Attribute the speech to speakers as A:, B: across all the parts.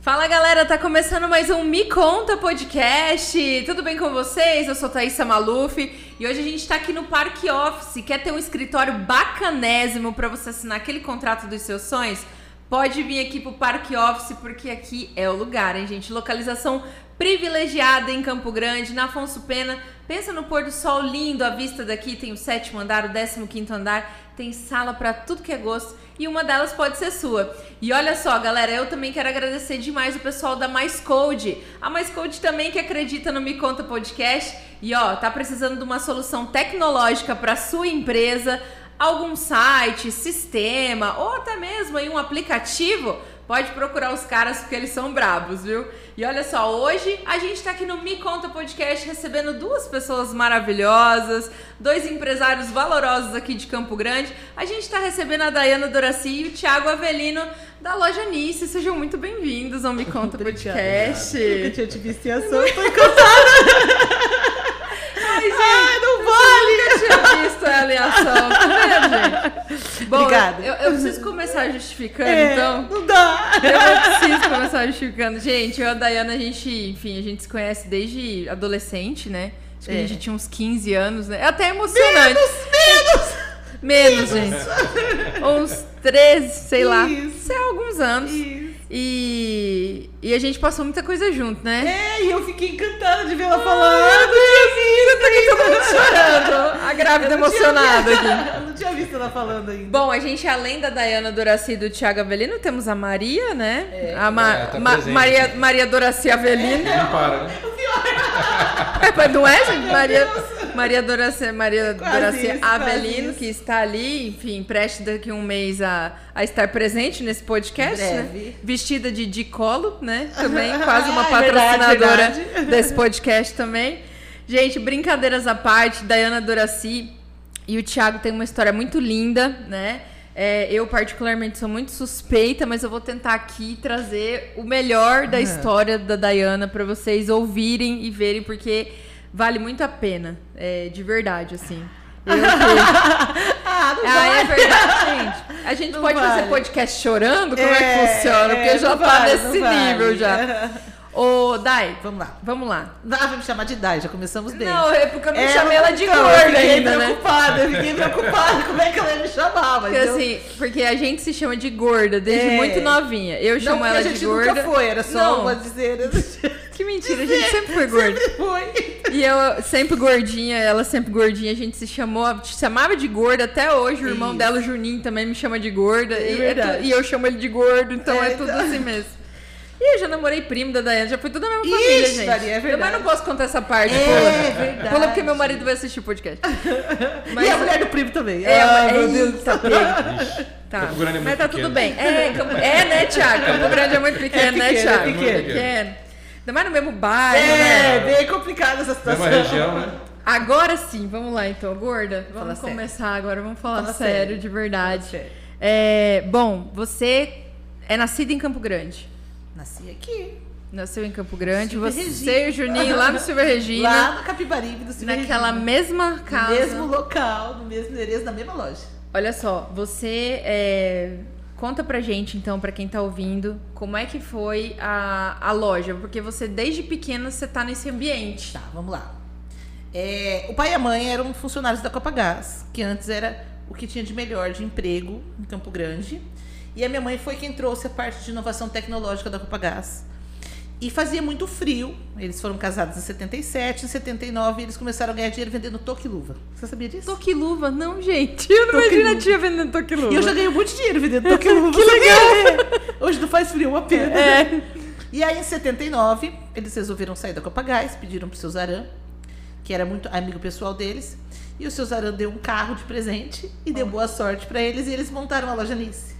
A: Fala galera, tá começando mais um Me Conta Podcast. Tudo bem com vocês? Eu sou Thaisa Maluf e hoje a gente tá aqui no Parque Office. Quer ter um escritório bacanésimo pra você assinar aquele contrato dos seus sonhos? Pode vir aqui pro Parque Office porque aqui é o lugar, hein, gente? Localização privilegiada em Campo Grande, na Afonso Pena. Pensa no pôr do sol lindo, a vista daqui tem o sétimo andar, o décimo quinto andar, tem sala pra tudo que é gosto e uma delas pode ser sua. E olha só, galera, eu também quero agradecer demais o pessoal da Mais Code. A Mais Code também que acredita no Me Conta Podcast e ó, tá precisando de uma solução tecnológica pra sua empresa, algum site, sistema ou até mesmo aí um aplicativo. Pode procurar os caras porque eles são brabos, viu? E olha só, hoje a gente tá aqui no Me Conta Podcast recebendo duas pessoas maravilhosas, dois empresários valorosos aqui de Campo Grande. A gente tá recebendo a Dayana Doraci e o Thiago Avelino da loja Nice. Sejam muito bem-vindos ao Me Conta Podcast.
B: Eu tinha te visto em ação, eu tô
A: Ai, gente, não vale! Eu nunca tinha visto ela em ação, tá vendo, gente? Bom,
B: Obrigada.
A: Eu, eu preciso começar justificando,
B: É,
A: então.
B: Não dá!
A: Eu preciso começar justificando. Gente, eu e a Dayana, a gente, enfim, a gente se conhece desde adolescente, né? Acho que a
B: É.
A: gente tinha uns 15 anos, né? É até emocionante. Menos, menos! Menos, gente. uns 13, sei lá.
B: Isso.
A: Sei lá, alguns anos.
B: Isso.
A: E, e a gente passou muita coisa junto, né?
B: É, e eu fiquei encantada de ver
A: Ah.
B: ela falando. Eu
A: tá
B: não tinha visto!
A: Chorando. A grávida
B: Eu não tinha
A: emocionada
B: visto.
A: aqui.
B: Eu não tinha visto ela falando ainda.
A: Bom, a gente, além da Dayana Doraci e do Thiago Avelino, temos a Maria, né? A Ma-
C: É, tá
A: Ma-
C: presente.
A: Maria, Maria Doraci Avelino.
C: Não para.
A: É, mas não é, gente? Maria, Maria Doraci, Maria
B: Quase
A: Doraci
B: isso, quase
A: Avelino,
B: isso.
A: que está ali, enfim, preste daqui um mês a, a estar presente nesse podcast,
B: Em
A: né?
B: breve.
A: Vestida de, de colo, né? Também, quase uma
B: É verdade,
A: patrocinadora
B: verdade.
A: desse podcast também. Gente, brincadeiras à parte, Dayana Doraci e o Thiago tem uma história muito linda, né? É, eu, particularmente, sou muito suspeita, mas eu vou tentar aqui trazer o melhor da história da Dayana pra vocês ouvirem e verem, porque vale muito a pena. É, de verdade, assim. Eu que-
B: Ah, não
A: ah, é
B: vale.
A: verdade, gente. A gente
B: Não
A: pode fazer
B: vale.
A: podcast chorando? Como é, que
B: É,
A: funciona? Porque
B: é,
A: já
B: não
A: tá
B: vale, não
A: nesse
B: vale. É.
A: nível já. Ô, Dai,
B: Vamos lá.
A: vamos lá.
B: Ah, vai me chamar de Dai, já começamos bem.
A: Não, é porque eu não chamei
B: eu-
A: ela de
B: então, Eu
A: gorda
B: fiquei
A: ainda, né?
B: preocupada, eu fiquei preocupada como é que ela ia me chamar. Mas
A: Porque,
B: eu-
A: assim, porque a gente se chama de gorda desde
B: É.
A: muito novinha. Eu
B: não,
A: chamo
B: porque
A: ela
B: a gente
A: de
B: nunca
A: gorda.
B: foi, era só
A: Não.
B: uma
A: né?
B: dizer.
A: Que mentira, a gente sempre foi gorda.
B: Sempre foi.
A: E eu sempre gordinha, ela sempre gordinha, a gente se chamou, se chamava de gorda até hoje. O irmão
B: Isso.
A: dela, o Juninho, também me chama de gorda.
B: É
A: e,
B: verdade.
A: tu- e eu chamo ele de gordo, então é,
B: É,
A: tudo
B: então.
A: assim mesmo. E eu já namorei primo da Dayana, já foi tudo a mesma família,
B: Ixi,
A: gente.
B: Maria, é
A: eu, mas
B: verdade.
A: não posso contar essa parte,
B: É
A: pula.
B: verdade.
A: Pula porque meu marido vai assistir o podcast.
B: E a mulher do primo também.
A: É,
B: ah,
A: é
B: meu
A: isso,
B: Deus do céu.
C: Ixi.
A: Tá.
C: Campo Grande é
A: Mas
C: muito
A: tá
C: pequeno.
A: tudo bem. É, Campo- é, né, Thiago? Campo Grande é muito pequeno, né,
B: pequeno, é
A: Thiago?
B: pequeno.
A: pequeno. Ainda mais no mesmo bairro, né?
B: É, bem complicada essa situação.
C: Mesma região, né?
A: Agora sim, vamos lá então, gorda.
B: Fala
A: Vamos
B: sério.
A: começar agora, vamos falar
B: Fala
A: sério,
B: sério.
A: de verdade.
B: Fala sério.
A: É, bom, você é nascida em Campo Grande.
B: Nasci aqui.
A: Nasceu em Campo Grande,
B: Silvia
A: você
B: Regina.
A: e o Juninho lá no Silva Regina,
B: Lá no Capibaribe do Silvio
A: naquela
B: Regina.
A: mesma casa.
B: No mesmo local, no mesmo endereço, na mesma loja.
A: Olha só, você é, conta pra gente então, pra quem tá ouvindo, como é que foi a, a loja? Porque você desde pequena você tá nesse ambiente.
B: Tá, vamos lá. É, o pai e a mãe eram funcionários da Copagás, que antes era o que tinha de melhor de emprego em Campo Grande. E a minha mãe foi quem trouxe a parte de inovação tecnológica da Copagás. E fazia muito frio. Eles foram casados em 77, em 79 eles começaram a ganhar dinheiro vendendo toque e luva. Você sabia disso?
A: Toquiluva, não, gente. Eu não imagino a tia vendendo toquiluva.
B: E eu já ganhei muito dinheiro vendendo toque luva.
A: Que
B: legal! Hoje não faz frio, uma
A: É,
B: pena. E aí, em 79, eles resolveram sair da Copagás, pediram pro seu Zaran, que era muito amigo pessoal deles. E o seu Zaran deu um carro de presente e deu boa sorte para eles. E eles montaram a loja Nice.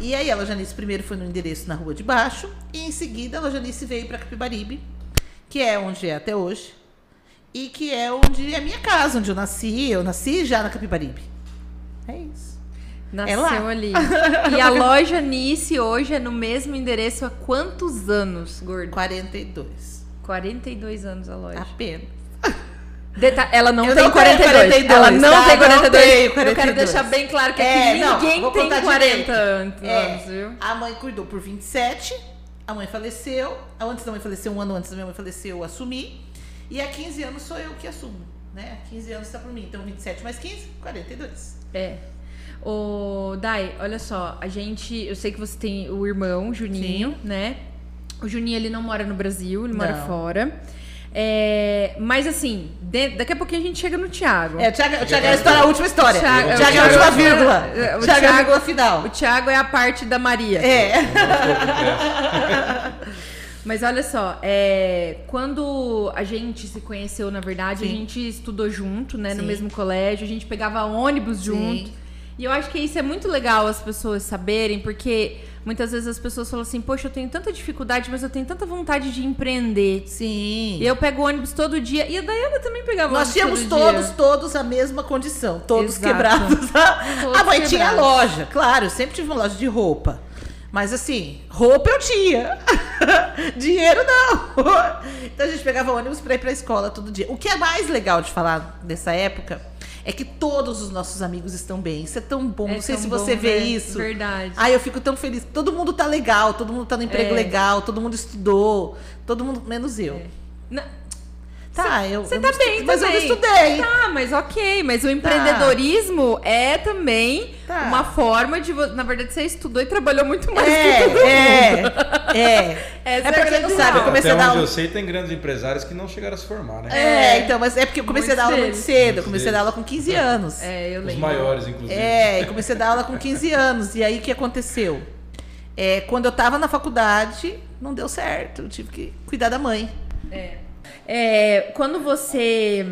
B: E aí, a loja Nice primeiro foi no endereço na Rua de Baixo. E em seguida, a loja Nice veio para Capibaribe, que é onde é até hoje. E que é onde é a minha casa, onde eu nasci. Eu nasci já na Capibaribe. É isso.
A: Nasceu
B: lá.
A: ali. E a loja Nice hoje é no mesmo endereço há quantos anos, gordo?
B: 42.
A: 42 anos a
B: Tá
A: loja.
B: Apenas.
A: Tá. Deta- ela não
B: Eu
A: tem
B: não tenho
A: 42.
B: 42,
A: Ela não
B: tá?
A: tem 42.
B: Não tenho
A: Eu quero
B: 42.
A: deixar bem claro que
B: É,
A: aqui
B: não,
A: ninguém
B: vou
A: tem
B: contar
A: 40 anos,
B: É.
A: viu?
B: A mãe cuidou por 27. A mãe faleceu. Antes da mãe falecer, um ano antes da minha mãe faleceu, eu assumi. E há 15 anos sou eu que assumo. Né? Há 15 anos está por mim. Então 27 mais 15, 42.
A: É. Ô, Dai, olha só, a gente. Eu sei que você tem o irmão, Juninho, né? O Juninho ele não mora no Brasil, ele mora
B: Não.
A: fora. É, mas assim, de- daqui a pouquinho a gente chega no Thiago.
B: É, o Thiago, o Thiago é a, história, a última história.
A: Thiago-
B: o Thiago é a última vírgula.
A: É, o
B: O Thiago é a
A: Thiago-
B: vírgula final.
A: O Thiago é a parte da Maria.
B: É.
A: Mas olha só, é, quando a gente se conheceu, na verdade, a
B: Sim.
A: gente estudou junto, né? No
B: Sim.
A: mesmo colégio, a gente pegava ônibus junto. E eu acho que isso é muito legal as pessoas saberem, porque muitas vezes as pessoas falam assim, poxa, eu tenho tanta dificuldade, mas eu tenho tanta vontade de empreender.
B: Sim.
A: E eu pego ônibus todo dia. E a Dayana também pegava
B: Nós
A: ônibus.
B: tínhamos
A: todo dia.
B: todos, todos a mesma condição, todos
A: Exato.
B: quebrados.
A: Todos
B: a mãe tinha
A: quebrados.
B: loja, claro, eu sempre tive uma loja de roupa. Mas assim, roupa eu tinha. Dinheiro não. Então a gente pegava ônibus pra ir pra escola todo dia. O que é mais legal de falar dessa época é que todos os nossos amigos estão bem. Isso é tão bom.
A: É
B: Não sei
A: tão
B: se
A: bom,
B: você vê
A: né?
B: isso.
A: Verdade.
B: Ai, eu fico tão feliz. Todo mundo tá legal, todo mundo tá no emprego
A: É.
B: legal, todo mundo estudou, todo mundo, menos eu.
A: Na-
B: Tá, eu.
A: Você
B: eu
A: tá
B: não
A: bem
B: estudei, Mas eu não
A: também.
B: estudei.
A: Tá, mas ok. Mas o empreendedorismo é também
B: Tá.
A: uma forma de... vo- Na verdade, você estudou e trabalhou muito mais que todo
B: É,
A: mundo.
B: é, é.
A: Essa
B: É
A: a
B: porque não
A: grande
B: sabe, eu
A: real.
B: comecei a
C: Até
B: dar
C: onde
B: aula.
C: eu sei, tem grandes empresários que não chegaram a se formar, né?
B: É, então, mas é porque eu comecei a
A: Muito
B: dar aula
A: cedo.
B: muito cedo. Eu
C: Muito
B: comecei a
C: cedo.
B: dar aula com 15 anos.
A: É, eu
C: Os
A: lembro.
C: maiores, inclusive.
B: É, e comecei a dar aula com 15 anos. E aí o que aconteceu? É, quando eu tava na faculdade, não deu certo. Eu tive que cuidar da mãe.
A: É, quando você...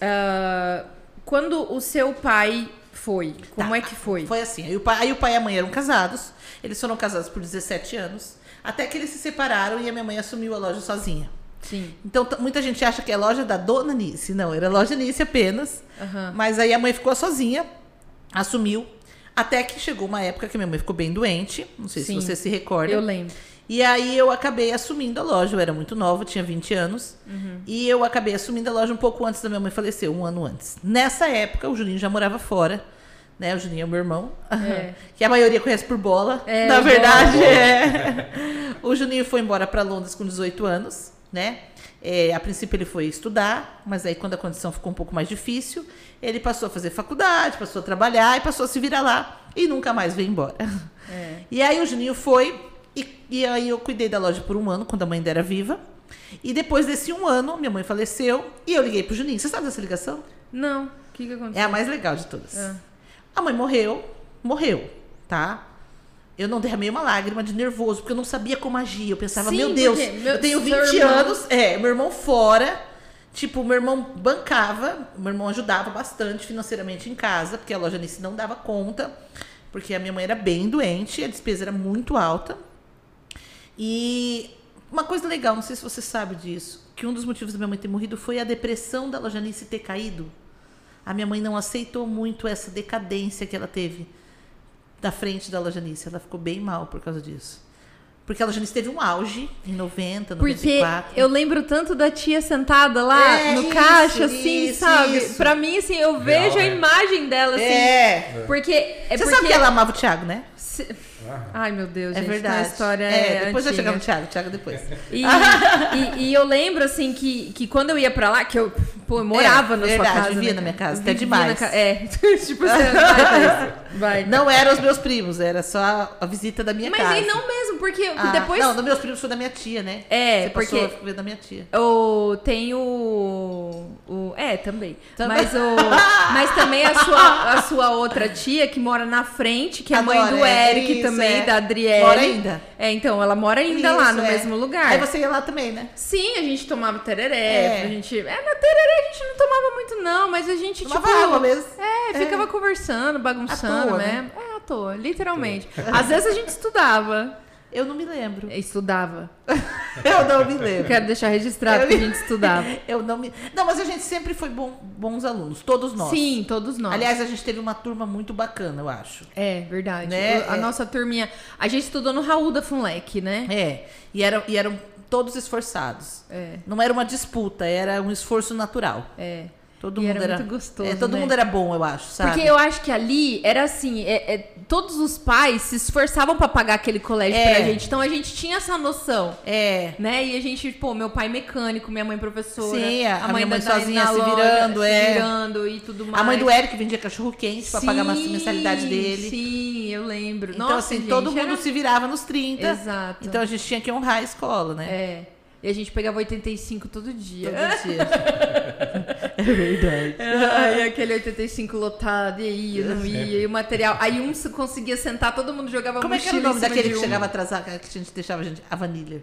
A: ah, quando o seu pai foi, como
B: Tá.
A: é que foi?
B: Foi assim. Aí o, pai, aí o pai e a mãe eram casados. Eles foram casados por 17 anos. Até que eles se separaram e a minha mãe assumiu a loja sozinha.
A: Sim.
B: Então, t- muita gente acha que é loja da dona Nice. Não, era loja Nice apenas.
A: Aham.
B: Mas aí a mãe ficou sozinha, assumiu. Até que chegou uma época que minha mãe ficou bem doente. Não sei
A: Sim.
B: se você se recorda.
A: Eu lembro.
B: E aí eu acabei assumindo a loja. Eu era muito nova, eu tinha 20 anos.
A: Uhum.
B: E eu acabei assumindo a loja um pouco antes da minha mãe falecer, um ano antes. Nessa época, o Juninho já morava fora. Né? O Juninho é o meu irmão.
A: É.
B: Que a maioria conhece por bola.
A: É,
B: na
A: o
B: verdade,
C: Bola.
B: é. O Juninho foi embora para Londres com 18 anos, né? É, a princípio ele foi estudar, mas aí quando a condição ficou um pouco mais difícil, ele passou a fazer faculdade, passou a trabalhar e passou a se virar lá e nunca mais veio embora.
A: É.
B: E aí o Juninho foi, e, e aí eu cuidei da loja por um ano, quando a mãe ainda era viva. E depois desse um ano, minha mãe faleceu e eu liguei pro Juninho. Você sabe dessa ligação?
A: Não, o que que
B: É
A: aconteceu?
B: a mais legal de todas.
A: Ah.
B: A mãe morreu, morreu, tá? Eu não derramei uma lágrima de nervoso, porque eu não sabia como agir. Eu pensava,
A: Sim,
B: meu Deus,
A: porque meu-
B: eu tenho
A: seu
B: 20
A: irmão-
B: anos, é, meu irmão fora. Tipo, meu irmão bancava, meu irmão ajudava bastante financeiramente em casa, porque a loja Nice não dava conta, porque a minha mãe era bem doente, a despesa era muito alta. E uma coisa legal, não sei se você sabe disso, que um dos motivos da minha mãe ter morrido foi a depressão da Lojanice ter caído. A minha mãe não aceitou muito essa decadência que ela teve da frente da Lojanice. Ela ficou bem mal por causa disso. Porque a Lojanice teve um auge em 90,
A: Porque
B: 94.
A: eu lembro tanto da tia sentada lá
B: É,
A: no
B: isso,
A: caixa, assim,
B: isso,
A: sabe?
B: isso.
A: Pra mim, assim, eu vejo a
C: né?
A: imagem dela, assim.
B: É.
A: Porque. É
B: Você
A: porque
B: sabe que ela amava o Thiago, né?
A: se-
C: Ah,
A: Ai, meu Deus,
B: é
A: gente,
B: verdade.
A: A história
B: é,
A: é
B: depois vai
A: antiga.
B: chegar no Thiago, Thiago depois.
A: E, e, e eu lembro, assim, que, que quando eu ia pra lá, que eu, pô, eu morava
B: É,
A: na
B: verdade,
A: sua casa.
B: vivia
A: né?
B: na minha casa, até
A: Vivia
B: demais.
A: na ca- É, tipo, você vai, vai.
B: Não eram os meus primos, era só a visita da minha
A: Mas
B: casa.
A: aí não mesmo, porque
B: Ah,
A: depois
B: Não, dos meus primos foi da minha tia, né?
A: É,
B: Você passou
A: porque-
B: a ver da minha tia.
A: O, tem o, o. É, também.
B: Também.
A: Mas, o, mas também a sua, a sua outra tia, que mora na frente, que é mãe
B: Adoro,
A: do
B: é,
A: Eric
B: isso,
A: também,
B: é.
A: da Adriele.
B: Mora ainda.
A: É, então, ela mora ainda lá
B: Isso,
A: no
B: é.
A: mesmo lugar.
B: Aí você ia lá também, né?
A: Sim, a gente tomava tereré,
B: É.
A: a gente. É, mas tereré a gente não tomava muito, não, mas a gente
B: Tomava
A: tipo.
B: água mesmo.
A: É, ficava conversando, bagunçando,
B: À toa,
A: né? É, à toa, literalmente. Às vezes a gente estudava. É.
B: Eu não me lembro.
A: Estudava.
B: Eu não me lembro.
A: Quero deixar registrado
B: Eu-
A: que a gente estudava.
B: Eu não me. Não, mas a gente sempre foi bom- bons alunos, todos nós.
A: Sim, todos nós.
B: Aliás, a gente teve uma turma muito bacana, eu acho.
A: É, verdade.
B: Né?
A: O- A
B: É.
A: nossa turminha. A gente estudou no Raul da Funlec, né?
B: É. E eram, e eram todos esforçados.
A: É.
B: Não era uma disputa, era um esforço natural.
A: É.
B: Todo
A: E
B: mundo
A: era muito gostoso,
B: É, todo
A: né?
B: mundo era bom, eu acho, sabe?
A: Porque eu acho que ali era assim, é- é, todos os pais se esforçavam pra pagar aquele colégio
B: É.
A: pra gente, então a gente tinha essa noção,
B: É.
A: né? E a gente, pô, meu pai mecânico, minha mãe professora,
B: Sim, é, a- a minha mãe
A: da Dai
B: sozinha
A: na
B: se
A: loja,
B: virando,
A: se
B: é.
A: virando e tudo mais.
B: A mãe do Eric vendia cachorro quente pra pagar a
A: Sim,
B: mensalidade dele.
A: Sim, eu lembro.
B: Então,
A: Nossa,
B: assim,
A: gente,
B: todo mundo
A: era-
B: se virava nos 30.
A: Exato.
B: Então a gente tinha que honrar a escola, né?
A: É. E a gente pegava 85 todo dia.
B: Todo dia. é verdade.
A: Ai, aquele 85 lotado, e
B: É.
A: aí, eu não ia, e o material. Aí um se- conseguia sentar, todo mundo jogava
B: Como é que era o
A: mochila
B: nome
A: em cima
B: daquele
A: de
B: que
A: um.
B: chegava atrasado, que a gente deixava a gente? A Vanilla.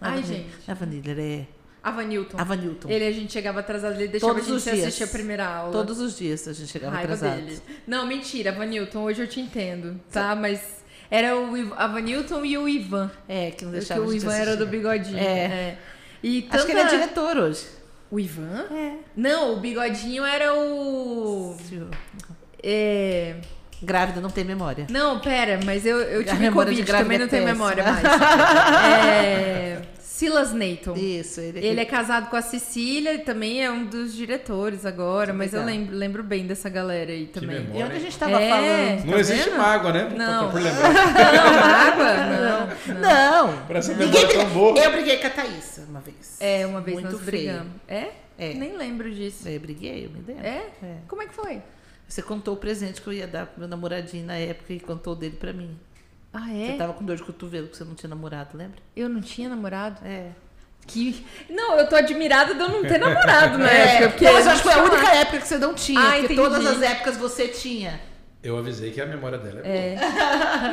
B: Não
A: Ai,
B: é Vanilla.
A: gente.
B: Não é Vanilla, é
A: Ava Newton.
B: a Vanilton.
A: Ele a gente chegava atrasado, ele deixava
B: Todos
A: a gente
B: os dias.
A: assistir a primeira aula.
B: Todos os dias a gente chegava
A: Raiva
B: atrasado.
A: dele. Não, mentira, Vanilton, hoje eu te entendo, tá? Mas era o Iv- a Vanilton e o Ivan.
B: É, que não
A: Porque
B: deixava a
A: o
B: gente
A: Ivan era
B: assistir.
A: do bigodinho.
B: É.
A: é. E
B: Acho que ele é
A: tanta-
B: diretor hoje.
A: O Ivan?
B: É.
A: Não, o bigodinho era o. É...
B: Grávida não tem memória.
A: Não, pera, mas eu, eu
B: A
A: tive
B: memória de
A: Covid,
B: grávida
A: também não
B: é
A: tenho
B: péssima.
A: memória mais. É, Silas Nathan.
B: Isso, ele,
A: Ele é casado com a Cecília e também é um dos diretores agora, mas eu
B: Legal.
A: lembro, lembro bem dessa galera aí também.
C: memória.
B: E onde a gente tava
A: É.
B: falando?
C: Não
A: Tá
C: existe
A: vendo?
C: mágoa, né?
A: Não.
C: Só Por lembrar.
A: Não, água? Não.
B: Não!
C: Parece uma
B: Ninguém
C: memória tão boa.
B: briga- Eu briguei com a Thaís uma vez.
A: É, uma vez
B: Muito
A: nós
B: feio.
A: brigamos. É?
B: É.
A: Nem lembro disso.
B: Eu briguei, eu me lembro.
A: É?
B: É.
A: Como é que foi?
B: Você contou o presente que eu ia dar pro meu namoradinho na época e contou o dele pra mim.
A: Ah,
B: Você
A: é?
B: tava com dor de cotovelo porque você não tinha namorado, lembra?
A: Eu não tinha namorado?
B: É.
A: Que... Não, eu tô admirada de eu não ter namorado né? na época. é Porque
B: É, não, mas eu acho que foi a
A: sei lá.
B: única época que você não tinha.
A: Ah,
B: porque
A: entendi.
B: todas as épocas você tinha.
C: Eu avisei que a memória dela é boa.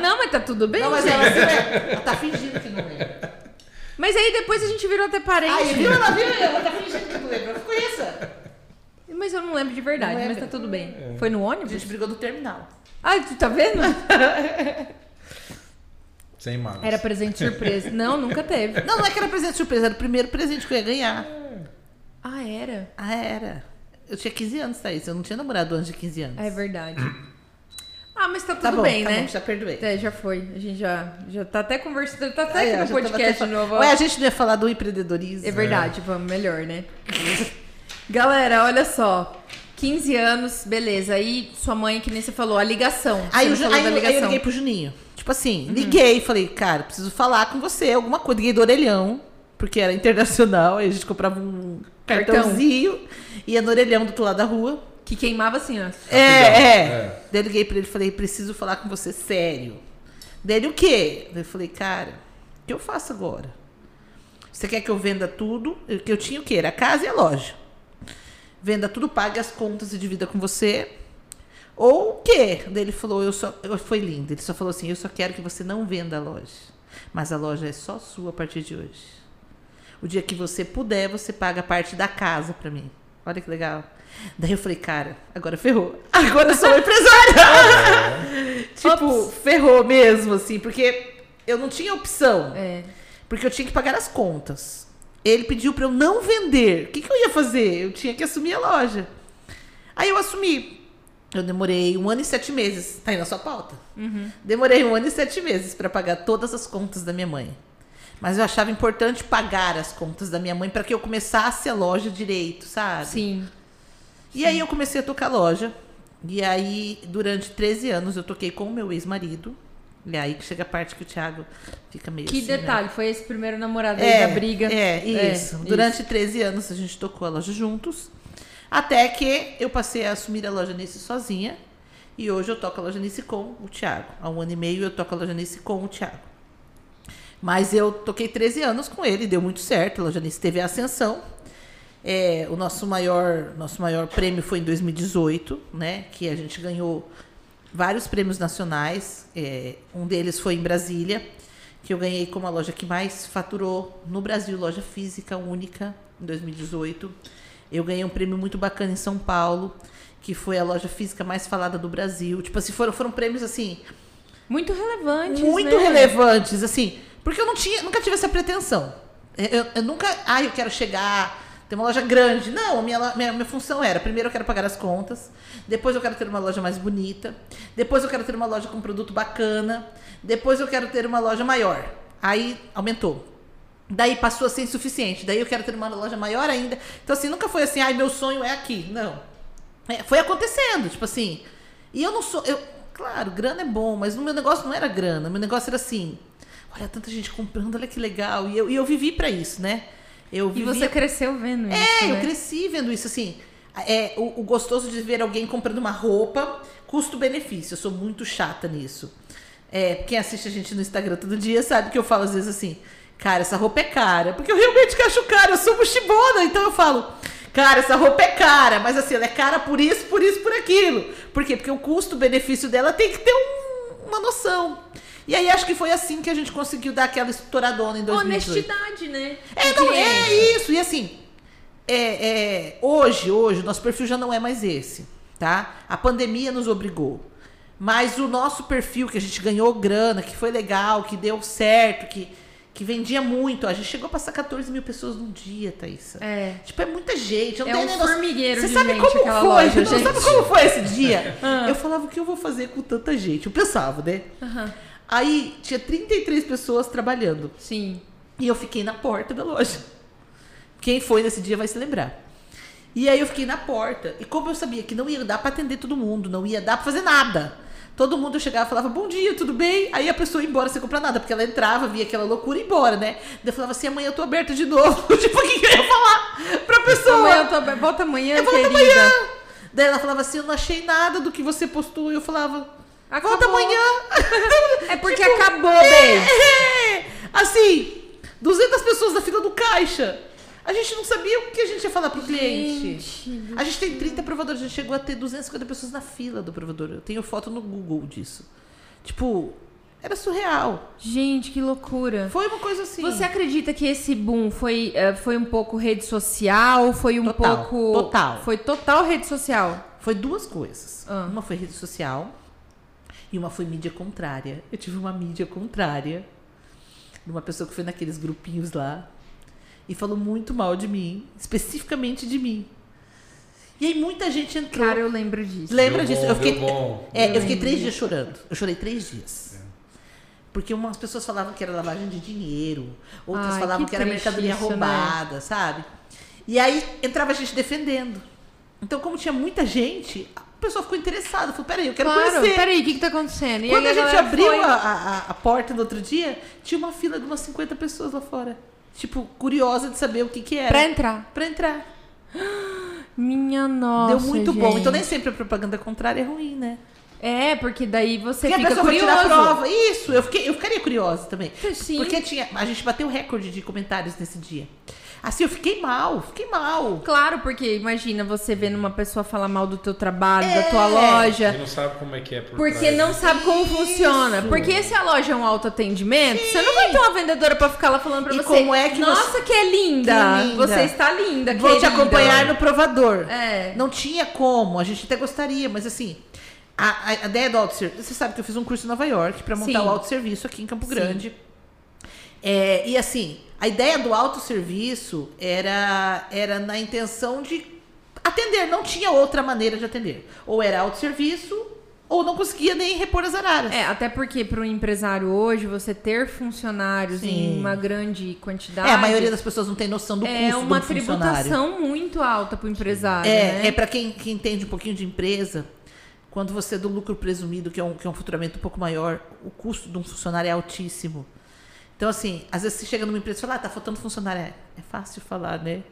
A: Não, mas tá tudo bem,
B: É. Não, mas
A: gente.
B: ela, se lembra. ela tá fingindo que não lembra.
A: Mas aí depois a gente virou até parente.
B: Aí, viu? Ela viu? Ela tá fingindo que não lembra. Eu fico essa.
A: Mas eu não lembro de verdade,
B: Não
A: mas
B: lembra.
A: tá tudo bem. Foi no
B: A
A: ônibus?
B: gente brigou no terminal.
A: Ah, tu tá vendo?
C: Sem mágoa.
A: Era presente surpresa. Não, nunca teve.
B: Não, não é que era presente surpresa, era o primeiro presente que eu ia ganhar.
A: Ah, era?
B: Ah, era. Eu tinha 15 anos, Thaís. Eu não tinha namorado antes de 15 anos.
A: Ah, é verdade. Ah, mas tá tudo
B: Tá bom,
A: bem,
B: tá
A: né?
B: bom, já perdoei.
A: É, já foi. A gente já, já tá até conversando. Tá até aqui no
B: Aí, ó, Ah, é, já tava
A: podcast
B: até
A: de
B: falando.
A: novo. ó.
B: Ué, a gente não ia falar do empreendedorismo.
A: É verdade, vamos, melhor, né? Galera, olha só. 15 anos, beleza. Aí sua mãe, que nem você falou, a ligação.
B: Aí,
A: você
B: eu,
A: não
B: ju-
A: falou
B: aí,
A: da
B: eu- aí eu
A: ligação. Uhum.
B: liguei pro Juninho. Tipo assim, liguei e falei, cara, preciso falar com você alguma coisa. Liguei do orelhão, porque era internacional, aí a gente comprava um
A: Cartão.
B: cartãozinho, ia no orelhão do outro lado da rua.
A: Que queimava assim, ó.
B: É, é.
C: é.
B: Daí eu liguei pra ele e falei, preciso falar com você sério. Daí ele, o quê? Daí Eu falei, cara, o que eu faço agora? Você quer que eu venda tudo? Eu, que eu tinha o quê? Era a casa e a loja. Venda tudo, pague as contas e divida com você. Ou o quê? Daí ele falou, eu só. eu- Foi lindo. Ele só falou assim, eu só quero que você não venda a loja. Mas a loja é só sua a partir de hoje. O dia que você puder, você paga a parte da casa pra mim. Olha que legal. Daí eu falei, cara, agora ferrou. Agora eu sou uma empresária. tipo, ferrou mesmo, assim, porque eu não tinha opção.
A: É.
B: Porque eu tinha que pagar as contas. Ele pediu pra eu não vender. O que, que eu ia fazer? Eu tinha que assumir a loja. Aí eu assumi. Eu demorei um ano e sete meses. Tá aí na sua pauta.
A: Uhum.
B: Demorei um ano e sete meses pra pagar todas as contas da minha mãe. Mas eu achava importante pagar as contas da minha mãe pra que eu começasse a loja direito, sabe?
A: Sim.
B: E aí eu comecei a tocar loja. E aí, durante 13 anos, eu toquei com o meu ex-marido. E é aí que chega a parte que o Thiago fica meio
A: Que
B: assim, né?
A: detalhe, foi esse primeiro namorado aí da briga.
B: É, isso. Durante 13 anos a gente tocou a loja juntos. Até que eu passei a assumir a loja Nice sozinha. E hoje eu toco a loja Nice com o Thiago. Há um ano e meio eu toco a loja Nice com o Thiago. Mas eu toquei 13 anos com ele, deu muito certo. A loja Nice teve a ascensão. É, o nosso maior, nosso maior prêmio foi em 2018, né? Que a gente ganhou vários prêmios nacionais. É, um deles foi em Brasília, que eu ganhei como a loja que mais faturou no Brasil, loja física única, em 2018. Eu ganhei um prêmio muito bacana em São Paulo, que foi a loja física mais falada do Brasil. Tipo assim, foram, foram prêmios assim,
A: Muito relevante. né?
B: muito relevantes, assim, porque eu não tinha, nunca tive essa pretensão. Eu, eu nunca. Ah, eu quero chegar. Ter uma loja grande. Não, a minha, lo- minha, minha função era: primeiro eu quero pagar as contas, depois eu quero ter uma loja mais bonita, depois eu quero ter uma loja com produto bacana, depois eu quero ter uma loja maior. Aí aumentou. Daí passou a ser insuficiente, daí eu quero ter uma loja maior ainda. Então, assim, nunca foi assim: ai, meu sonho é aqui. Não. É, foi acontecendo, tipo assim. E eu não sou. Eu, claro, grana é bom, mas no meu negócio não era grana. Meu negócio era assim. Olha, tanta gente comprando, olha que legal. E eu, e eu vivi pra isso, né? Eu
A: E
B: vivi
A: você cresceu vendo isso.
B: é, eu
A: né?
B: cresci vendo isso, assim. É, o, o gostoso de ver alguém comprando uma roupa, custo-benefício. Eu sou muito chata nisso. É, quem assiste a gente no Instagram todo dia sabe que eu falo às vezes assim, cara, essa roupa é cara. Porque eu realmente acho cara, eu sou mochibona, então eu falo, cara, essa roupa é cara, mas assim, ela é cara por isso, por isso, por aquilo. Por quê? Porque o custo-benefício dela tem que ter um- uma noção. E aí acho que foi assim que a gente conseguiu dar aquela estouradona em 2018.
A: Honestidade, né?
B: É,
A: Do
B: não,
A: cliente.
B: é isso. E assim, é, é, hoje, hoje, o nosso perfil já não é mais esse, tá? A pandemia nos obrigou. Mas o nosso perfil, que a gente ganhou grana, que foi legal, que deu certo, que, que vendia muito. ó, a gente chegou a passar 14 mil pessoas num dia, Thaísa.
A: É.
B: Tipo, é muita gente. Eu não
A: É
B: tenho
A: um
B: negócio-
A: formigueiro
B: Você
A: de
B: sabe
A: gente
B: como
A: aquela
B: foi?
A: loja,
B: não,
A: gente.
B: Sabe como foi esse dia?
A: Ah.
B: Eu falava, o que eu vou fazer com tanta gente? Eu pensava, né?
A: Aham.
B: Aí tinha 33 pessoas trabalhando.
A: Sim.
B: E eu fiquei na porta da loja. Quem foi nesse dia vai se lembrar. E aí eu fiquei na porta. E como eu sabia que não ia dar pra atender todo mundo, não ia dar pra fazer nada. Todo mundo chegava e falava, bom dia, tudo bem? Aí a pessoa ia embora sem comprar nada, porque ela entrava, via aquela loucura e ia embora, né? Daí eu falava assim, amanhã eu tô aberta de novo. tipo, o que que eu ia falar pra pessoa?
A: Amanhã eu tô aberta. Volta amanhã,
B: Eu
A: querida.
B: volto amanhã. Daí ela falava assim, eu não achei nada do que você postou. E eu falava, volta
A: Acabou.
B: amanhã.
A: É porque
B: Tipo,
A: acabou, bem.
B: É! Assim, 200 pessoas na fila do caixa. A gente não sabia o que a gente ia falar pro cliente.
A: Gente.
B: A gente tem 30 provadores, a gente chegou a ter 250 pessoas na fila do provador. Eu tenho foto no Google disso. Tipo, era surreal.
A: Gente, que loucura.
B: Foi uma coisa assim.
A: Você acredita que esse boom foi, eh, foi um pouco rede social? Foi um
B: Total,
A: pouco.
B: total.
A: Foi total rede social.
B: Foi duas coisas.
A: Ah.
B: Uma foi rede social e uma foi mídia contrária. Eu tive uma mídia contrária de uma pessoa que foi naqueles grupinhos lá e falou muito mal de mim, especificamente de mim. E aí muita gente entrou.
A: Cara, eu lembro disso.
B: Lembra
C: Deu
B: disso?
C: bom,
B: eu fiquei,
C: deu bom.
B: É, eu fiquei três dias chorando. Eu chorei três dias. Porque umas pessoas falavam que era lavagem de dinheiro, outras
A: Ai,
B: falavam
A: que
B: que, era
A: triste
B: mercadoria
A: isso, né?
B: roubada, sabe? E aí entrava gente defendendo. Então, como tinha muita gente, a pessoa ficou interessada. Falou, peraí, eu quero
A: claro.
B: conhecer.
A: Peraí, o que, que tá acontecendo? E
B: Quando
A: aí
B: a gente
A: galera
B: abriu
A: foi.
B: a, a- a porta no outro dia, tinha uma fila de umas 50 pessoas lá fora. Tipo, curiosa de saber o que que era.
A: Pra entrar.
B: Pra entrar.
A: Minha nossa.
B: Deu muito bom.
A: gente.
B: Então, nem sempre a propaganda contrária é ruim, né?
A: É, porque daí você
B: Porque a
A: fica
B: pessoa vai
A: curioso.
B: tirar a prova. Isso, eu, fiquei, eu ficaria curiosa também.
A: Sim.
B: Porque tinha, a gente bateu recorde de comentários nesse dia. Assim, eu fiquei mal, fiquei mal.
A: Claro, porque imagina você vendo uma pessoa falar mal do teu trabalho, da
B: É.
A: tua loja.
C: Você não sabe como é que é por
A: Porque
C: trás,
A: não
C: né?
A: sabe como funciona. Porque se a loja é um autoatendimento, você não vai ter uma vendedora pra ficar lá falando pra
B: E
A: você.
B: como é que
A: Nossa,
B: você-
A: que é linda.
B: Que linda.
A: Você está linda,
B: Vou te
A: querida."
B: acompanhar no provador.
A: É.
B: Não tinha como, a gente até gostaria, mas assim. A, a- a ideia do autosserviço. Você sabe que eu fiz um curso em Nova York pra montar
A: Sim.
B: o autosserviço aqui em Campo
A: Sim.
B: Grande. É, e assim, a ideia do autosserviço era, era na intenção de atender, não tinha outra maneira de atender. Ou era autosserviço, ou não conseguia nem repor as araras.
A: É, até porque para um empresário hoje, você ter funcionários em
B: Sim.
A: uma grande quantidade.
B: É, a maioria das pessoas não tem noção do
A: é
B: custo
A: uma
B: do funcionário.
A: tributação muito alta pro empresário.
B: É,
A: né?
B: é para quem, quem entende um pouquinho de empresa, quando você é do lucro presumido, que é, um, que é um faturamento um pouco maior, o custo de um funcionário é altíssimo. Então, assim, às vezes você chega numa empresa e fala, ah, tá faltando funcionário. É, é fácil falar, né?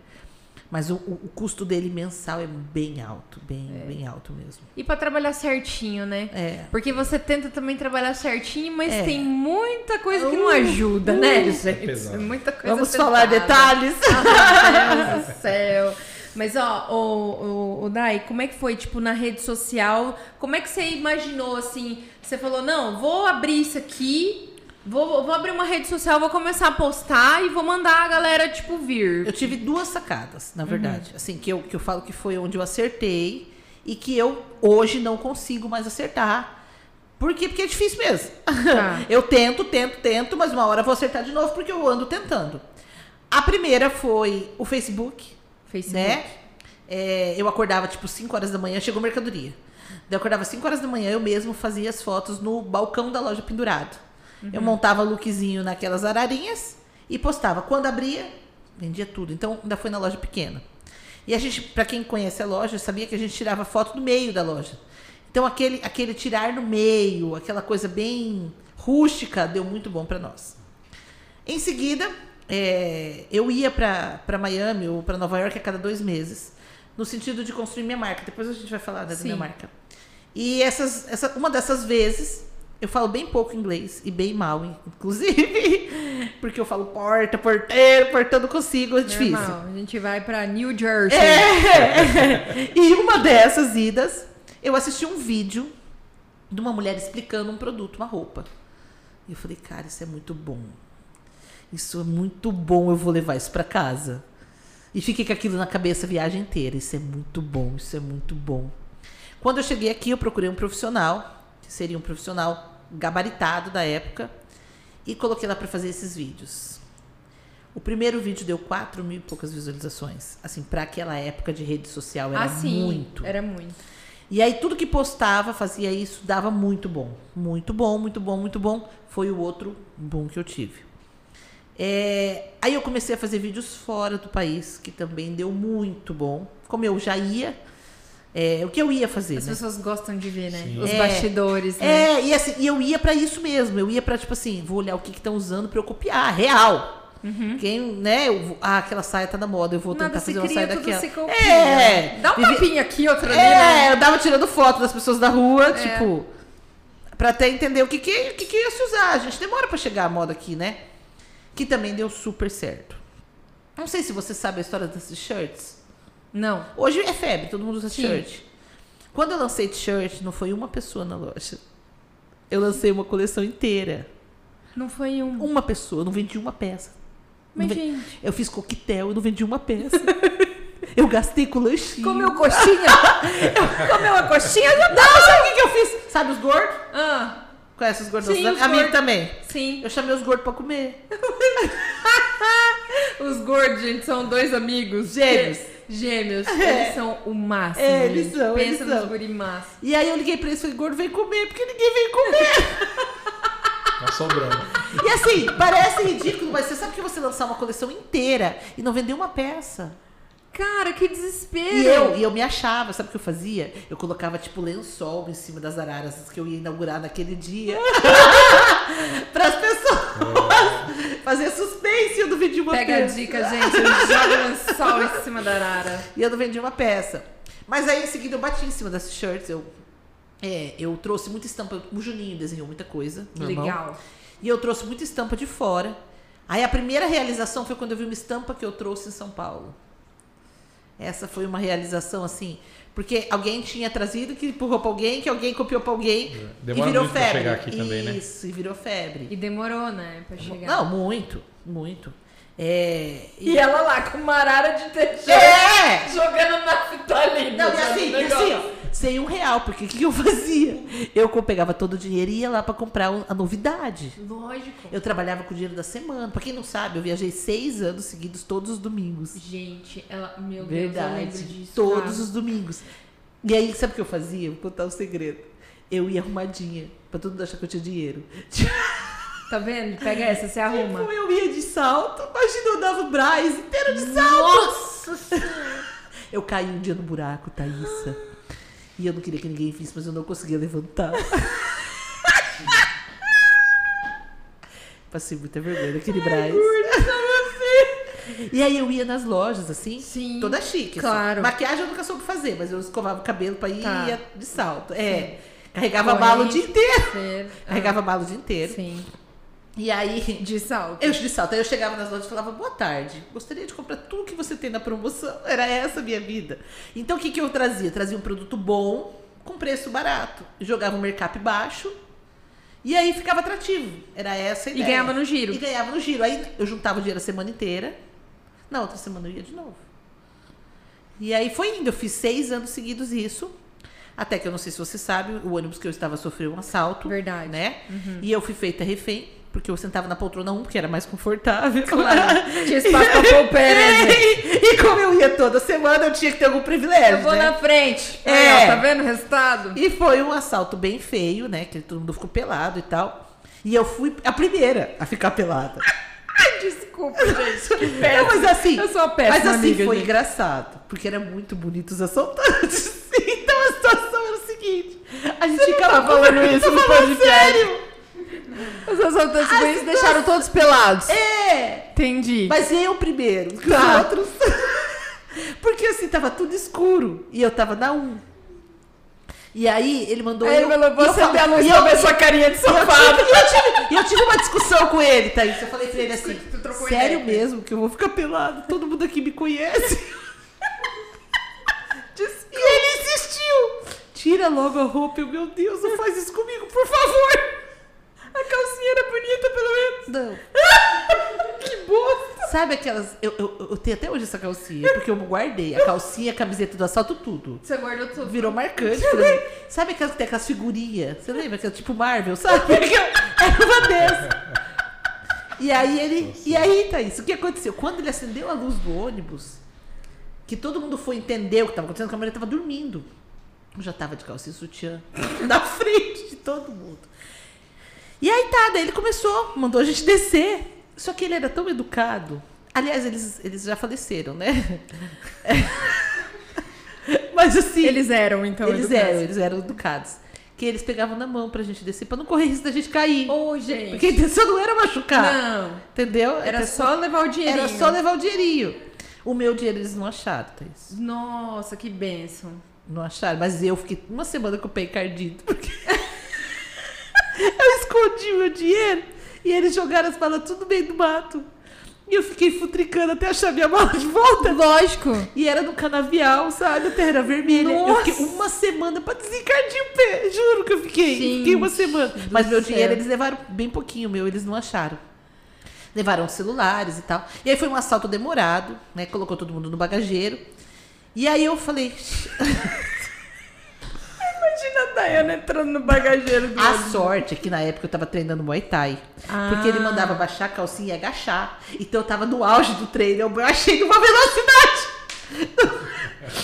B: Mas o, o- o custo dele mensal é bem alto, bem,
A: É.
B: bem alto mesmo.
A: E pra trabalhar certinho, né?
B: É.
A: Porque você tenta também trabalhar certinho, mas
B: É.
A: tem muita coisa que não
B: Uh,
A: ajuda, né,
B: uh,
A: gente?
C: É pesado.
A: Muita coisa
B: Vamos
A: pesada.
B: falar detalhes?
A: Meu Deus do céu. Mas ó, o, o, o Dai, como é que foi, tipo, na rede social? Como é que você imaginou assim? Você falou, não, vou abrir isso aqui, vou, vou abrir uma rede social, vou começar a postar e vou mandar a galera, tipo, vir.
B: Eu tive duas sacadas, na verdade. Assim, que eu, que eu falo que foi onde eu acertei e que eu hoje não consigo mais acertar. Por quê? Porque é difícil mesmo.
A: Tá.
B: eu tento, tento, tento, mas uma hora eu vou acertar de novo porque eu ando tentando. A primeira foi o Facebook,
A: Facebook.
B: né? É, eu acordava tipo 5 horas da manhã, chegou mercadoria. Daí eu acordava 5 horas da manhã, eu mesmo fazia as fotos no balcão da loja pendurado. Eu montava lookzinho naquelas ararinhas e postava. Quando abria, vendia tudo. Então ainda foi na loja pequena. E a gente, pra quem conhece a loja, sabia que a gente tirava foto do meio da loja. Então aquele, aquele tirar no meio, aquela coisa bem rústica, deu muito bom pra nós. Em seguida, é, eu ia pra pra Miami ou pra Nova York a cada dois meses, no sentido de construir minha marca. Depois a gente vai falar né, da
A: Sim.
B: minha marca. E essas, essa, uma dessas vezes, eu falo bem pouco inglês e bem mal, inclusive, porque eu falo porta, porteiro, portando consigo, é difícil.
A: Normal. A gente vai pra New Jersey.
B: É. E uma dessas idas, eu assisti um vídeo de uma mulher explicando um produto, uma roupa. E eu falei, cara, isso é muito bom. Isso é muito bom, eu vou levar isso pra casa. E fiquei com aquilo na cabeça a viagem inteira. Isso é muito bom, isso é muito bom. Quando eu cheguei aqui, eu procurei um profissional, que seria um profissional gabaritado da época, e coloquei lá pra fazer esses vídeos. O primeiro vídeo deu 4 mil e poucas visualizações. Assim, pra aquela época de rede social era
A: ah, sim.
B: muito.
A: Era muito.
B: E aí tudo que postava, fazia isso, dava muito bom. Muito bom, muito bom, muito bom. Foi o outro boom que eu tive. É, aí eu comecei a fazer vídeos fora do país, que também deu muito bom. Como eu já ia, é, o que eu ia fazer,
A: As
B: né?
A: pessoas gostam de ver, né?
C: Sim.
A: Os
B: É.
A: bastidores, né?
B: É, e, assim, e eu ia pra isso mesmo. Eu ia pra, tipo assim, vou olhar o que estão usando pra eu copiar, real. Quem, né? eu vou- ah, aquela saia tá na moda, eu vou tentar
A: Uhum. Nada se
B: fazer uma
A: cria,
B: saia
A: tudo
B: daquela.
A: se copia.
B: É.
A: Dá um
B: Vivi-
A: tapinha aqui, outro ali, né? É.
B: É, eu dava tirando foto das pessoas da rua, tipo. Pra até entender o que, que, o que, que ia se usar. A gente demora pra chegar à moda aqui, né? Que também deu super certo. Não sei se você sabe a história das t-shirts.
A: Não.
B: Hoje é febre, todo mundo usa
A: Sim.
B: t-shirt. Quando eu lancei t-shirt, não foi uma pessoa na loja. Eu lancei uma coleção inteira.
A: Não foi um.
B: Uma pessoa, eu não vendi uma peça.
A: Mas,
B: Não ve-
A: gente.
B: Eu fiz coquetel, eu não vendi uma peça. eu gastei com lanchinho.
A: Comeu coxinha? Comeu a coxinha? Já...
B: Não, sabe o que, que eu fiz? Sabe os gordos?
A: Ah,
B: Conhece os gordos?
A: Sim,
B: da-
A: os
B: a minha
A: gordos.
B: também.
A: sim.
B: Eu chamei os gordos pra comer.
A: Os gordos, gente, são dois amigos.
B: Gêmeos.
A: Que- Gêmeos.
B: É.
A: Eles são o máximo.
B: É, eles
A: gente.
B: são, eles
A: Pensa nos
B: são.
A: guri massa.
B: E aí eu liguei pra eles e falei, gordo, vem comer, porque ninguém vem comer.
C: Tá sobrando.
B: e assim, parece ridículo, mas você sabe que você lançar uma coleção inteira e não vender uma peça.
A: Cara, que desespero.
B: E eu, e eu me achava, sabe o que eu fazia? Eu colocava, tipo, lençol em cima das araras que eu ia inaugurar naquele dia. Pras pessoas fazer suspense, eu não vendi uma
A: Pega a
B: peça.
A: dica, gente. Joga um sol em cima da arara.
B: E eu não vendi uma peça. Mas aí em seguida eu bati em cima das t-shirts, eu, é, eu trouxe muita estampa. O Juninho desenhou muita coisa. meu irmão.
A: Legal.
B: E eu trouxe muita estampa de fora. Aí a primeira realização foi quando eu vi uma estampa que eu trouxe em São Paulo. Essa foi uma realização assim, porque alguém tinha trazido, que empurrou pra alguém, que alguém copiou pra alguém
C: É, Demora
B: e virou
C: muito pra
B: febre.
C: chegar aqui também, né?
B: Isso, e virou febre.
A: E demorou, né, pra chegar.
B: Não, muito, muito. É,
A: E ela lá com uma arara de teixeira.
B: É!
A: Jogando naftalina.
B: Não, e
A: sabe,
B: assim,
A: o
B: e
A: negócio.
B: assim, ó, sem um real, porque o que, que eu fazia? Eu co- pegava todo o dinheiro e ia lá pra comprar um- a novidade.
A: assim, Lógico.
B: Eu trabalhava com o dinheiro da semana. Pra quem não sabe, eu viajei seis anos seguidos, todos os domingos.
A: Gente, ela. Meu Deus, eu lembro
B: Verdade.
A: disso.
B: Todos
A: cara.
B: os domingos. E aí, sabe o que eu fazia? Vou contar um segredo. Eu ia arrumadinha, pra todo mundo achar que eu tinha dinheiro.
A: Tá vendo? Pega essa, você arruma.
B: Tipo, eu ia de salto, imagina eu dava o Braz inteiro de salto.
A: Nossa Senhora.
B: Eu caí um dia no buraco, Thaísa. E eu não queria que ninguém visse, mas eu não conseguia levantar. Passei muita vergonha daquele Braz. E aí eu ia nas lojas, assim,
A: Sim,
B: toda chique. assim.
A: claro.
B: Maquiagem eu nunca soube fazer, mas eu escovava o cabelo pra ir
A: Tá.
B: e ia de salto. É. Carregava bala o dia inteiro. Carregava bala o dia inteiro.
A: Sim.
B: E aí,
A: De salto.
B: eu de salto. Aí eu chegava nas lojas e falava, boa tarde, gostaria de comprar tudo que você tem na promoção. Era essa a minha vida. Então o que, que eu trazia? Trazia um produto bom, com preço barato. Jogava um mercap baixo e aí ficava atrativo. Era essa a
A: E
B: ideia.
A: ganhava no giro.
B: E ganhava no giro. Aí eu juntava o dinheiro a semana inteira. Na outra semana eu ia de novo. E aí foi indo. Eu fiz seis anos seguidos isso. Até que eu não sei se você sabe, o ônibus que eu estava sofreu um assalto
A: Verdade.
B: né? E eu fui feita refém. Porque eu sentava na poltrona 1, que era mais confortável. É,
A: Claro. Tinha espaço pra pôr o pé, né? gente?
B: e, e como eu ia toda semana, eu tinha que ter algum privilégio.
A: Eu vou
B: né?
A: na frente.
B: É.
A: Aí, ó, tá vendo o resultado?
B: E foi um assalto bem feio, né? Que todo mundo ficou pelado e tal. E eu fui a primeira a ficar pelada.
A: Ai, desculpa, gente. Que
B: Não, mas assim.
A: Ah, Eu sou a péssima
B: Mas assim
A: amiga,
B: foi
A: gente.
B: engraçado. Porque eram muito bonitos os assaltantes. Então a situação era o seguinte: a gente ficava
A: tá
B: falando isso no podcast. Sério?
A: Os assaltantes ruins deixaram todos pelados.
B: É!
A: Entendi.
B: Mas eu primeiro, que
A: Tá.
B: os outros. porque assim, tava tudo escuro. E eu tava na 1. E aí ele mandou.
A: Aí ele falou,
B: e
A: vou acender a
B: falei-
A: luz
B: e
A: pra ver sua carinha de
B: E eu,
A: safado.
B: tive, e eu tive- e eu tive uma discussão com ele, Thaís. Eu falei pra ele assim:
A: Tu trocou
B: Sério
A: ideia?"
B: mesmo que eu vou ficar pelado? Todo mundo aqui me conhece. Disse- e ele insistiu: Tira logo a roupa. Eu, meu Deus, não faz isso comigo, por favor. A calcinha era bonita, pelo menos. Não. que bosta. Sabe aquelas. Eu, eu, eu tenho até hoje essa calcinha, porque eu guardei. A calcinha, a camiseta do assalto, tudo.
A: Você guardou tudo.
B: Virou marcante pra mim. Sabe aquela que tem aquelas figurinhas? Você lembra? Aquela tipo Marvel, sabe? Era uma dessa. E aí ele. E aí, Thaís, o que aconteceu? Quando ele acendeu a luz do ônibus, que todo mundo foi entender o que estava acontecendo, que a mulher estava dormindo. Eu já tava de calcinha e sutiã na frente de todo mundo. E aí tá, daí ele começou, mandou a gente descer. Só que ele era tão educado. Aliás, eles, eles já faleceram, né? Mas assim
A: Eles eram, então.
B: eles
A: educados.
B: eram, eles eram educados. Que eles pegavam na mão pra gente descer, pra não correr risco da gente cair.
A: Ô, gente.
B: Porque a intenção não era machucar.
A: Não.
B: Entendeu? A
A: Ah. Era
B: intenção
A: só um levar o dinheiro.
B: era só levar o dinheirinho. O meu dinheiro eles não acharam, Thaís.
A: Nossa, que bênção.
B: Não acharam. Mas eu fiquei uma semana com o pé encardido. Porque eu escondi o meu dinheiro e eles jogaram as balas tudo no meio do mato. E eu fiquei futricando até achar minha mala de volta.
A: Lógico.
B: E era no canavial, sabe? A terra era vermelha.
A: Nossa!
B: Eu fiquei uma semana pra desencardir o pé. Juro que eu fiquei.
A: Gente
B: fiquei uma semana.
A: do
B: Mas meu
A: céu.
B: dinheiro eles levaram bem pouquinho, meu. Eles não acharam. Levaram os celulares e tal. E aí foi um assalto demorado, né? Colocou todo mundo no bagageiro. E aí eu falei,
A: Imagina a Dayana entrando no bagageiro do
B: a sorte é que na época eu tava treinando Muay Thai.
A: Ah.
B: Porque ele mandava baixar a calcinha e agachar. Então eu tava no auge do treino, eu achei numa velocidade.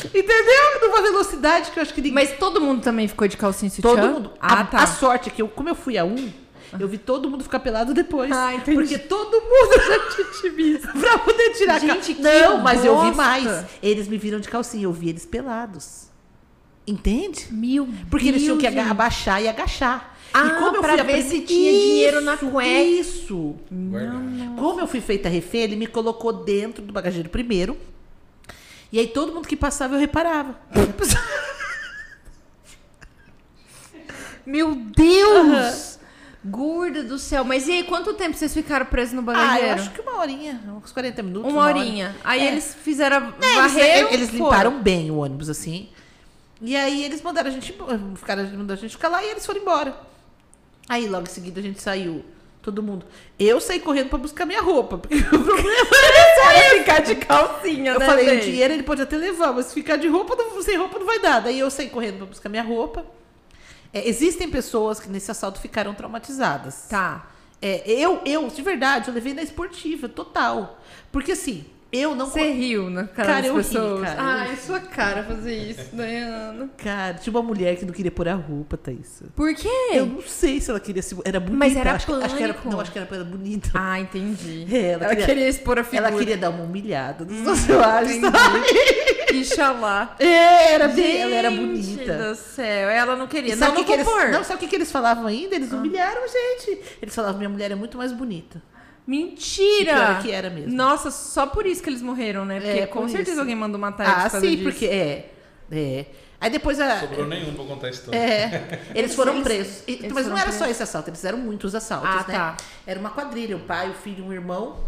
B: Entendeu? Numa velocidade que eu acho que ninguém
A: Mas todo mundo também ficou de calcinha e sutiã?
B: Todo mundo. A,
A: Ah, tá.
B: a sorte é que eu, como eu fui a um, eu vi todo mundo ficar pelado depois.
A: Ah, entendi.
B: Porque todo mundo já tinha te visto. pra poder tirar a
A: Gente,
B: calça.
A: que
B: Não, mas eu vi
A: bosta.
B: mais. Eles me viram de calcinha, eu vi eles pelados. Entende?
A: Meu
B: Porque eles tinham
A: Deus,
B: que aga-
A: gente.
B: abaixar e agachar.
A: Ah,
B: e como eu
A: pra
B: fui a
A: ver
B: prim-
A: se tinha dinheiro na
B: Isso,
A: cueca.
B: Isso.
C: Guardar.
B: Como eu fui feita refém, ele me colocou dentro do bagageiro primeiro. E aí todo mundo que passava eu reparava.
A: Meu Deus! Gorda do céu. Mas e aí, quanto tempo vocês ficaram presos no
B: Ah,
A: bagageiro?
B: eu acho que uma horinha, uns 40 minutos.
A: Uma horinha. Aí
B: É.
A: eles fizeram
B: É, eles-
A: varreram.
B: Eles,
A: foram.
B: limparam bem o ônibus, assim. E aí eles mandaram a gente embora. Ficaram, mandaram a gente ficar lá e eles foram embora. Aí logo em seguida a gente saiu. Todo mundo. Eu saí correndo pra buscar minha roupa. Porque o problema é,
A: Era ficar de calcinha,
B: eu
A: né,
B: falei, o
A: véi?
B: dinheiro ele pode até levar, mas se ficar de roupa, não- sem roupa não vai dar. Daí eu saí correndo pra buscar minha roupa. É, existem pessoas que nesse assalto ficaram traumatizadas.
A: Tá.
B: É, eu, eu, de verdade, eu levei na esportiva, total. Porque assim, eu não
A: Você riu na cara,
B: Cara,
A: das
B: eu ri,
A: pessoas.
B: cara, É. eu
A: Ai, é sua cara fazer isso, Dayana.
B: Cara, tinha uma mulher que não queria pôr a roupa, Thaís.
A: Por quê?
B: Eu não sei se ela queria se. Era bonita.
A: É. Mas era
B: acho, que- acho que era,
A: pânico.
B: Não, acho que era pra ela bonita.
A: Ah, entendi.
B: É,
A: ela
B: ela
A: queria...
B: queria-
A: expor a figura. Hum,
B: ela queria dar uma humilhada nos sociais.
A: entendi.
B: sabe?
A: Ixalá.
B: É, era bem. Ela era
A: Gente
B: bonita.
A: do céu. Ela não queria.
B: E
A: Não, Ah.
B: sabe
A: não
B: o que que
A: vou pôr.
B: eles, não, sabe o que, que eles falavam ainda? Eles humilharam a gente. Eles falavam, minha mulher é muito mais bonita.
A: Mentira!
B: E pior é que era mesmo.
A: Nossa, só por isso que eles morreram, né? Porque
B: É,
A: com
B: por
A: certeza
B: isso.
A: alguém mandou matar Tá, eles.
B: ah,
A: por causa
B: sim,
A: disso.
B: porque é. É. Aí depois a.
C: Sobrou nenhum pra contar a história.
B: É, eles foram presos. E-
A: eles
B: mas
A: foram
B: não era
A: presos.
B: só esse assalto, eles fizeram muitos assaltos,
A: Ah,
B: né?
A: tá.
B: Era uma quadrilha, o pai, o filho, um irmão.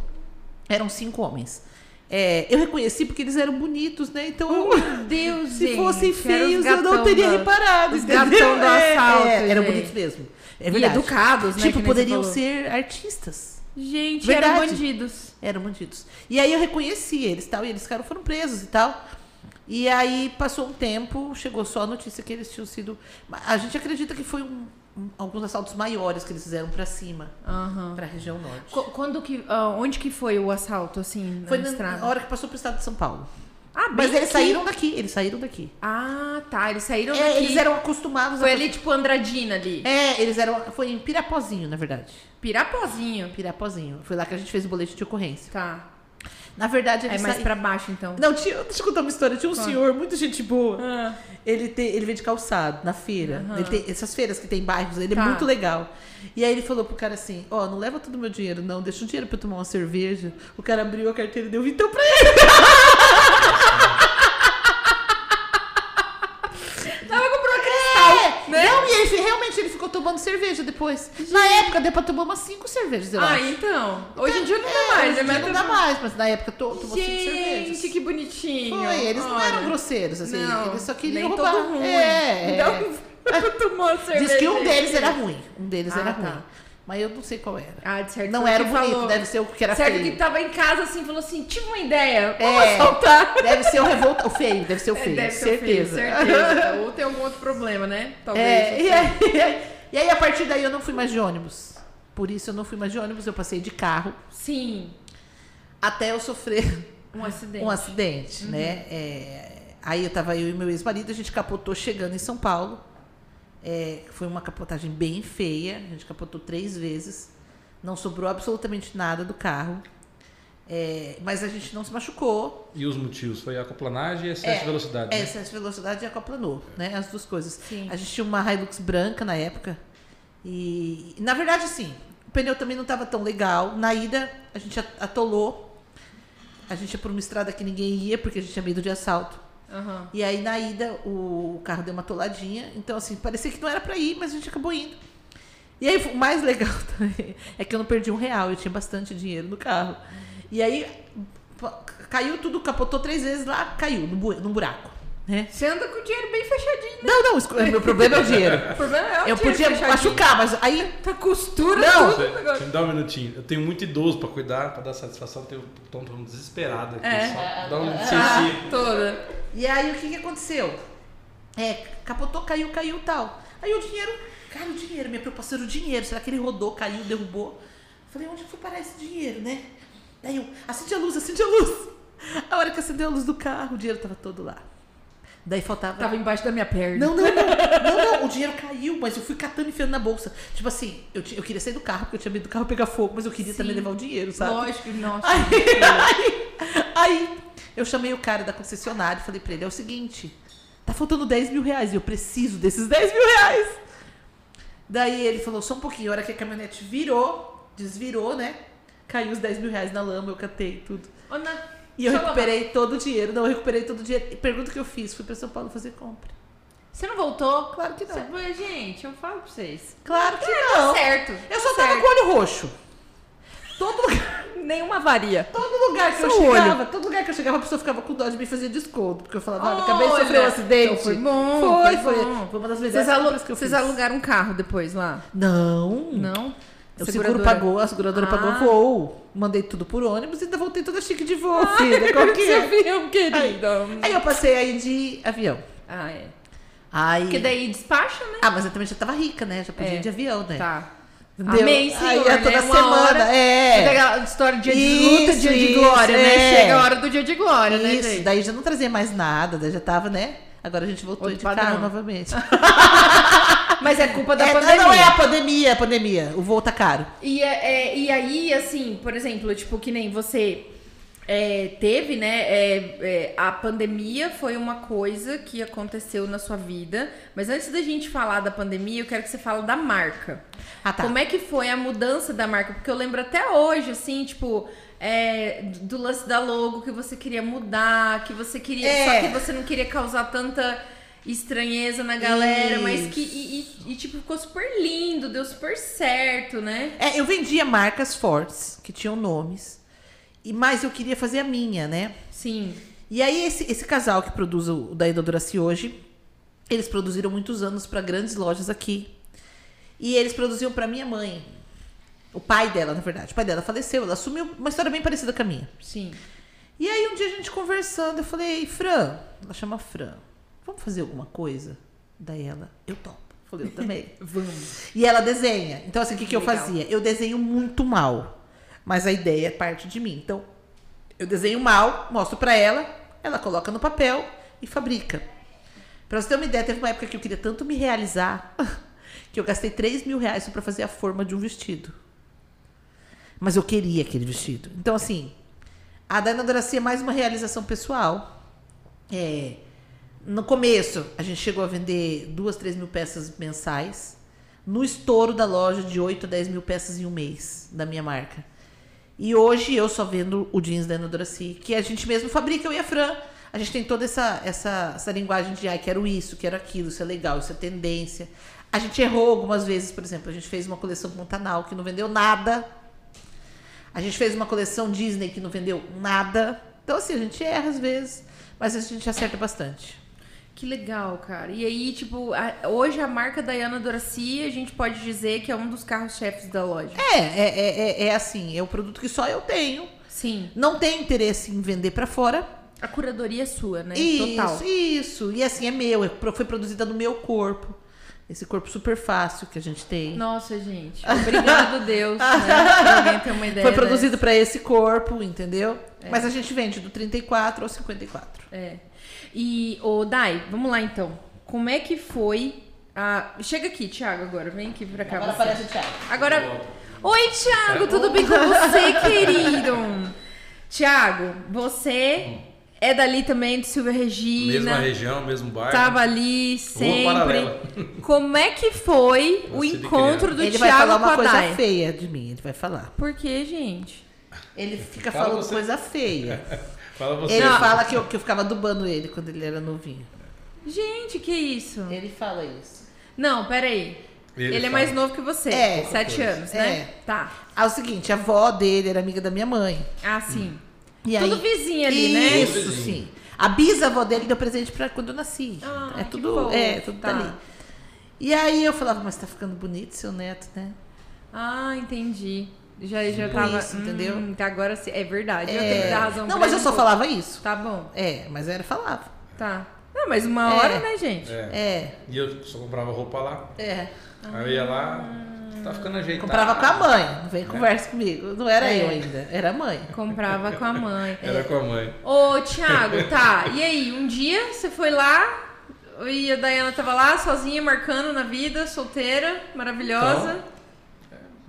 B: Eram cinco homens. É, eu reconheci porque eles eram bonitos, né? Então eu-
A: Meu Deus,
B: se
A: gente,
B: fossem
A: era os
B: feios, eu não
A: gatão
B: teria
A: da-
B: reparado.
A: os
B: entendeu?
A: gatão do
B: É,
A: assalto,
B: é, eram
A: gente.
B: bonitos mesmo. É
A: E
B: verdade.
A: educados, né, que
B: Tipo,
A: nem você
B: poderiam
A: falou.
B: ser artistas.
A: Gente, eram
B: Verdade.
A: bandidos.
B: Eram bandidos. E aí eu reconheci eles tal, e eles ficaram, foram presos e tal. E aí passou um tempo, chegou só a notícia que eles tinham sido. A gente acredita que foi um, alguns assaltos maiores que eles fizeram pra cima,
A: Aham.
B: pra região norte.
A: Co- Quando que. ah, onde que foi o assalto, assim, na
B: Foi na,
A: estrada?
B: na hora que passou pro estado de São Paulo.
A: Ah, bem
B: Mas eles
A: aqui.
B: saíram daqui, eles saíram daqui.
A: Ah, tá. Eles saíram
B: É,
A: daqui.
B: eles eram acostumados
A: Foi
B: a.
A: ali, tipo, Andradina ali.
B: É, eles eram. Foi em Pirapozinho, na verdade.
A: Pirapozinho.
B: Pirapozinho. Foi lá que a gente fez o boletim de ocorrência.
A: Tá.
B: Na verdade,
A: É
B: eles
A: mais
B: saí-
A: pra baixo, então.
B: Não, tinha, deixa eu contar uma história. Tinha um senhor, muita gente boa.
A: Ah,
B: Ele, tem, ele vem de calçado na feira.
A: Aham.
B: Ele tem- essas feiras que tem bairros, ele
A: Tá.
B: é muito legal. E aí ele falou pro cara assim: Ó, não leva todo o meu dinheiro, não, deixa o dinheiro pra eu tomar uma cerveja. O cara abriu a carteira e deu vintão pra ele.
A: Tava com cristal, É, né?
B: Não, e ele, fi- realmente ele ficou tomando cerveja depois. Na época deu pra tomar umas cinco cervejas, eu
A: Ah,
B: acho.
A: então. Hoje em dia não
B: É,
A: dá mais,
B: hoje
A: é
B: em dia
A: mais
B: não dá mais, mas na época to- tomou cinco cervejas.
A: Gente, que bonitinho.
B: Foi, eles não eram
A: Olha.
B: grosseiros, assim.
A: Não,
B: eles só
A: nem
B: queriam roubar.
A: todo ruim.
B: É, é.
A: Então, tomou a cerveja.
B: Diz que um
A: aí.
B: deles era ruim. Um deles
A: Ah,
B: era
A: tá.
B: ruim. Mas eu não sei qual era.
A: Ah, de certo.
B: Não
A: foi o
B: era o
A: que
B: bonito,
A: falou.
B: deve ser o que era
A: certo
B: feio.
A: que tava em casa assim, falou assim: tive uma ideia, vamos
B: É.
A: assaltar.
B: Deve ser o revolta. O feio, deve ser o
A: É,
B: feio.
A: deve ser o feio,
B: certeza.
A: certeza. Ou tem algum outro problema, né? Talvez.
B: É,
A: não
B: e
A: sei.
B: aí, e aí- e aí, a partir daí, eu não fui mais de ônibus. Por isso, eu não fui mais de ônibus, eu passei de carro
A: Sim,
B: até eu sofrer
A: um acidente.
B: um acidente, né? É, aí eu tava eu e meu ex-marido, a gente capotou chegando em São Paulo. É, foi uma capotagem bem feia, a gente capotou três vezes. Não sobrou absolutamente nada do carro. É, mas a gente não se machucou.
C: E os motivos? Foi acoplanagem e excesso de velocidade.
B: É,
C: né?
B: excesso de velocidade e acoplanou, né? As duas coisas.
A: Sim.
B: A gente tinha uma Hilux branca na época. E, na verdade, sim. O pneu também não estava tão legal. Na ida, a gente at- atolou. A gente ia por uma estrada que ninguém ia, porque a gente tinha medo de assalto.
A: Aham.
B: E aí, na ida, o carro deu uma toladinha. Então, assim, parecia que não era pra ir, mas a gente acabou indo. E aí, o mais legal também é que eu não perdi um real. Eu tinha bastante dinheiro no carro. E aí, pô, caiu tudo, capotou três vezes lá, caiu no, bu- no buraco, né?
A: Você anda com o dinheiro bem fechadinho.
B: Não, não, esco- meu problema é o dinheiro.
A: O problema é o
B: Eu
A: dinheiro
B: podia
A: fechadinho.
B: machucar, mas aí...
A: Tá costura
B: Não.
A: tudo
C: Você- Deixa
A: agora.
C: me dar um minutinho. Eu tenho muito idoso pra cuidar, pra dar satisfação. Tenho- Tô tão desesperado aqui.
A: É.
C: Só dá um licencinha.
A: Ah, toda.
B: E aí, o que que aconteceu? É, capotou, caiu, caiu tal. Aí o dinheiro, cara, o dinheiro, minha preocupação era o dinheiro. Será que ele rodou, caiu, derrubou? Falei, onde foi parar esse dinheiro, né? Daí eu, acende a luz, acende a luz. A hora que acendeu a luz do carro, o dinheiro tava todo lá. Daí faltava.
A: Tava embaixo da minha perna.
B: Não, não, não, não, não, o dinheiro caiu, mas eu fui catando e enfiando na bolsa. Tipo assim, eu, ti- eu queria sair do carro, porque eu tinha medo do carro pegar fogo, mas eu queria
A: Sim.
B: também levar o dinheiro, sabe?
A: Lógico, nossa.
B: Aí,
A: que loucura.
B: aí, aí eu chamei o cara da concessionária e falei pra ele, é o seguinte, tá faltando 10 mil reais, eu preciso desses 10 mil reais. Daí ele falou, só um pouquinho, a hora que a caminhonete virou, desvirou, né? Caiu os 10 mil reais na lama, eu catei tudo.
A: Ô, Nath,
B: E eu
A: deixa lavar.
B: recuperei todo o dinheiro. Não, eu recuperei todo o dinheiro. E pergunta que eu fiz, fui pra São Paulo fazer compra.
A: Você não voltou?
B: Claro que não.
A: Você foi, gente, eu falo pra vocês.
B: Claro que
A: Tá
B: não.
A: certo.
B: Eu só
A: tá
B: tava
A: certo.
B: com o olho roxo. Todo lugar,
A: nenhuma avaria.
B: todo lugar que eu
A: Só o
B: chegava, todo lugar que eu chegava, a pessoa ficava com dó de me fazer desconto. Porque eu falava, olha, acabei de
A: Olha,
B: sofrer um acidente.
A: então foi bom,
B: Foi,
A: foi
B: foi.
A: bom.
B: Foi uma das melhores
A: Vocês, alu-
B: compras é que eu
A: vocês
B: fiz.
A: alugaram um carro depois lá?
B: Não.
A: Não?
B: O seguro
A: Seguradora.
B: pagou, a seguradora
A: Ah.
B: pagou o voo. Mandei tudo por ônibus e ainda voltei toda chique de voo, filha. Qual que
A: Você
B: é?
A: viu, querido?
B: Aí eu passei aí de avião.
A: Ah, é.
B: Aí...
A: Porque daí despacha, né?
B: Ah, mas eu também já tava rica, né? Já podia ir de avião, né?
A: Tá.
B: Entendeu?
A: Amém, senhor,
B: Aí é toda
A: né? Uma
B: semana,
A: hora,
B: é.
A: Você pega a história de dia de luta,
B: Isso,
A: dia de
B: isso,
A: glória, né?
B: é.
A: Chega a hora do dia de glória, né?
B: Isso,
A: gente?
B: daí já não trazia mais nada, daí já tava, né? Agora a gente voltou
A: Outro
B: de
A: padrão.
B: carro novamente.
A: Mas é culpa da
B: É, não,
A: pandemia.
B: Não, é a pandemia, é a pandemia. O voo tá caro.
A: E, é, é, e aí, assim, por exemplo, tipo, que nem você é, teve, né? é, é, a pandemia foi uma coisa que aconteceu na sua vida. Mas antes da gente falar da pandemia, eu quero que você fale da marca.
B: Ah, tá.
A: Como é que foi a mudança da marca? Porque eu lembro até hoje, assim, tipo, é, do lance da logo que você queria mudar, que você queria. Só
B: É.
A: que você não queria causar tanta estranheza na galera, mas que.
B: Isso.
A: E, e- e, tipo, ficou super lindo, deu super certo, né?
B: É, eu vendia marcas fortes, que tinham nomes, e mas eu queria fazer a minha, né?
A: Sim.
B: E aí, esse, esse casal que produz o, o da Endodurace hoje, eles produziram muitos anos pra grandes lojas aqui. E eles produziam pra minha mãe. O pai dela, na verdade. O pai dela faleceu, ela assumiu uma história bem parecida com a minha.
A: Sim.
B: E aí um dia a gente conversando, eu falei, Fran, ela chama Fran, vamos fazer alguma coisa? Daí ela, eu topo. Falei, eu também.
A: Vamos.
B: E ela desenha. Então, assim, o que, que eu
A: Legal.
B: fazia? Eu desenho muito mal. Mas a ideia é parte de mim. Então, eu desenho mal, mostro pra ela, ela coloca no papel e fabrica. Pra você ter uma ideia, teve uma época que eu queria tanto me realizar que eu gastei 3 mil reais só pra fazer a forma de um vestido. Mas eu queria aquele vestido. Então, assim, a da Doracia é mais uma realização pessoal. É, no começo, a gente chegou a vender duas, três mil peças mensais. No estouro da loja, de 8 a 10 mil peças em um mês, da minha marca. E hoje eu só vendo o jeans da Enodraci, que a gente mesmo fabrica, eu e a Fran. A gente tem toda essa, essa, essa linguagem de, ai, quero isso, quero aquilo, isso é legal, isso é tendência. A gente errou algumas vezes, por exemplo, a gente fez uma coleção Pantanal que não vendeu nada. A gente fez uma coleção Disney que não vendeu nada. Então, assim, a gente erra às vezes, mas a gente acerta bastante.
A: Que legal, cara. E aí, tipo, a- hoje a marca Diana Doraci, a gente pode dizer que é um dos carros-chefes da loja.
B: É, é, é, é, é assim, é o produto que só eu tenho.
A: Sim.
B: Não tem interesse em vender pra fora.
A: A curadoria é sua, né?
B: Isso,
A: Total.
B: isso. E assim, é meu, é pro- foi produzida no meu corpo. Esse corpo super fácil que a gente tem.
A: Nossa, gente. Obrigado, Deus. Né? Pra Alguém ter uma é ideia. né?
B: foi produzido pra esse corpo, entendeu? Mas a gente vende do 34 ao 54.
A: dessa. É. E, ô, Dai, vamos lá então. Como é que foi a. Chega aqui, Thiago, agora. Vem aqui pra cá. você.
B: o Thiago.
A: Agora. Oi, Thiago, tudo bem com você, querido? Thiago, você é dali também, de Silvia Regina.
C: Hum. Mesma região, mesmo bairro.
A: Tava ali sempre.
C: paralela.
A: Como é que foi o
C: Nascido e
A: encontro
C: criado.
A: do
B: Ele vai
A: Thiago
B: falar
A: com a
B: uma coisa
A: Dai?
B: feia de mim, ele vai falar.
A: Por quê, gente?
B: Ele fica
C: Fala
B: falando É,
C: você.
B: coisa feia.
C: Fala você.
B: Ele
C: Fran.
B: fala que eu, que eu ficava adubando ele quando ele era novinho.
A: Gente, que isso?
B: Ele fala isso.
A: Não, peraí. Ele,
C: Ele
A: é
C: fala.
A: mais novo que você.
B: É.
A: Sete
C: Coisa.
A: anos, né?
B: É.
A: Tá.
B: Ah, é o seguinte, a avó dele era amiga da minha mãe.
A: Ah, sim.
B: E
A: Tudo
B: aí,
A: vizinho ali, né?
B: Isso,
C: Tudo vizinho.
B: sim. A bisavó dele deu presente pra quando eu nasci.
A: Ah,
B: é
A: que
B: tudo,
A: fofo,
B: é, tudo tá.
A: tá.
B: ali. E aí eu falava, mas tá ficando bonito seu neto, né?
A: Ah, entendi. Já, já
B: Por
A: tava.
B: isso, entendeu?
A: Hum, tá, agora sim. É verdade. Eu
B: É.
A: tenho que dar razão
B: Não,
A: pra
B: mas eu
A: ele,
B: só
A: pô.
B: falava isso.
A: Tá bom.
B: É, mas era falava.
A: Tá. Não, mas uma
B: É.
A: hora, né, gente?
C: É.
B: É,
C: E eu só comprava roupa lá.
B: é.
C: Aí eu ia lá, tá ficando
B: Ah.
C: ajeitado.
B: Comprava com a mãe, não vem conversa comigo. Não era
A: É.
B: eu ainda, era a mãe.
A: Comprava com a mãe.
C: Era com a mãe.
A: Ô, Thiago, tá. E aí, um dia você foi lá e a Dayana tava lá, sozinha, marcando na vida, solteira, maravilhosa.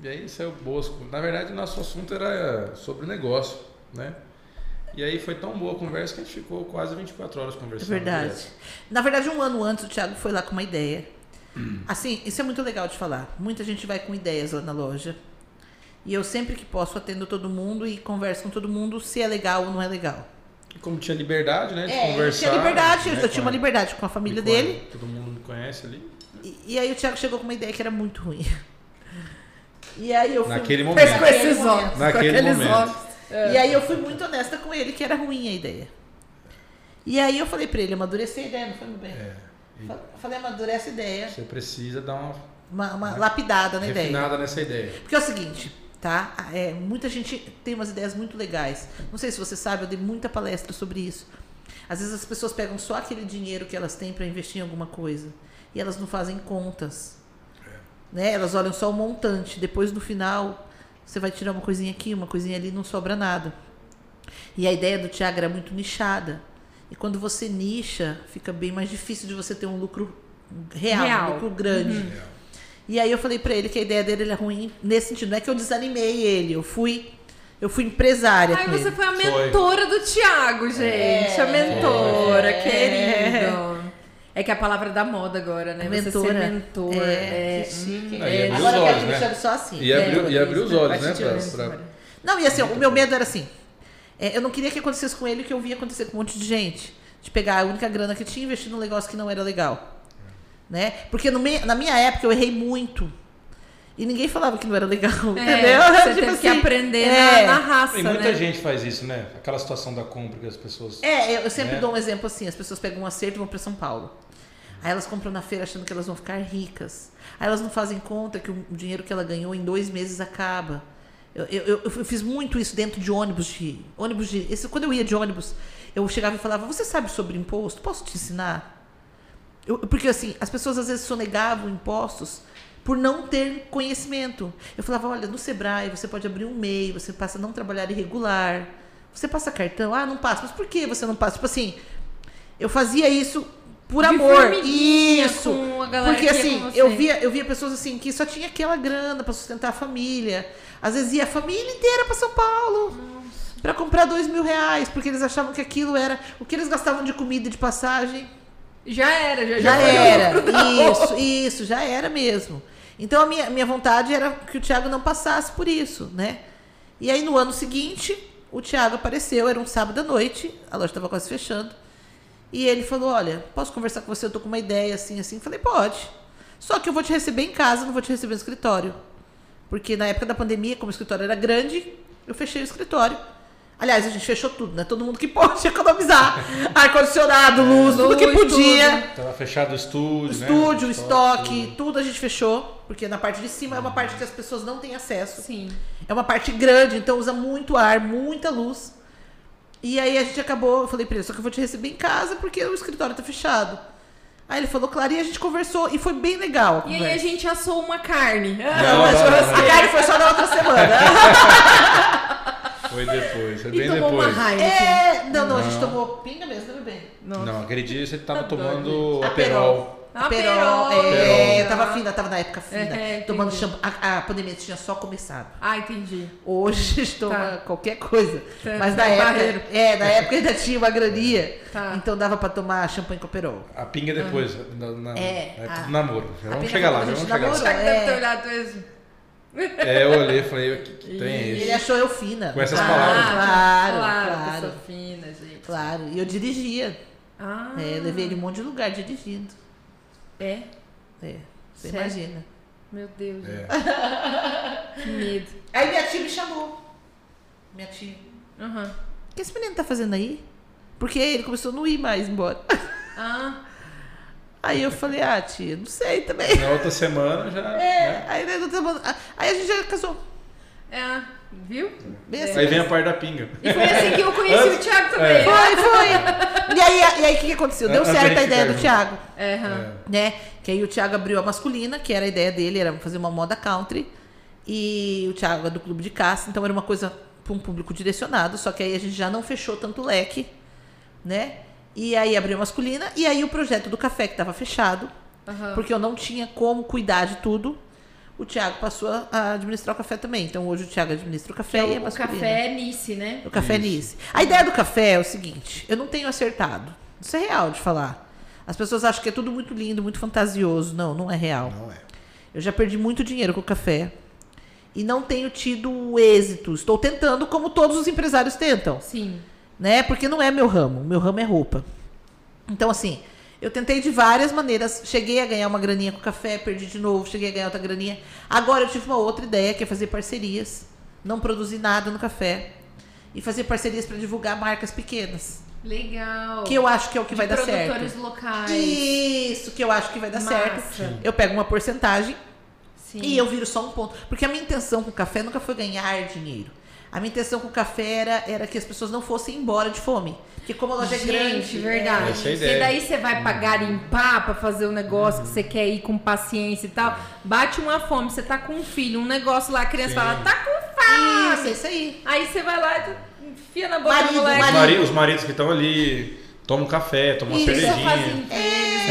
C: E aí saiu o Bosco. Na verdade, nosso assunto era sobre negócio, né? E aí foi tão boa a conversa que a gente ficou quase 24 horas
B: É
C: conversando.
B: verdade.
C: direto.
B: Na verdade, um ano antes, o Thiago foi lá com uma ideia. Assim, isso é muito legal de falar. Muita gente vai com ideias lá na loja. E eu sempre que posso atendo todo mundo e converso com todo mundo se é legal ou não é legal.
C: E como tinha liberdade, né? De
B: É, eu
C: conversar.
B: tinha liberdade, eu-
C: né,
B: eu,
C: com
B: tinha
C: a-
B: uma liberdade com a
C: me
B: família
C: conhe-
B: dele.
C: Todo mundo me conhece ali.
B: E, e aí o Thiago chegou com uma ideia que era muito ruim. E aí eu fui.
C: Naquele Então, momento.
A: Fez com esses olhos. com
C: Naquele
A: aqueles
C: momento.
A: olhos.
B: E aí eu fui muito honesta com ele que era ruim a ideia. E aí eu falei pra ele, amadurecer a ideia, não foi muito bem.
C: É.
B: Fa- Falei, amadurece a ideia.
C: Você precisa dar uma
B: Uma, uma lapidada na ideia.
C: refinada nessa ideia.
B: Porque é o seguinte, tá? Ah, É, muita gente tem umas ideias muito legais. Não sei se você sabe, eu dei muita palestra sobre isso. Às vezes as pessoas pegam só aquele dinheiro que elas têm para investir em alguma coisa e elas não fazem contas. Né? Elas olham só o montante, depois no final você vai tirar uma coisinha aqui, uma coisinha ali, não sobra nada. E a ideia do Tiago era muito nichada. E quando você nicha, fica bem mais difícil de você ter um lucro real,
A: Real.
B: um lucro grande. E aí eu falei pra ele que a ideia dele era ruim nesse sentido. Não é que eu desanimei ele, eu fui, eu fui empresária.
A: Aí
B: com
A: você
B: ele.
A: foi a mentora do Thiago,
B: É.
A: gente. a mentora, querido. É que é a palavra da moda agora, né? Você ser
B: Mentora.
A: mentor.
B: É,
A: é,
B: que chique.
A: hum,
C: Aí
A: é,
C: abriu
B: Agora
C: os
B: eu
C: olhos,
B: quero que
C: né?
B: me chame só assim.
C: E abriu, e
A: é,
C: abriu os olhos, né?
A: bastante olhos,
C: Pra, pra-
A: cara.
B: Não, e assim, o meu medo era assim. é, eu não queria que acontecesse com ele o que eu via acontecer com um monte de gente. De pegar a única grana que tinha e investir num negócio que não era legal. Né? Porque no me- na minha época eu errei muito. E ninguém falava que não era legal, entendeu?
A: É, você
B: Tipo
A: teve que
B: assim,
A: aprender
B: é.
A: na, na raça,
C: Tem muita
A: né?
C: gente faz isso, né? Aquela situação da compra que as pessoas.
B: É, eu- eu sempre
C: Né?
B: dou um exemplo assim: as pessoas pegam um acerto e vão pra São Paulo. Aí elas compram na feira achando que elas vão ficar ricas. Aí elas não fazem conta que o o dinheiro que ela ganhou em dois meses acaba. Eu, eu- eu- eu fiz muito isso dentro de ônibus de. ônibus de esse- quando eu ia de ônibus, eu chegava e falava: Você sabe sobre imposto? Posso te ensinar? Eu- porque assim, as pessoas às vezes sonegavam impostos por não ter conhecimento. Eu falava, olha, no Sebrae você pode abrir um MEI, você passa a não trabalhar irregular, você passa cartão, ah, não passa, mas por que você não passa? Tipo assim, eu fazia isso por
A: De
B: amor.
A: formiguinha
B: Isso.
A: com a galera
B: Porque
A: que ia
B: assim,
A: com você.
B: eu via, eu via pessoas assim que só tinha aquela grana pra sustentar a família. Às vezes ia a família inteira pra São Paulo. Pra comprar dois mil reais, porque eles achavam que aquilo era o que eles gastavam de comida e de passagem.
A: Já era, já,
B: Já
A: já foi
B: era.
A: outro, não.
B: Isso, isso, já era mesmo. Então a minha, minha vontade era que o Thiago não passasse por isso, né? E aí no ano seguinte, o Thiago apareceu, era um sábado à noite, a loja estava quase fechando. E ele falou: Olha, posso conversar com você? Eu tô com uma ideia assim, assim. Falei: Pode. Só que eu vou te receber em casa, não vou te receber no escritório. Porque na época da pandemia, como o escritório era grande, eu fechei o escritório. Aliás, a gente fechou tudo, né? Todo mundo que pode economizar. Ar-condicionado, luz, tudo que
A: Luz,
B: podia.
A: tudo.
C: Tava tá fechado o estúdio, né?
B: Estúdio, estoque, tudo a gente fechou, porque na parte de cima é uma parte que as pessoas não têm acesso.
A: Sim.
B: É uma parte grande, então usa muito ar, muita luz. E aí a gente acabou, eu falei pra ele, só que eu vou te receber em casa porque o escritório tá fechado. Aí ele falou, claro, e a gente conversou, e foi bem legal a
A: E aí a
B: conversa.
A: gente assou uma carne. Ah,
C: Não,
A: mas
C: não, não,
A: churrasqueira.
B: A carne foi só na outra semana.
C: Foi depois, foi
A: E
C: bem
A: tomou uma
C: depois.
A: Heineken.
B: é, não, não, a gente
C: Não.
B: tomou pinga mesmo, tudo bem.
A: Nossa.
C: Não, aquele dia você tava
A: Tá
C: tomando
B: doido.
C: aperol.
A: Aperol.
B: É, eu tava fina, tava na época fina.
A: É, é,
B: tomando
A: entendi.
B: champanhe. A, a pandemia tinha só começado.
A: Ah, entendi.
B: Hoje estou
A: Tá.
B: qualquer coisa.
A: Tá,
B: Mas na
A: é
B: época.
A: barreiro.
B: É, na época ainda tinha uma graninha.
A: Tá.
B: Então dava pra tomar champanhe com perol.
C: A pinga depois, na, na-
B: É,
C: na época
B: a-
C: do namoro. Já
B: a
C: vamos
B: pinga
C: chegar lá,
B: quando
C: já
B: a gente
C: vamos chegar
A: Será
B: namorou.
C: lá.
A: que deve
B: é.
A: ter olhado esse?
C: É, eu olhei e falei, o que, que tem
A: E
C: esse?
B: Ele é achou eu fina.
C: Com essas
A: ah,
C: palavras.
B: Claro,
A: claro.
B: claro.
A: Pessoa fina, gente.
B: Claro. E eu dirigia.
A: Ah,
B: É, levei ele em um monte de lugar dirigindo.
A: é?
B: É, você
A: Sério?
B: imagina.
A: Meu Deus,
C: É.
A: que medo.
B: Aí minha tia me chamou. Minha tia.
A: Aham.
B: O que esse menino tá fazendo aí? Porque ele começou a não ir mais embora.
A: Ah,
B: Aí eu falei, ah, tia, não sei também.
C: Na outra semana já.
B: É,
C: né?
B: aí, nós não tamo- aí a gente já casou.
A: é. Viu?
B: Bem
A: É.
B: assim.
C: Aí vem a parte da pinga.
A: E foi assim que eu conheci o Thiago também.
C: É.
B: Foi, foi. E aí, e aí o que, que aconteceu? Deu
C: Antes da
B: certo a
C: gente
B: ideia do
C: ficar
B: Thiago,
A: É, aham.
B: né? Que aí o Thiago abriu a masculina, que era a ideia dele, era fazer uma moda country. E o Thiago é do clube de caça, então era uma coisa para um público direcionado, só que aí a gente já não fechou tanto o leque, né? E aí abriu a masculina, e aí o projeto do café que estava fechado,
C: É.
A: Aham.
B: porque eu não tinha como cuidar de tudo. O Thiago passou a- a administrar o café também. Então hoje o Thiago administra o café e a
A: o
B: masculina.
A: café é Nice, né?
B: O café Nice. A ideia do café é o seguinte: eu não tenho acertado. Isso é real de falar. As pessoas acham que é tudo muito lindo, muito fantasioso. Não, não é real.
C: Não é.
B: Eu já perdi muito dinheiro com o café. E não tenho tido êxito. Estou tentando, como todos os empresários tentam
A: Sim.
B: né? Porque não é meu ramo, meu ramo é roupa. Então, assim, eu tentei de várias maneiras. Cheguei a ganhar uma graninha com café, perdi de novo, cheguei a ganhar outra graninha. Agora eu tive uma outra ideia, que é fazer parcerias. Não produzir nada no café. E fazer parcerias para divulgar marcas pequenas.
A: Legal.
B: Que eu acho que é o que vai dar
A: Produtores
B: certo.
A: locais.
B: Isso, que eu acho que vai dar
A: Massa.
B: certo. Eu pego uma porcentagem
A: Sim.
B: e eu viro só um ponto. Porque a minha intenção com o café nunca foi ganhar dinheiro. A minha intenção com o café era, era que as pessoas não fossem embora de fome. Porque como a loja
A: Gente,
B: é grande.
A: verdade.
C: Essa é a
A: Porque
C: ideia. Uhum.
A: daí você vai pra garimpar pra fazer um negócio que você quer ir com paciência e tal. Bate uma fome, você tá com um filho, um negócio lá, a criança
C: Sim.
A: fala, tá com
B: É,
A: fome.
B: isso, é isso aí.
A: Aí você vai lá e tu enfia na boca do
B: Marido,
A: moleque.
C: Os,
B: Marido.
C: mari- os maridos que estão ali tomam café, tomam uma
B: Isso,
A: Tem
C: cervejinha,
A: sofazinho pra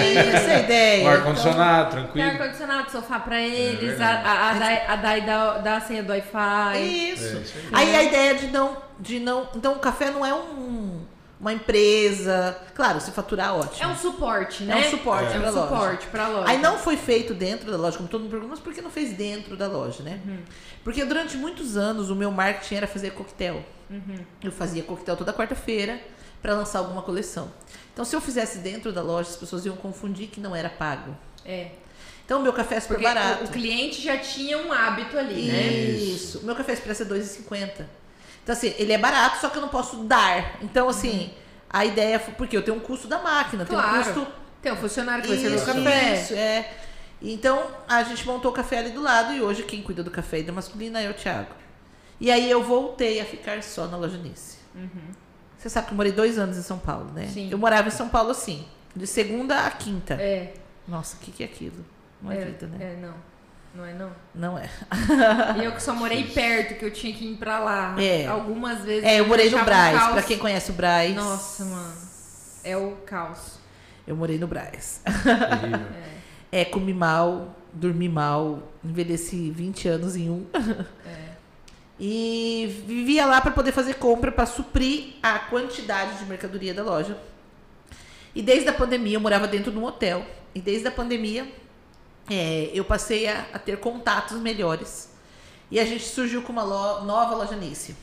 B: É,
A: eles,
B: isso é a
C: um
B: ideia.
C: ar-condicionado,
A: um Tem
C: tranquilo.
A: ar-condicionado, sofá pra eles, a,
C: verdade.
A: a, a, Dai- a Dai dá, dá a senha do Wi-Fi.
B: Então, Isso.
C: É, isso aí.
B: aí. a ideia de não, de não. Então o café não é um, uma empresa. Claro, se faturar, ótimo.
A: É um suporte, né?
B: É um suporte
A: é um
B: pra loja.
A: suporte pra loja.
B: Aí não foi feito dentro da loja, como todo mundo pergunta, mas por que não fez dentro da loja, né?
A: Uhum.
B: Porque durante muitos anos o meu marketing era fazer coquetel.
A: Uhum.
B: Eu fazia coquetel toda quarta-feira para lançar alguma coleção. Então, se eu fizesse dentro da loja, as pessoas iam confundir que não era pago.
A: É.
B: Então, meu café é super
A: Porque
B: barato.
A: o, o cliente já tinha um hábito ali, né?
B: Isso. Meu café expresso é R$2,50. Então, assim, ele é barato, só que eu não posso dar. Então, assim, a ideia foi. Porque eu tenho um custo da máquina,
A: Uhum. Claro.
B: tenho um custo
A: Tem um funcionário que vai servir o
B: isso,
A: café.
B: isso, é. Então, a gente montou o café ali do lado e hoje quem cuida do café e da masculina é o Thiago. E aí eu voltei a ficar só na loja Nice. Você sabe que eu morei dois anos em São Paulo, né?
A: Uhum. Sim.
B: Eu morava em São Paulo assim. De segunda a quinta.
A: É,
B: Nossa, o que, que é aquilo? Não é,
A: é,
B: vida, né?
A: é, não. Não é não.
B: Não é.
A: E eu que só morei perto, que eu tinha que ir pra lá.
B: É.
A: Algumas vezes.
B: É, eu morei no
A: achava um
B: Braz.
A: caos.
B: Pra quem conhece o Braz.
A: Nossa, mano. É o caos.
B: Eu morei no Braz.
C: Terrível.
B: É, comi mal, dormi mal, envelheci 20 anos em um. E vivia lá para poder fazer compra para suprir a quantidade de mercadoria da loja. E desde a pandemia, eu morava dentro de um hotel. E desde a pandemia, é, eu passei a, a ter contatos melhores. E a gente surgiu com uma lo- nova loja Nice.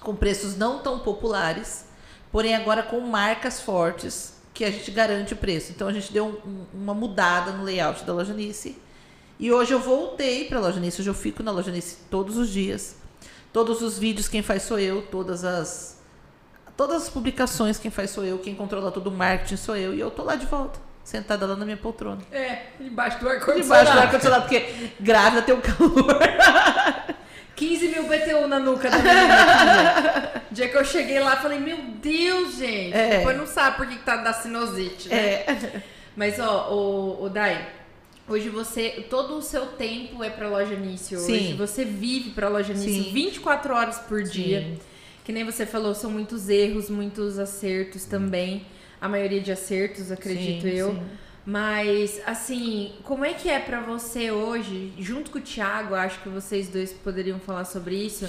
B: Com preços não tão populares, porém agora com marcas fortes que a gente garante o preço. Então a gente deu um- um- uma mudada no layout da loja Nice. E hoje eu voltei para a loja Nice. Hoje eu fico na loja Nice todos os dias. Todos os vídeos quem faz sou eu, todas as todas as publicações quem faz sou eu, quem controla todo o marketing sou eu e eu tô lá de volta, sentada lá na minha poltrona.
A: É, debaixo do
B: Debaixo do
A: ar-condicionado.
B: ar-condicionado, porque grávida tem um calor.
A: 15 mil BTU na nuca da menina. O dia que eu cheguei lá, falei, meu Deus, gente.
B: É.
A: Depois não sabe por que, que tá da sinusite, né?
B: É.
A: Mas, ó, o, o Dai, hoje você, todo o seu tempo é pra loja Nice. Hoje
B: Sim.
A: você vive pra loja Nice
B: Sim.
A: 24 horas por dia. Que nem você falou, são muitos erros, muitos acertos também. A maioria de acertos, acredito
B: Sim,
A: eu.
B: sim.
A: Mas, assim, como é que é pra você hoje, junto com o Thiago, acho que vocês dois poderiam falar sobre isso,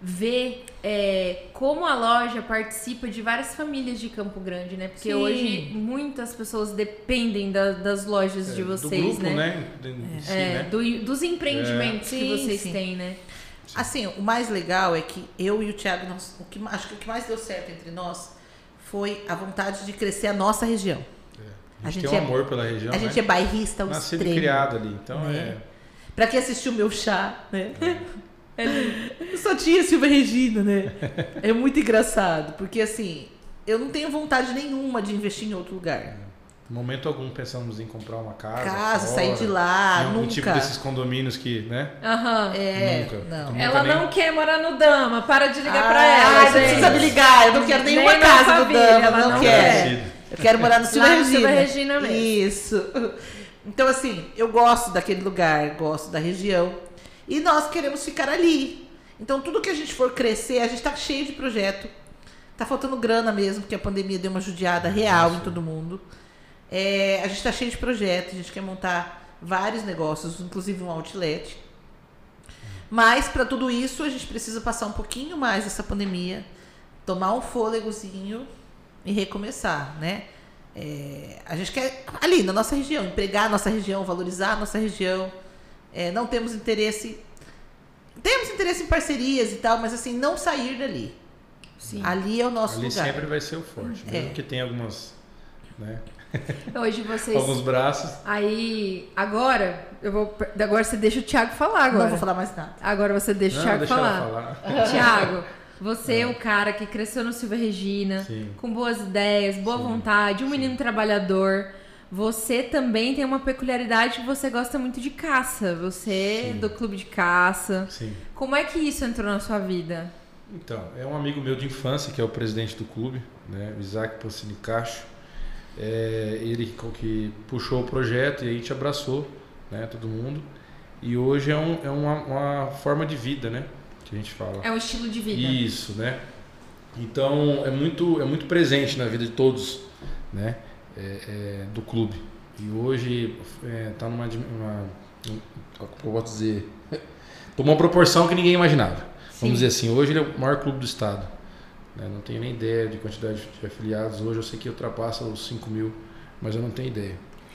A: ver é, como a loja participa de várias famílias de Campo Grande, né? Porque
B: Sim.
A: hoje muitas pessoas dependem da- das lojas de
C: É, Do
A: vocês,
C: grupo,
A: né?
C: né? De- de si,
A: É,
C: né?
A: do- dos empreendimentos
B: É.
A: que
B: Sim,
A: vocês
B: sim.
A: têm, né?
B: Assim, o mais legal é que eu e o Thiago, nós, o que, acho que o que mais deu certo entre nós foi a vontade de crescer a nossa região.
C: A gente
B: A gente
C: tem
B: é-
C: um amor pela região,
B: a
C: né?
B: gente é bairrista ao
C: Nascido e
B: extremo.
C: criado ali, então
B: né?
C: é...
B: Pra quem assistiu o meu chá, né? Eu só tinha Silvia Regina, né? É muito engraçado, porque assim, eu não tenho vontade nenhuma de investir em outro lugar.
C: Em é, momento algum pensamos em comprar uma casa.
B: Casa,
C: Ah, fora,
B: sair de
C: em
B: lá,
C: algum
B: nunca.
C: tipo desses condomínios que, né?
A: Aham.
B: É,
C: Nunca. Então,
B: não.
C: Nunca
A: Ela
C: nem-
A: não quer morar no Dama, para de ligar pra
B: Ai,
A: ela,
B: Ah, Você precisa me
A: gente.
B: ligar, eu não quero
A: Nem
B: nenhuma
A: na
B: casa do
A: família,
B: Dama,
A: ela
B: não,
A: não é.
B: quero.
C: quer.
B: Eu quero morar no Silvia
A: Lá no Silvia Regina
B: Regina.
A: mesmo.
B: Isso. Então, assim, eu gosto daquele lugar, gosto da região. E nós queremos ficar ali. Então, tudo que a gente for crescer, a gente tá cheio de projeto. Tá faltando grana mesmo, porque a pandemia deu uma judiada real em todo mundo. É, a gente tá cheio de projetos, a gente quer montar vários negócios, inclusive um outlet. Mas para tudo isso a gente precisa passar um pouquinho mais essa pandemia, tomar um fôlegozinho e recomeçar, né? É, a gente quer ali na nossa região, empregar a nossa região, valorizar a nossa região. É, não temos interesse. Temos interesse em parcerias e tal, mas assim, não sair dali.
A: Sim.
B: Ali é o nosso
C: Ali
B: lugar.
C: sempre vai ser o forte.
B: É.
C: Mesmo que tenha algumas, né,
A: Hoje vocês.
C: alguns braços.
A: Aí, agora, eu vou. Agora você deixa o Thiago falar agora.
B: Não vou falar mais nada.
A: Agora você deixa o
C: Não,
A: Thiago
C: deixa
A: falar.
C: ela falar.
A: Thiago, você é o cara que cresceu no Silvia Regina,
C: Sim.
A: com boas ideias, boa vontade, um menino trabalhador. Você também tem uma peculiaridade que você gosta muito de caça. Você é
C: Sim.
A: do clube de
B: Ah.
A: caça.
C: Sim.
A: Como é que isso entrou na sua vida?
C: Então, é um amigo meu de infância que é o presidente do clube, né, o Isaac Pocini Cacho. É, ele co- que puxou o projeto e aí te abraçou, né, todo mundo. E hoje é, um, é uma, uma forma de vida, né, que a gente fala.
A: É um estilo de vida.
C: Isso, né? Então é muito, é muito presente na vida de todos, né? É, é, do clube. E hoje está numa, admi- uma, um- como eu posso dizer, tomou uma proporção que ninguém imaginava.
A: Sim.
C: Vamos dizer assim, hoje ele é o maior clube do estado. né? Não tenho nem ideia de quantidade de afiliados. Hoje eu sei que ultrapassa os 5 mil, mas eu não tenho ideia.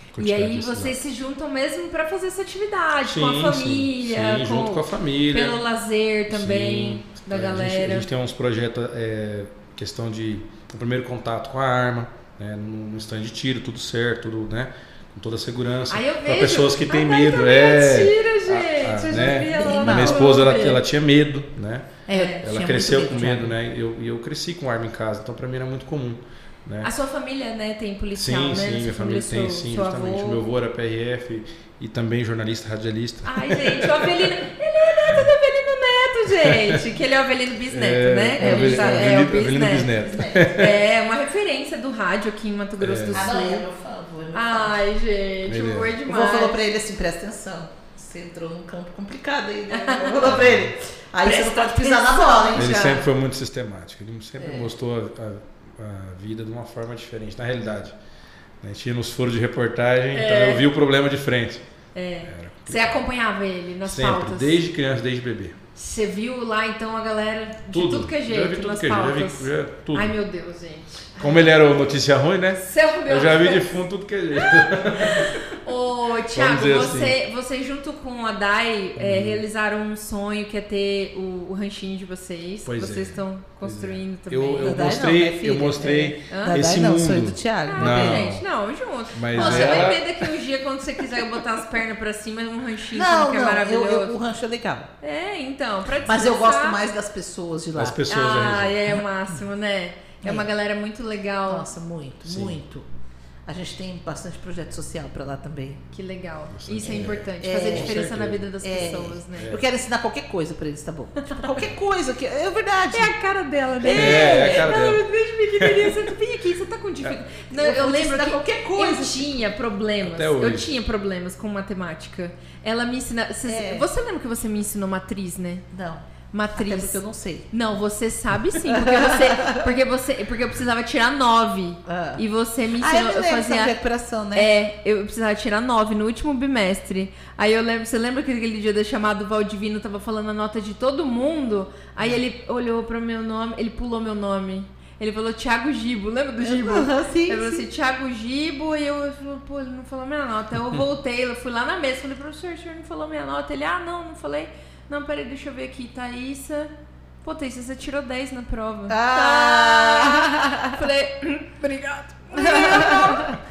A: E
C: quantidade
A: aí
C: desses
A: vocês se juntam mesmo pra fazer essa atividade,
C: Sim,
A: com a
C: sim,
A: família,
C: sim, junto com a família.
A: pelo lazer também
C: Né? Sim.
A: da
C: É, a gente- A gente,
A: galera.
C: tem uns projetos, é, questão de o primeiro contato com a arma, né, num stand de tiro, tudo certo, tudo, né? Com toda a segurança.
A: Aí eu
C: Pra
A: vejo,
C: pessoas que têm
A: "Ah,
C: medo,
A: mas
C: é.
A: Mentira, gente.
C: Ah, ah,
A: eu já
C: né?
A: vi ela lá
B: Não.
A: na
C: A minha esposa, ela,
A: Globo.
C: ela tinha medo, né?
A: É,
C: Ela cresceu com medo, né? E eu, e eu cresci com arma em casa, então pra mim era muito comum, né?
A: A sua família, né, tem policial,
C: sim,
A: né?
C: sim,
A: Sua
C: minha família
A: seu-
C: tem, sim,
A: seu
C: justamente.
A: avô.
C: Meu avô era PRF e também jornalista, radialista.
A: Ai, gente, o Avelino... Ele é neto do Avelino Neto, gente. Que ele é o Avelino Bisneto, né?
C: é,
A: Que a gente
C: Avelino-
A: tá-
C: Avelino-
A: o
C: Avelino Bisneto.
A: É, uma referência referência do rádio aqui em Mato Grosso
C: É.
A: do Sul.
B: Ah, não, é, meu favor. Meu favor.
A: Ai, gente,
C: Ele é.
A: foi
B: O
A: demais.
B: vô falou pra ele assim, presta atenção. Você entrou num campo complicado aí, né? O vô falou pra ele. Aí você não pode pisar na bola, hein,
C: Ele
B: já.
C: sempre foi muito sistemático, ele sempre
B: É.
C: mostrou a, a- a vida de uma forma diferente, na realidade. A gente ia nos furos de reportagem, então
A: É.
C: eu vi o problema de frente.
A: Você acompanhava ele nas
C: sempre,
A: pautas?
C: desde criança, desde bebê.
A: Você viu lá então a galera de tudo,
C: Tudo.
A: que é
C: Já
A: jeito
C: vi tudo
A: nas
C: que é jeito, já vi-
A: pautas?
C: já- tudo.
A: Ai meu Deus, gente.
C: Como ele era o notícia ruim, né?
A: Seu meu
C: Eu já vi de
A: Deus.
C: fundo tudo que é jeito.
A: Ô, Thiago,
C: dizer assim. Uhum.
A: você, você junto com a Dai é, realizaram um sonho que é ter o, o ranchinho de vocês.
C: Pois é.
A: vocês estão
C: Pois é.
A: construindo também.
C: Eu, eu
B: Dadai não,
C: mostrei,
A: né,
B: minha filha.
C: eu mostrei
B: Dadai
C: esse
B: não,
C: mundo.
B: sonho do Thiago.
A: Ah,
C: Não.
A: gente, não, junto.
C: Mas é.
A: Pô, Você
C: ela-
A: vai ver daqui um dia quando você quiser botar as pernas pra cima, um ranchinho
B: Não,
A: que
B: não,
A: é
B: eu,
A: maravilhoso.
B: eu- o rancho é legal.
A: É, então, pra
B: Mas eu gosto
A: descansar.
B: mais das pessoas de lá.
C: As pessoas
A: Ah,
C: aí.
A: é o máximo, né? É uma galera muito legal.
B: Nossa, muito,
C: Sim.
B: muito. A gente tem bastante projeto social pra lá também.
A: Que legal.
C: Bastante.
A: Isso é importante.
B: É.
A: Fazer
B: Com
A: diferença na
C: certeza.
A: vida das
B: É.
A: pessoas, né?
B: Eu quero ensinar qualquer coisa pra eles, tá bom? Tipo, qualquer coisa. Que... É verdade.
A: É a cara dela, né?
C: É, é a cara
A: Ela
C: dela.
A: me deixa pequenininha, você vem aqui, você tá com dificuldade. Não,
B: É. Eu
A: eu,
B: vou te
A: lembro
B: ensinar
A: que
B: qualquer coisa.
A: eu tinha problemas.
C: Até
A: Eu
C: hoje.
A: tinha problemas com matemática. Ela me ensina... cês-
B: É.
A: Você lembra que você me ensinou matriz, né?
B: Não, até
A: Matriz.
B: porque eu não sei.
A: Não, você sabe sim, porque você... Porque, você, porque eu precisava tirar nove.
B: Ah.
A: E você me
B: Ah, eu
A: ensinou...
B: me
A: eu
B: lembro dessa
A: fazia
B: recuperação, né?
A: É, eu precisava tirar 9 no último bimestre. Aí eu lembro, você lembra que aquele dia da chamada o Valdivino tava falando a nota de todo mundo? Aí ele olhou pro meu nome, ele pulou meu nome. Ele falou Thiago Gibo, lembra do Gibo?
B: Aham, sim,
A: ele falou
B: sim.
A: assim, Thiago Gibo, e eu, eu falei, pô, ele não falou minha nota. Eu voltei, eu fui lá na mesa, falei, professor, o senhor não falou minha nota? Ele, ah, não, não falei. Não, peraí, deixa eu ver aqui, Thaísa. Pô, Thaísa, você tirou 10 na prova. Tá.
B: Ah!
A: Eu Falei, "Hum, obrigado.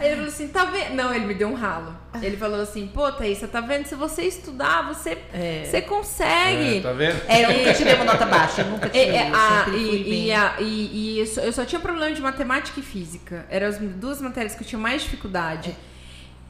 A: Aí ele falou assim, tá vendo? Não, ele me deu um ralo. Ele falou assim, pô, Thaísa, tá vendo? Se você estudar, você,
B: É.
A: você consegue.
C: É, tá vendo?
B: É, eu nunca tirei uma nota baixa, eu nunca
A: É,
B: tirei.
A: é,
B: eu
A: a-
B: sempre fui
A: e,
B: bem.
A: e a- e- e eu, só, eu só tinha problema de matemática e física. Eram as duas matérias que eu tinha mais dificuldade.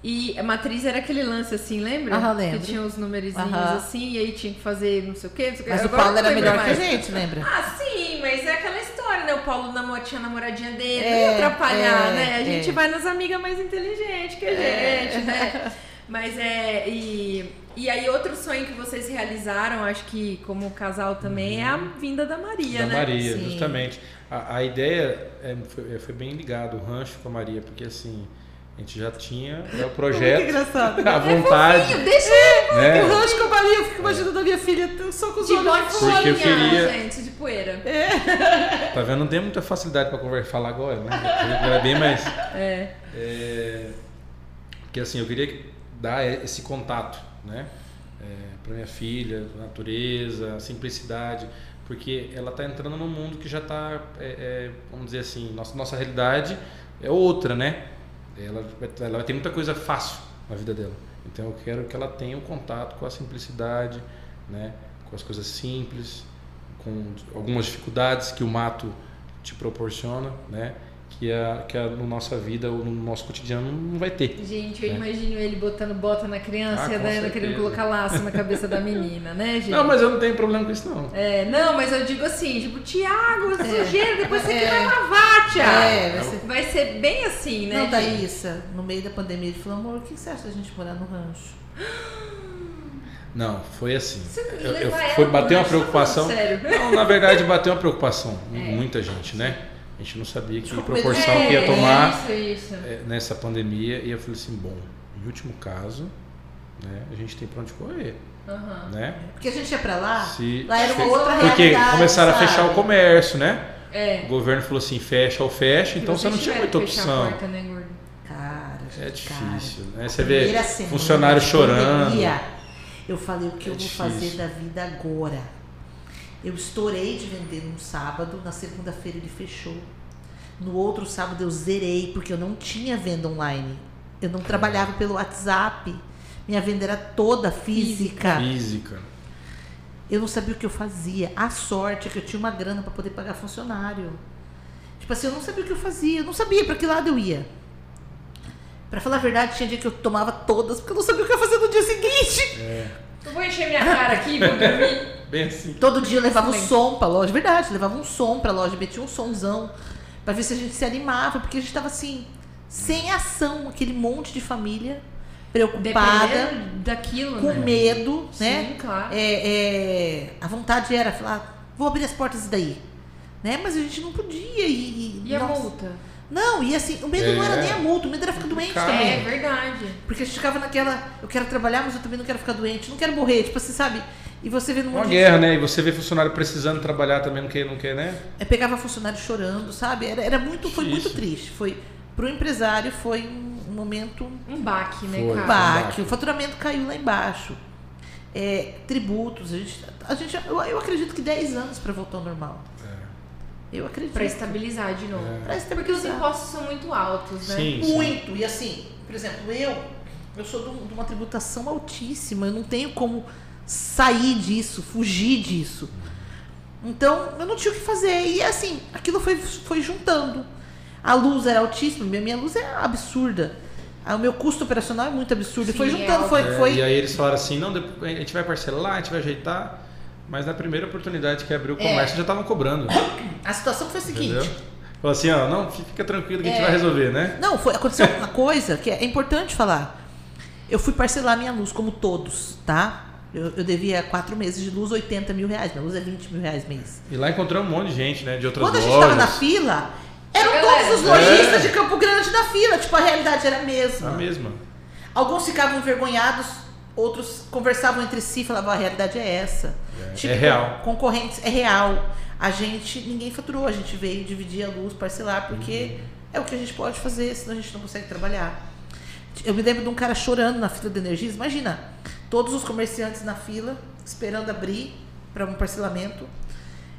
A: E a matriz era aquele lance assim, lembra?
B: Aham, lembro.
A: Que tinha os numerizinhos
B: Aham.
A: assim, e aí tinha que fazer não sei o quê, não sei o quê.
B: Mas o
A: Agora
B: Paulo
A: eu não
B: era
A: lembro
B: melhor que a
A: mais.
B: gente, lembra?
A: Ah, sim, mas é aquela história, né? O Paulo namor, tinha a namoradinha dele,
B: É,
A: não ia atrapalhar,
B: é,
A: né? A gente
B: é.
A: vai nas amigas mais inteligentes que a gente, né? Mas é. E, e aí, outro sonho que vocês realizaram, acho que como casal também, é a vinda da Maria,
C: Da
A: né?
C: Maria,
B: Uhum. Sim.
C: justamente. A, a ideia é, foi, é, foi bem ligada, o rancho com a Maria, porque assim, a gente já tinha né, o
B: Que
C: projeto,
B: engraçado.
C: a vontade,
A: Sim, deixa eu
B: Eu
C: né?
B: rancho com a Maria, eu fico imaginando a minha filha só com os
A: de
B: olhos.
C: Porque
A: botinha,
C: eu queria-
A: né, gente, de poeira.
B: É.
C: Tá vendo? Não tem muita facilidade pra conversar, falar agora, né? Era bem mais...
A: É.
C: É, porque assim, eu queria dar e- esse contato, né? É, para minha filha, a natureza, a simplicidade, porque ela está entrando num mundo que já está, vamos dizer assim, nossa, nossa realidade é outra, né? Ela, vai- ela vai ter muita coisa fácil na vida dela. Então eu quero que ela tenha o contato com a simplicidade, né? com as coisas simples, com algumas dificuldades que o mato te proporciona, né? que, a, que a, na nossa vida ou no nosso cotidiano não vai ter.
A: Gente, eu
C: É.
A: imagino ele botando bota na criança
C: Ah,
A: e a
C: com
A: Dayana querendo
C: certeza.
A: colocar laço na cabeça da menina, né, gente?
C: Não, mas eu não tenho problema com isso não.
A: É, não, mas eu digo assim, tipo, Tiago,
B: É.
A: sujeira, depois você que
B: É.
A: vai lavar, Tiago.
B: É, vai ser-
A: Vai ser bem assim, né?
B: Não, tá-
A: gente?
B: Thaísa, no meio da pandemia, ele falou, amor, o que você acha da gente morar no rancho?
C: Não, foi assim.
A: Você
C: Eu, eu,
A: levar ela
C: foi,
A: pro
C: bateu uma
A: lanche, tá
C: preocupação.
A: falando sério.
C: Não, na verdade bateu uma preocupação em muita gente, né? A gente não sabia que
B: Ficou com medo.
C: proporção
A: é,
C: que ia tomar
A: Isso, isso.
C: eh, nessa pandemia. E eu falei assim, bom, em último caso, né, a gente tem pra onde correr,
A: Aham.
C: né?
B: Porque a gente ia pra
A: Ah,
B: lá,
C: Se-
B: lá era uma
C: se-
B: outra
C: Porque
B: realidade,
C: começaram
B: sabe?
C: a fechar o comércio, né?
A: É.
C: O governo falou assim, fecha ou fecha, então você não
A: Vocês
C: tinha
A: tiveram
C: muita
A: que fechar a
C: opção.
A: porta, né, gordo?
B: Cara,
C: É
B: gente, cara.
C: difícil, né? Você vê
B: Primeira semana
C: funcionário
A: né?
B: de
C: chorando.
B: pandemia, eu falei o que
C: É
B: eu vou
C: difícil.
B: fazer da vida agora. Eu estourei de vender num sábado, na segunda-feira ele fechou. No outro sábado eu zerei, porque eu não tinha venda online. Eu não trabalhava pelo WhatsApp. Minha venda era toda física.
C: Física.
B: Eu não sabia o que eu fazia. A sorte é que eu tinha uma grana para poder pagar funcionário. Tipo assim, eu não sabia o que eu fazia, eu não sabia para que lado eu ia. Pra falar a verdade, tinha dia que eu tomava todas, porque eu não sabia o que eu ia fazer no dia seguinte.
A: Eu vou encher minha cara aqui, vou dormir.
C: Bem assim.
B: Todo dia eu levava um
A: Excelente.
B: som pra loja, verdade, eu levava um som pra loja, metia um sonzão. Pra ver se a gente se animava, porque a gente tava assim, sem ação, aquele monte de família preocupada,
A: Dependendo daquilo,
B: com
A: né?
B: medo, né?
A: Sim, claro.
B: É, é, a vontade era falar, vou abrir as portas e daí. Né? Mas a gente não podia e.
A: E a
B: nossa.
A: multa?
B: Não, e assim, o medo não era
C: É.
B: nem a multa, o medo era ficar doente
C: Cara.
A: É
B: também.
A: verdade.
B: Porque a gente ficava naquela, eu quero trabalhar, mas eu também não quero ficar doente, não quero morrer, tipo assim, sabe? E você vendo um
C: Uma
B: monte
C: guerra,
B: de.
C: né? E você vê funcionário precisando trabalhar também, não quer, não quer, né?
B: É, pegava funcionário chorando, sabe? Era, era muito, foi muito
C: Isso.
B: triste. Foi pro empresário, foi um um momento
A: Um baque, né,
C: Foi.
A: cara?
B: baque.
C: baque.
B: O faturamento caiu lá embaixo. É, tributos, a gente, a gente eu, eu acredito que 10 anos para voltar ao normal. É, Eu acredito.
A: Pra estabilizar de novo.
C: É.
B: Pra estabilizar.
A: Porque os impostos são muito altos, né?
C: Sim, sim.
B: Muito. E assim, por exemplo, eu, eu sou de um- de uma tributação altíssima, eu não tenho como sair disso, fugir disso. Então, eu não tinha o que fazer. E assim, aquilo foi, foi juntando. A luz era altíssima, minha, minha luz é absurda. Ah, O meu custo operacional é muito absurdo. E
A: Sim,
B: foi
A: é
B: juntando,
A: alto.
B: foi,
C: É,
B: foi
C: E aí eles falaram assim, não, depois a gente vai parcelar, a gente vai ajeitar. Mas na primeira oportunidade que abriu o comércio, já estavam cobrando.
B: A situação foi a É. seguinte. É.
C: Entendeu? Falou assim, ó, não, fica tranquilo que a gente vai resolver, né?
B: Não, foi, aconteceu uma coisa que é importante falar. Eu fui parcelar minha luz, como todos, tá? Eu, eu devia quatro meses de luz, 80 mil reais. Minha luz é 20 mil reais mês.
C: E lá encontramos um monte de gente, né? De outras
B: Quando a
C: lojas.
B: gente tava na fila, eram
A: Galera.
B: todos os lojistas
C: É. Ah.
B: de Campo Grande na fila. Tipo, a realidade era a mesma.
C: A mesma.
B: Alguns ficavam envergonhados, outros conversavam entre si, falavam, a realidade é essa.
C: É, é real.
B: Concorrentes, é real. A gente, ninguém faturou, a gente veio dividir a luz, parcelar, porque
C: Uhum.
B: é o que a gente pode fazer, senão a gente não consegue trabalhar. Eu me lembro de um cara chorando na fila da Energias, imagina, todos os comerciantes na fila, esperando abrir para um parcelamento.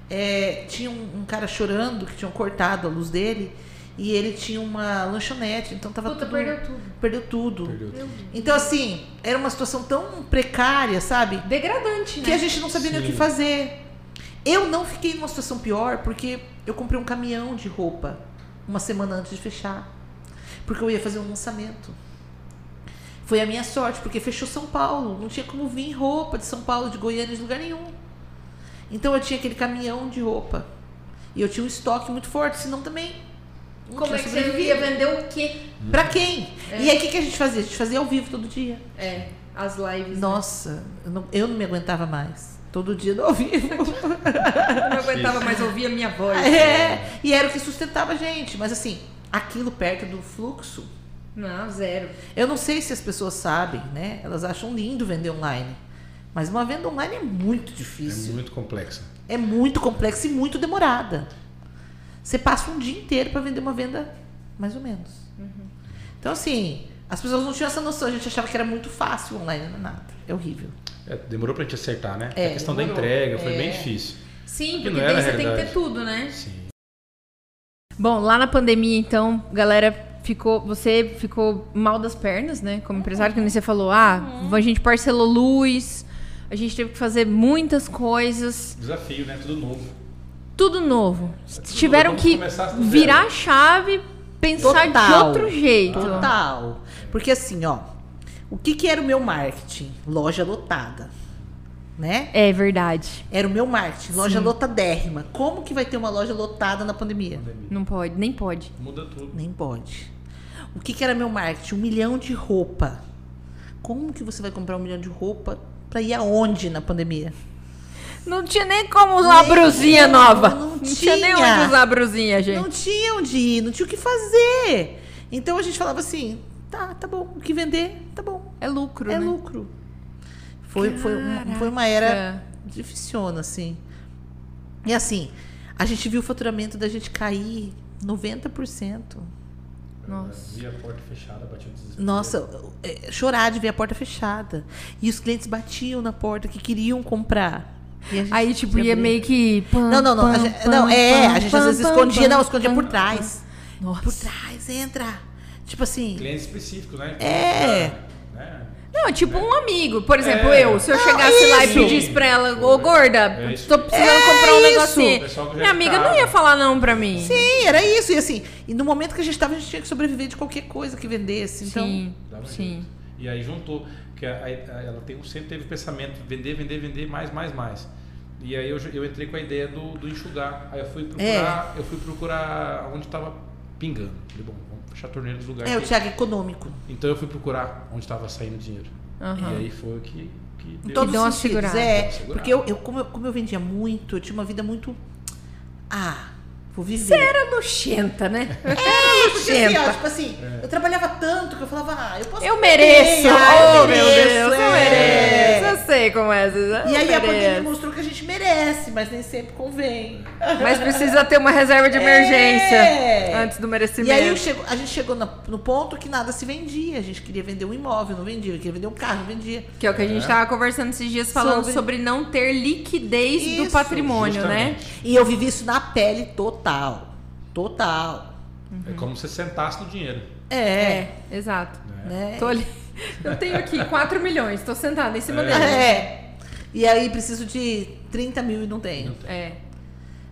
B: É, tinha um, um cara chorando que tinham cortado a luz dele e ele tinha uma lanchonete, então tava
A: Puta,
B: tudo-
A: perdeu tudo.
B: perdeu tudo.
C: Perdeu
A: Meu
C: tudo.
A: Deus.
B: Então, assim, era uma situação tão precária, sabe?
A: Degradante, né?
B: Que a gente não sabia nem o que
C: Sim.
B: fazer. Eu não fiquei numa situação pior porque eu comprei um caminhão de roupa uma semana antes de fechar. Porque eu ia fazer um lançamento. Foi a minha sorte, porque fechou São Paulo. Não tinha como vir roupa de São Paulo, de Goiânia, de lugar nenhum. Então eu tinha aquele caminhão de roupa. E eu tinha um estoque muito forte, senão também. não
A: Como
B: tinha
A: é que você
B: sobrevivido.
A: ia É. vender o quê?
B: Pra quem? E aí o que, que a gente fazia? A gente fazia ao vivo todo dia.
A: É, as lives. né?
B: Nossa, eu não, eu não me aguentava mais. Todo dia no ao vivo.
A: Eu não aguentava mais ouvir a minha voz.
B: é, e era o que sustentava a gente. Mas assim, aquilo perto do fluxo,
A: Não, zero.
B: eu não sei se as pessoas sabem, né? Elas acham lindo vender online. Mas uma venda online é muito
C: É
B: difícil.
C: muito complexa.
B: É muito, complexa e muito demorada. Você passa um dia inteiro para vender uma venda, mais ou menos. Então, assim, as pessoas não tinham essa noção. A gente achava que era muito fácil online, não é nada. É horrível.
C: É, demorou pra gente acertar, né?
B: É,
C: a questão
A: demorou.
C: da entrega foi
B: É.
C: bem difícil.
A: Sim, porque
C: Que não era
A: daí
C: a
A: você tem que ter
C: realidade.
A: tudo, né?
C: Sim.
A: Bom, lá na pandemia, então, galera, ficou, você ficou mal das pernas, né? Como empresário, que nem você falou, ah, a gente parcelou luz, a gente teve que fazer muitas coisas,
C: Desafio, né? Tudo novo.
A: tudo novo.
C: tudo
A: Tiveram
C: novo,
A: que
C: começar do zero.
A: virar a chave, pensar de
B: Total.
A: outro jeito.
B: Total. Porque assim, ó, o que que era o meu marketing? Loja lotada, né?
A: É verdade.
B: Era o meu marketing, loja lotadérrima. Como que vai ter uma loja lotada na pandemia?
A: Não pode, nem pode.
C: Muda tudo.
B: Nem pode. O que que era meu marketing? Um milhão de roupa. Como que você vai comprar um milhão de roupa pra ir aonde na pandemia?
A: Não tinha nem como usar uma
B: Nem-
A: brusinha
B: não,
A: nova.
B: não
A: tinha nem
B: tinha.
A: onde usar a brusinha,
B: Não
A: gente.
B: tinha onde ir, não tinha o que fazer. Então a gente falava assim, tá, tá bom, o que vender, tá bom.
A: É lucro,
B: É
A: né?
B: lucro. Foi, foi, uma, foi uma era dificiona, assim. E assim, a gente viu o faturamento da gente cair 90%.
A: Nossa.
C: Via a porta fechada, batia o desespero.
B: Nossa, é, chorar de ver a porta fechada. E os clientes batiam na porta que queriam comprar. E a gente
A: Aí, tipo,
B: tinha
A: ia
B: briga.
A: meio que. pam,
B: Não, não, não. a
A: pam,
B: gente-
A: pam,
B: não, é,
A: pam,
B: a gente
A: pam,
B: às vezes
A: pam,
B: escondia,
A: pam,
B: não, escondia
A: pam,
B: por
A: pam.
B: trás. Por
A: Nossa.
B: trás, entra. Tipo assim.
C: Cliente específico, né?
B: É.
C: Né?
A: Não, tipo um amigo. Por exemplo,
C: É.
A: eu. Se eu chegasse lá e
C: isso.
A: pedisse pra ela, ô gorda,
C: É isso.
A: tô precisando comprar um
B: isso.
C: O
A: negocinho.
C: pessoal que já tá
A: Minha amiga
C: tava.
A: não ia falar não pra mim.
B: Sim, era isso. E assim, e no momento que a gente tava, a gente tinha que sobreviver de qualquer coisa que vendesse. Então,
A: Sim.
C: Dava um
A: Sim.
C: jeito. E aí juntou, porque a- a- ela tem, sempre teve o pensamento de vender, vender, vender, mais, mais, mais. E aí eu, eu entrei com a ideia do, do enxugar. Aí eu
B: É.
C: fui procurar, eu fui procurar onde estava pingando. Falei, bom, vamos fechar a torneira dos lugares.
B: É o Thiago econômico.
C: Então eu fui procurar onde estava saindo dinheiro.
A: Aham.
C: E aí foi o que, que
B: Em
C: deu.
B: todos
A: deu uma
B: os sentidos.
A: segurada.
B: É,
C: Deu uma segurada.
B: porque eu, eu- como eu, como eu vendia muito, eu tinha uma vida muito. Ah, vou viver.
A: Era noxenta, né? Era
B: Porque assim, ó,
A: noxenta.
B: tipo assim, eu trabalhava tanto que eu falava, ah, eu posso.
A: Eu mereço!
B: Ah,
A: oh, meu Deus, eu
B: é.
A: mereço! Eu sei como é, Zizá.
B: E
A: eu
B: aí a pandemia
A: mereço.
B: mostrou que a gente merece, mas nem sempre convém.
A: Mas precisa ter uma reserva de emergência
B: É.
A: antes do merecimento.
B: E aí eu chego- a gente chegou na- no ponto que nada se vendia. A gente queria vender um imóvel, não vendia. Queria vender um carro, não vendia.
A: Que é o que a gente tava conversando esses dias falando
B: Sobre-
A: sobre, não ter liquidez do
B: Isso,
A: patrimônio, né?
C: Justamente.
B: E eu vivi isso na pele total. Total. Uhum.
C: É como se você sentasse no dinheiro.
B: É.
A: É, exato.
B: Né?
A: Tô ali- Eu tenho aqui 4 milhões, tô sentada em cima
C: É.
A: dele.
B: É. E aí preciso de 30 mil e não tenho.
A: É.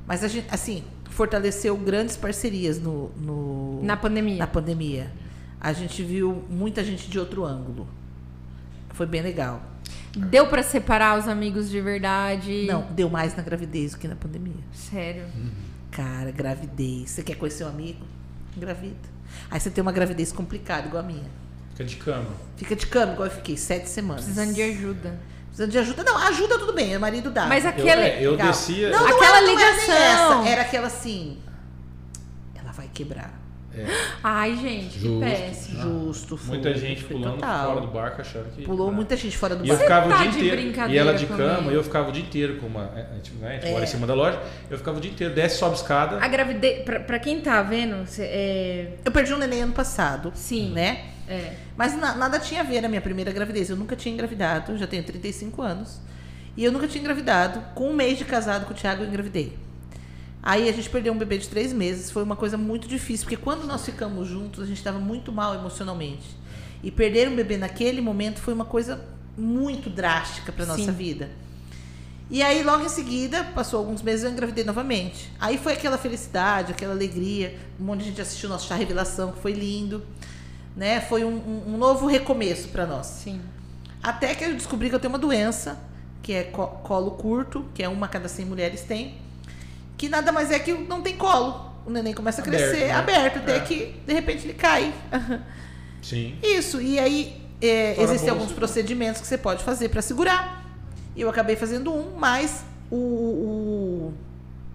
B: Mas a gente, assim, fortaleceu grandes parcerias no, no-
A: Na pandemia.
B: na pandemia. A gente viu muita gente de outro ângulo. Foi bem legal.
A: Deu pra separar os amigos de verdade?
B: Não, deu mais na gravidez do que na pandemia.
A: Sério.
B: Cara, gravidez. Você quer conhecer um amigo? Engravida. Aí você tem uma gravidez complicada, igual a minha.
C: Fica de cama.
B: Fica de cama, igual eu fiquei, sete semanas.
A: Precisando de ajuda.
B: Precisando de ajuda. Não, ajuda tudo bem, o marido dá.
A: Mas
C: Eu,
A: aquela.
C: é, eu
B: Legal.
C: descia.
B: Não, não
A: Aquela
B: era, não era nem
A: ligação.
B: essa. Era aquela assim. Ela vai quebrar.
A: Ai, gente, que
C: Justo.
A: péssimo.
B: Justo, foi.
C: Muita gente
B: foi
C: pulando
B: total.
C: fora do barco achando que.
B: Pulou
C: né?
B: muita gente fora do
C: E eu
B: barco.
C: ficava
A: tá
C: o dia
A: de
C: inteiro.
A: brincadeira
C: E ela de
A: comigo.
C: cama, e eu ficava o dia inteiro com uma. A gente, né, a
B: É.
C: gente mora em cima da loja. Eu ficava o dia inteiro, desce, sobe escada.
A: A gravidez. Pra, pra quem tá vendo, cê- é.
B: Eu perdi um neném ano passado.
A: Sim.
B: Né?
A: É.
B: Mas na- nada tinha a ver na minha primeira gravidez. Eu nunca tinha engravidado, eu já tenho 35 anos. E eu nunca tinha engravidado. Com um mês de casado com o Thiago, eu engravidei. Aí a gente perdeu um bebê de três meses. Foi uma coisa muito difícil, porque quando nós ficamos juntos, a gente estava muito mal emocionalmente. E perder um bebê naquele momento foi uma coisa muito drástica para nossa
A: Sim.
B: vida. E aí, logo em seguida, passou alguns meses, eu engravidei novamente. Aí foi aquela felicidade, aquela alegria. Um monte de gente assistiu nosso chá revelação, que foi lindo. Né? Foi um, um- um novo recomeço para nós.
A: Sim.
B: Até que eu descobri que eu tenho uma doença, que é co- colo curto, que é uma a cada 100 mulheres tem, que nada mais é que não tem colo. O neném começa a
C: Aberto,
B: crescer
C: né?
B: aberto, até
C: É.
B: que de repente ele cai.
C: Sim.
B: Isso, e aí é,
C: Fora
B: existem
C: bolsa.
B: alguns procedimentos que você pode fazer para segurar. Eu acabei fazendo um, mas o, o,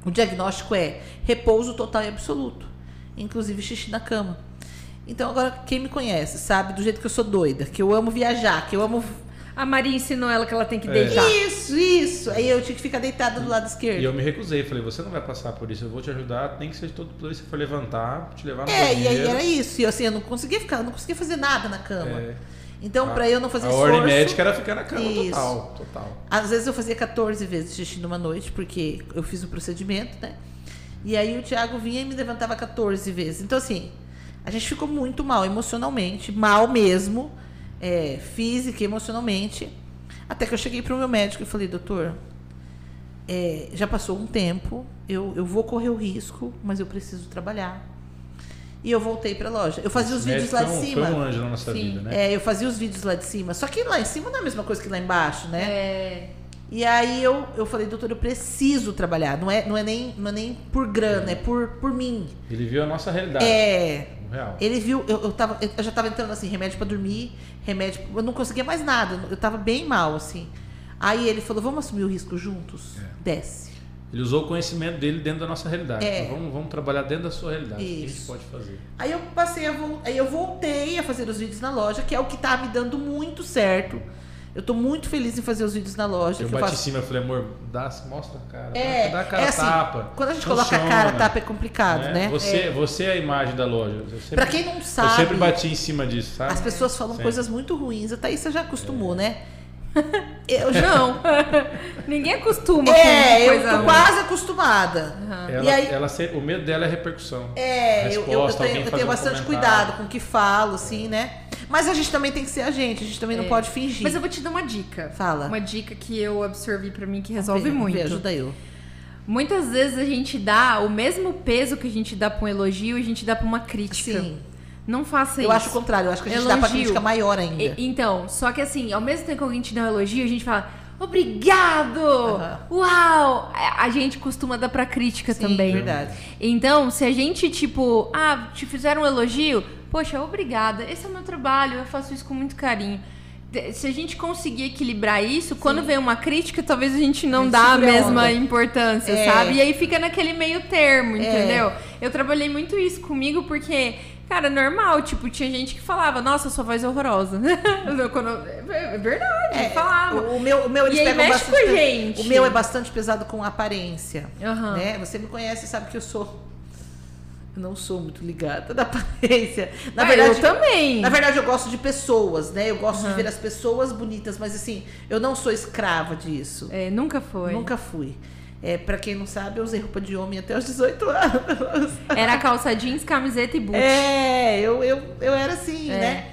B: o diagnóstico é repouso total e absoluto, inclusive xixi na cama. Então, agora, quem me conhece sabe do jeito que eu sou doida, que eu amo viajar, que eu amo.
A: A Maria ensinou ela que ela tem que
C: É.
A: deitar.
B: Isso, isso! Aí eu tinha que ficar deitada do lado esquerdo.
C: E eu me recusei, falei, você não vai passar por isso, eu vou te ajudar, nem que seja todo toda vez que você for levantar, te levar no
B: É, e aí
C: banheiro.
B: era isso. E assim, eu não conseguia ficar, eu não conseguia fazer nada na cama.
C: É.
B: Então,
C: A-
B: para eu não fazer
C: A ordem
B: esforço-
C: médica era ficar na cama
B: Isso.
C: total, total.
B: Às vezes eu fazia 14 vezes xixi numa noite, porque eu fiz o procedimento, né? E aí o Thiago vinha e me levantava 14 vezes. Então, assim, a gente ficou muito mal emocionalmente, mal mesmo, é, física e emocionalmente. Até que eu cheguei para o meu médico e falei, doutor, é, já passou um tempo, eu, eu vou correr o risco, mas eu preciso trabalhar. E eu voltei para a loja. Eu fazia os vídeos
C: Médico
B: lá
C: é um-
B: de cima.
C: Foi um anjo na nossa
A: Sim.
C: vida, né?
B: É, eu fazia os vídeos lá de cima. Só que lá em cima não é a mesma coisa que lá embaixo, né?
A: É.
B: E aí eu, eu falei, doutor, eu preciso trabalhar. Não é, não é, nem, não é nem por grana, é por, por mim.
C: Ele viu a nossa realidade,
B: É.
C: no real.
B: Ele viu, eu, eu, tava, eu já tava entrando assim, remédio pra dormir, remédio. Eu não conseguia mais nada, eu tava bem mal, assim. Aí ele falou, vamos assumir o risco juntos?
C: É.
B: Desce.
C: Ele usou o conhecimento dele dentro da nossa realidade.
B: É.
C: Então, vamos, vamos trabalhar dentro da sua realidade, o que a gente
B: Isso.
C: pode fazer.
B: Aí eu passei a vol- aí eu voltei a fazer os vídeos na loja, que é o que tá me dando muito certo. Eu tô muito feliz em fazer os vídeos na loja.
C: Eu
B: que
C: bati assim,
B: faço-
C: em cima e falei, amor, dá, mostra a cara,
B: É,
C: dá a cara
B: é assim,
C: tapa.
B: quando a gente coloca a
C: funciona,
B: cara, tapa é complicado, né?
C: Você, você é a imagem da loja. Eu sempre-
B: Pra quem não sabe.
C: Eu sempre bati em cima disso, sabe?
B: As pessoas falam
C: Sim. É.
B: coisas muito ruins. A Thaís você já acostumou, né?
A: Eu não. Ninguém acostuma
B: É,
A: com
B: eu
A: coisa
B: tô
A: ruim.
B: quase acostumada.
C: Ela,
B: E aí-
C: ela sempre- o medo dela é a repercussão.
B: É, eu- eu, eu
C: Resposta, alguém
B: tenho, eu
C: fazer
B: tenho
C: um
B: bastante
C: comentário. É.
B: cuidado com o que falo, assim, né? Mas a gente também tem que ser a gente, a gente também não pode fingir.
A: É. Mas eu vou te dar uma dica.
B: Fala. Tá
A: Uma dica que eu absorvi pra mim que resolve
B: Vê,
A: muito.
B: vê, ajuda eu.
A: Muitas vezes a gente dá o mesmo peso que a gente dá pra um elogio, a gente dá pra uma crítica.
B: Sim.
A: Não faça
B: Eu
A: isso.
B: acho o contrário, eu acho que a gente dá pra
A: Elogio.
B: crítica maior ainda.
A: E- então, só que assim, ao mesmo tempo que alguém te dá um elogio, a gente fala, Obrigado! Uau! A a gente costuma dar pra crítica
B: Sim,
A: também. né?
B: verdade.
A: Então, se a gente, tipo, ah, te fizeram um elogio, poxa, obrigada, esse é o meu trabalho, eu faço isso com muito carinho. De- Se a gente conseguir equilibrar isso, quando vem uma crítica, talvez a gente não
B: A gente
A: dá a
B: segura a
A: mesma
B: onda.
A: importância,
B: É.
A: sabe? E aí fica naquele meio termo, entendeu? Eu trabalhei muito isso comigo porque, cara, normal, tipo, tinha gente que falava, nossa, sua voz é horrorosa. Quando- É verdade,
B: É,
A: falava.
B: o, o meu, o meu eles
A: Ah, E aí
B: pegam
A: mexe
B: bastante
A: com a
B: pe-
A: gente.
B: O meu é bastante pesado com aparência.
A: Aham.
B: Né? Você me conhece, sabe que eu sou. Eu não sou muito ligada da aparência. Na
A: Ah,
B: verdade,
A: eu também.
B: Na verdade, eu gosto de pessoas, né? Eu gosto de ver as pessoas bonitas, mas assim, eu não sou escrava disso.
A: É, nunca foi.
B: Nunca fui. É, para quem não sabe, eu usei roupa de homem até os 18 anos.
A: Era calça jeans, camiseta e boot.
B: É, eu, eu, eu era assim,
A: É.
B: né?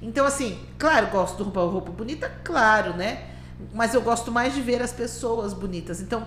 B: Então, assim, claro, gosto de roupa, roupa bonita, claro, né? Mas eu gosto mais de ver as pessoas bonitas. Então,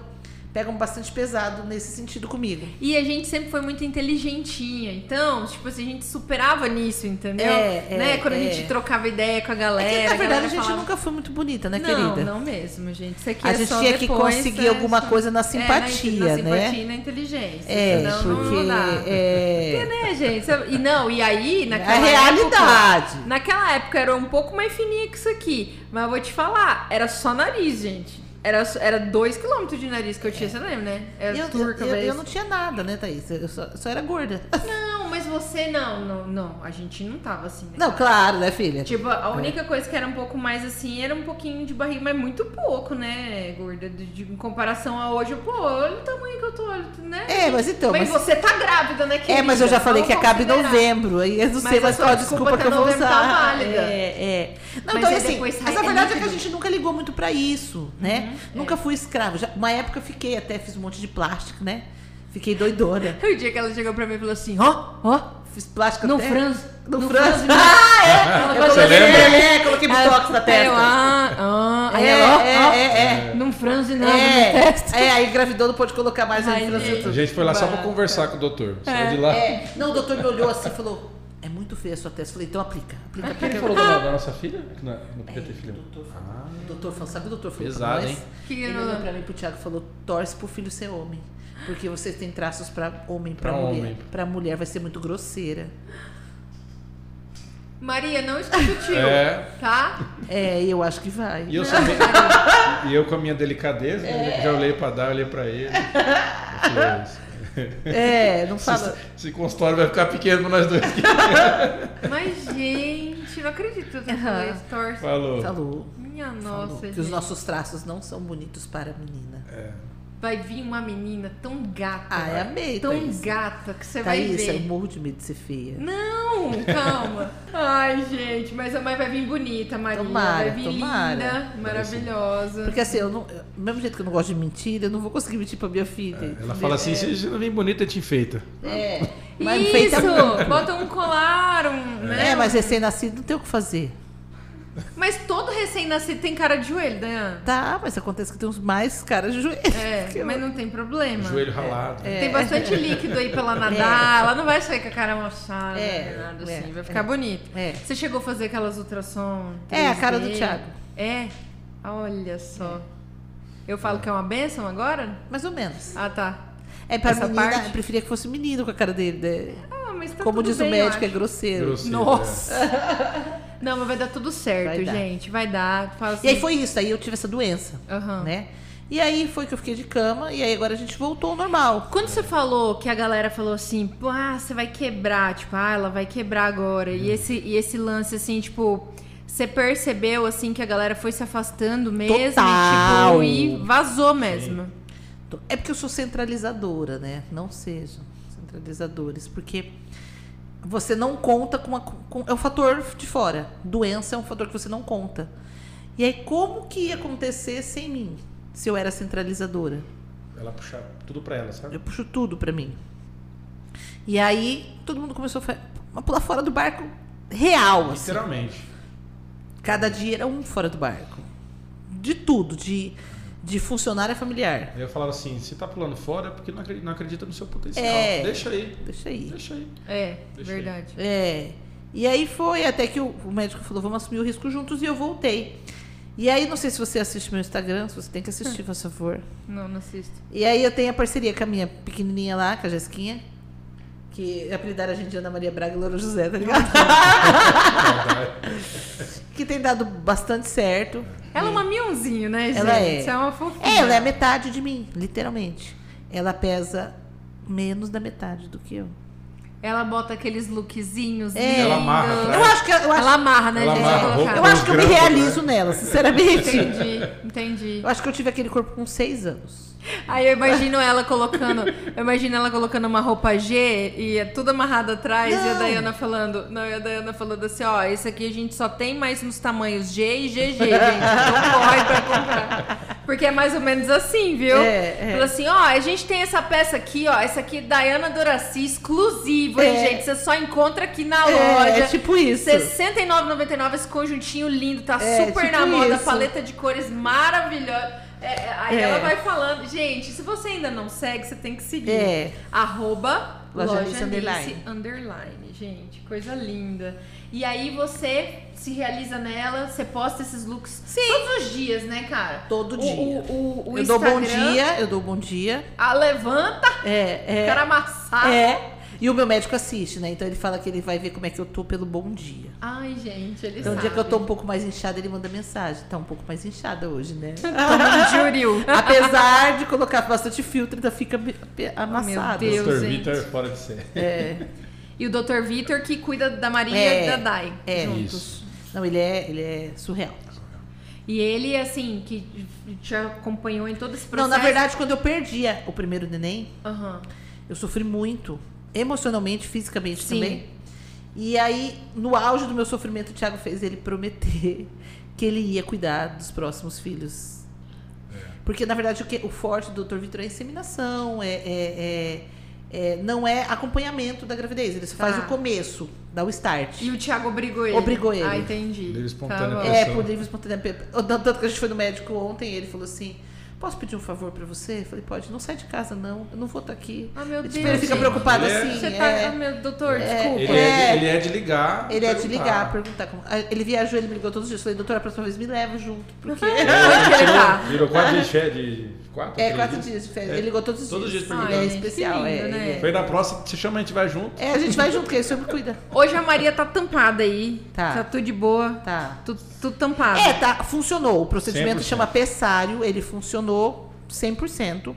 B: pegam bastante pesado nesse sentido comigo.
A: E a gente sempre foi muito inteligentinha. Então, tipo assim, a gente superava nisso, entendeu?
B: É, é,
A: né? Quando a
B: é.
A: gente trocava ideia com a galera.
B: É que, na verdade, a
A: galera
B: gente
A: falava,
B: nunca foi muito bonita, né,
A: não,
B: querida?
A: Não, mesmo, gente. Isso aqui
B: A
A: é
B: gente
A: só
B: tinha que
A: depois,
B: conseguir
A: é,
B: alguma
A: só-
B: coisa na
A: É,
B: simpatia,
A: na,
B: né?
A: Na simpatia e na inteligência.
B: É,
A: senão não,
B: porque.
A: dá.
B: é,
A: Né, gente? E não, e aí,
B: é
A: naquela
B: a realidade.
A: Época, naquela época era um pouco mais fininha que isso aqui. Mas eu vou te falar, era só nariz, gente. Era 2 era dois quilômetros de nariz que eu tinha, você lembra, né? Era
B: Eu, eu,
A: turca,
B: eu- eu
A: mas-
B: não tinha nada, né, Thaís? Eu só, eu só era gorda.
A: Não, mas você não, não, não. A gente não tava assim, né?
B: Não, claro, né, filha?
A: Tipo, a única coisa que era um pouco mais assim era um pouquinho de barriga, mas muito pouco, né, gorda? De, de- em comparação a hoje, pô, olha o tamanho que eu tô, olha, né?
B: É, mas então.
A: mas,
B: mas-
A: você tá grávida, né, querida?
B: É, mas eu já falei que
A: Vamos
B: acaba em
A: considerar.
B: novembro. Aí eu não
A: Mas
B: sei mais
A: essa
B: qual a
A: desculpa
B: desculpa
A: até
B: que eu vou
A: novembro
B: usar.
A: tá válida.
B: É, é. Não,
A: Mas
B: então
A: aí
B: assim,
A: depois sai-
B: mas a
A: é Uhum,
B: verdade é, que a
A: nítido.
B: gente nunca ligou muito pra isso, né? nunca fui escravo. Já- uma época eu fiquei até, fiz um monte de plástico, né? Fiquei doidona.
A: O dia que ela chegou pra mim e falou assim, ó, ó,
B: Fiz plástico
A: não
B: até.
A: franzo.
B: No
A: não
B: É. franzo.
A: franzo.
B: Ah, eu
A: Você
B: coloquei,
C: lembra?
B: é, é, coloquei botox na
A: É, eu,
B: testa.
A: ah, ah. Aí
B: É,
A: ela, ó, ó,
B: é, é, é.
A: não franze nada na
B: É,
A: testa.
B: é, aí engravidou, não pôde colocar mais
A: Ai,
B: aí no
A: gente.
C: A
B: tudo.
C: gente foi lá só pra conversar com o doutor. Saiu de lá.
B: É, não, o doutor me olhou assim e falou: é muito feia a sua testa. Eu falei, então aplica, aplica,
C: Quem
B: aplica.
C: que falou da, da nossa filha? Que Não, não podia ter
B: O
C: filha.
B: doutor falou. O doutor falou, sabe o doutor falou
C: Pesado,
B: pra nós?
C: hein?
A: Que
B: Ele
A: eu-
B: olhou pra mim e pro Thiago e falou: torce pro filho ser homem. Porque você tem traços pra homem, pra,
C: Pra
B: mulher.
C: homem.
B: Pra mulher vai ser muito grosseira.
A: Maria, não escuta o tio,
C: É.
A: tá?
B: É, eu acho que vai.
C: E eu, sou bem- e eu com a minha delicadeza,
B: É.
C: né, já olhei pra dar, olhei pra ele. Eu falei, "É isso."
B: É, não fala.
C: Esse, esse consultório vai ficar pequeno pra nós dois. que
A: Mas, gente, não acredito que
B: Aham.
A: eu torce.
C: Falou.
B: Falou.
A: Minha
B: falou
A: nossa,
B: que
A: gente.
B: os nossos traços não são bonitos para a menina.
C: É.
B: Ah,
A: Vai vir uma menina tão gata.
B: Ai, amei,
A: Tão
B: Thaís.
A: gata que
B: Tá
A: você vai
B: Thaís, eu
A: ver.
B: morro de medo de ser feia.
A: Não, calma. Ai, gente, mas a mãe vai vir bonita, Maria.
B: Tomara,
A: vai vir
B: tomara.
A: linda, maravilhosa.
B: Porque assim, eu não, eu- do mesmo jeito que eu não gosto de mentira, eu não vou conseguir mentir pra minha filha.
C: Ela fala assim: se você não vem bonita, te enfeita.
B: É, mas
A: Isso!
B: feita.
A: Bota um colar, um. Né?
B: É, mas recém-nascido não tem o que fazer.
A: Mas todo recém-nascido tem cara de joelho, né?
B: Tá, mas acontece que tem uns mais caras de joelho. que
A: É,
B: eu-
A: mas não tem problema.
C: Joelho ralado.
B: É.
A: Tem bastante líquido aí pra ela nadar. Ela não vai sair com a cara mochada,
B: É,
A: nada
B: é,
A: assim. vai
B: é.
A: ficar bonito.
B: É.
A: Você chegou a fazer aquelas ultrassom?
B: É, a cara do
A: 3D?
B: Thiago. É.
A: É? Olha só. Eu falo que é uma benção agora?
B: Mais ou menos.
A: Ah, tá.
B: É, pra
A: Essa
B: menina,
A: parte?
B: eu preferia que fosse menino com a cara dele. né?
A: Ah, mas tá
B: Como
A: tudo
B: diz
A: bem,
B: o
A: eu
B: médico, é
A: acho. é.
B: grosseiro.
C: Grosseiro,
B: Nossa!
A: Não, mas vai dar tudo certo,
B: Vai dar.
A: gente. Vai dar. Fala assim.
B: E aí foi isso, aí eu tive essa doença,
A: Aham.
B: né? E aí foi que eu fiquei de cama, e aí agora a gente voltou ao normal.
A: Quando você falou que a galera falou assim, pô, ah, você vai quebrar, tipo, ah, ela vai quebrar agora. E,
B: Uhum.
A: esse, e esse lance, assim, tipo, você percebeu, assim, que a galera foi se afastando mesmo? tipo,
B: Total.
A: E, tipo, e vazou mesmo.
B: É porque eu sou centralizadora, né? Não sejam centralizadores, porque você não conta com, a, com é um fator de fora. Doença é um fator que você não conta. E aí como que ia acontecer sem mim, se eu era centralizadora?
C: Ela puxa tudo pra ela, sabe?
B: Eu puxo tudo pra mim. E aí todo mundo começou a fa- a pular fora do barco real, assim.
C: Literalmente.
B: Cada dia era um fora do barco. De tudo, de de funcionária familiar.
C: Aí eu falava assim: se tá pulando fora é porque não acredita, não acredita no seu potencial.
B: É.
C: Deixa aí.
B: Deixa aí.
C: Deixa aí.
A: É,
C: Deixa
A: verdade.
B: É. E aí foi até que o, o médico falou: vamos assumir o risco juntos e eu voltei. E aí, não sei se você assiste meu Instagram, se você tem que
A: Hum.
B: assistir, por favor.
A: Não, não assisto.
B: E aí eu tenho a parceria com a minha pequenininha lá, com a Jesquinha. Que apelidaram a gente de Ana Maria Braga e Loura José, tá ligado? que tem dado bastante certo.
A: Ela é uma mionzinho, né, gente?
B: Hum. Ela é.
A: Isso é uma fofinha.
B: Ela é a metade de mim, literalmente. Ela pesa menos da metade do que eu.
A: Ela bota aqueles lookzinhos
B: É.
A: lindos.
C: Ela amarra
B: Eu
C: atrás.
B: acho que eu
A: Ela
B: acho,
A: amarra, né,
C: Ela
A: gente?
C: amarra a
A: Colocar.
C: roupa. né?
B: eu acho que eu me
C: Os grampos,
B: realizo nela, sinceramente.
A: Entendi, entendi.
B: Eu acho que eu tive aquele corpo com seis anos.
A: Aí eu imagino ela colocando, eu imagino ela colocando uma roupa G e é tudo amarrado atrás e a
B: Não.
A: Dayana falando, não, e a Dayana falando assim, ó, esse aqui a gente só tem mais nos tamanhos G e GG, gente, não corre pra comprar. Porque é mais ou menos assim, viu?
B: É, é.
A: Fala assim, ó, a gente tem essa peça aqui, ó, essa aqui é Dayana Doraci, exclusiva, hein,
B: É.
A: gente, você só encontra aqui na
B: É,
A: loja.
B: é tipo isso.
A: R$ 69,99 esse conjuntinho lindo, tá
B: É,
A: super
B: tipo
A: na moda,
B: isso.
A: paleta de cores maravilhosa. É, é, aí
B: É.
A: ela vai falando, gente, se você ainda não segue, você tem que seguir.
B: É.
A: Arroba
B: Loja
A: loja
B: Alice
A: Alice
B: underline.
A: underline, gente, coisa linda. E aí você se realiza nela, você posta esses looks todos os dias, né, cara?
B: Todo
A: O-
B: dia.
A: O, o, o
B: eu dou bom
A: Instagram,
B: dia, eu dou bom dia.
A: A levanta,
B: É, é.
A: cara amassado.
B: É. E o meu médico assiste, né? Então ele fala que ele vai ver como é que eu tô pelo bom dia.
A: Ai, gente, ele
B: Então, o
A: sabe.
B: dia que eu tô um pouco mais inchada, ele manda mensagem. Tá um pouco mais inchada hoje, né?
A: tomando diuril.
B: Apesar de colocar bastante filtro, ainda fica me- pe- amassada.
A: Deus,
C: Dr.
A: gente.
C: Vitor fora de série.
B: É,
A: E o Dr. Vitor que cuida da Maria
B: É,
A: e da Dai.
B: é.
A: juntos.
C: Isso.
B: Não, ele é, ele é surreal.
A: E ele, assim, que te acompanhou em todo esse
B: Não,
A: processo.
B: na verdade, quando eu perdia o primeiro neném,
A: Aham.
B: eu sofri muito. Emocionalmente, fisicamente
A: Sim.
B: também. E aí, no auge do meu sofrimento, o Thiago fez ele prometer que ele ia cuidar dos próximos filhos. Porque, na verdade, o, que, o forte do Dr. Vitor é inseminação, é, é- é- é- não é acompanhamento da gravidez. Ele só
A: Tá.
B: faz o começo, dá o start.
A: E o Thiago obrigou ele.
B: Obrigou ele.
A: Ah, entendi.
C: Livre
A: tá
C: espontânea
A: bom.
C: pressão.
B: É, por livre e espontânea. pe- o Tanto tanto que a gente foi no médico ontem, ele falou assim: Posso pedir um favor pra você? Eu falei: Pode, não sai de casa, não. Eu não vou estar aqui.
A: Ah, meu
B: ele,
A: Deus,
B: ele fica
A: gente.
B: preocupado
C: Ele é-
B: assim.
A: Você
B: é.
A: tá. Ah, meu doutor, desculpa.
C: Ele, é,
B: É.
C: de, ele é de ligar.
B: Ele é de
C: perguntar.
B: ligar, perguntar. Como... Ah, Ele viajou, ele me ligou todos os dias. Eu falei, doutora, a próxima vez me leva junto. Porque
A: Onde que ele tá?
C: É, Virou quatro de che- de quatro?
B: é
C: três
B: quatro dias de férias.
C: É.
B: Ele ligou todos os
C: Todos os
B: dias.
C: dias
A: Ai,
B: é
C: por ligar.
A: gente, que
B: especial, é,
A: lindo, né?
B: ele
C: Foi na próxima, se chama, a gente vai junto.
B: é. É, a gente vai junto, que aí o senhor me cuida.
A: Hoje a Maria tá tampada aí.
B: é- Tá.
A: Tá tudo de boa.
B: Tá.
A: Tudo, tudo tampado.
B: É, tá, funcionou. O procedimento
C: 100%.
B: chama pessário, ele funcionou 100%.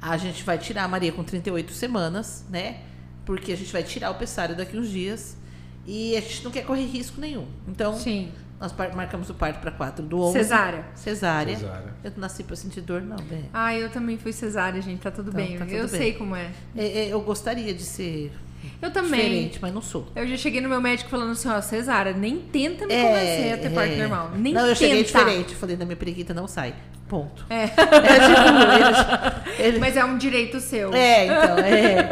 B: A gente vai tirar a Maria com 38 semanas, né? Porque a gente vai tirar o pessário daqui uns dias. E a gente não quer correr risco nenhum. Então,
A: Sim.
B: nós par- marcamos o parto para 4 do 11.
A: Cesárea.
B: Cesárea.
C: Cesárea.
B: Eu não nasci pra sentir dor, não, velho.
A: Ah, eu também fui cesárea, gente. Tá tudo
B: Então,
A: bem.
B: tá tudo
A: eu
B: bem.
A: sei como é.
B: É, é, eu gostaria de ser
A: Eu também.
B: diferente, mas não sou.
A: Eu já cheguei no meu médico falando assim, ó, cesárea, nem tenta me
B: É,
A: convencer a ter parto
B: é.
A: normal. Nem
B: não, eu
A: tenta.
B: cheguei diferente. Falei, da minha periquita não sai. Ponto.
A: É.
B: tipo, ele- ele-
A: Mas é um direito seu.
B: É, então, é.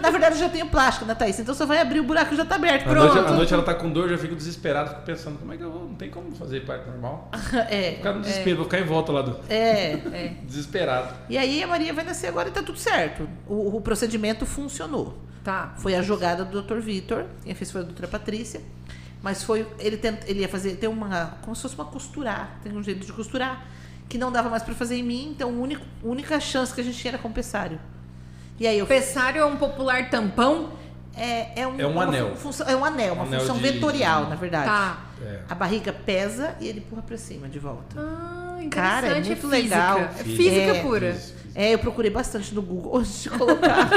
B: Na verdade, eu já tenho plástico, né, Thaís? Então só vai abrir o buraco já tá aberto.
C: À noite,
B: Pronto.
C: à noite ela tá com dor, eu já fico desesperado, fico pensando, como é que eu vou? Não tem como fazer parto normal. Vou
B: É,
C: ficar no desespero, vou ficar em volta lá do.
B: é.
C: Desesperado.
B: E aí a Maria vai nascer agora e tá tudo certo. O, o procedimento funcionou.
A: Tá.
B: Foi a jogada do Dr. Vitor, quem fez foi a doutora Patrícia. Mas foi. Ele, tent, ele ia fazer. Tem uma. Como se fosse uma costurar. Tem um jeito de costurar. Que não dava mais pra fazer em mim. Então, a única, única chance que a gente tinha era com o pessário. E aí eu
A: Pessário é um popular tampão?
B: É, é, um,
C: É um
B: uma
C: anel.
B: fun- função- é um anel, uma
C: Anel
B: função
C: de-
B: vetorial, na verdade.
A: Tá.
C: É.
B: A barriga pesa e ele empurra pra cima de volta.
A: Ah, interessante.
B: Cara, é muito
A: física.
B: legal.
A: É física
B: É.
A: pura.
C: Fiz-
B: É, eu procurei bastante no Google antes de colocar.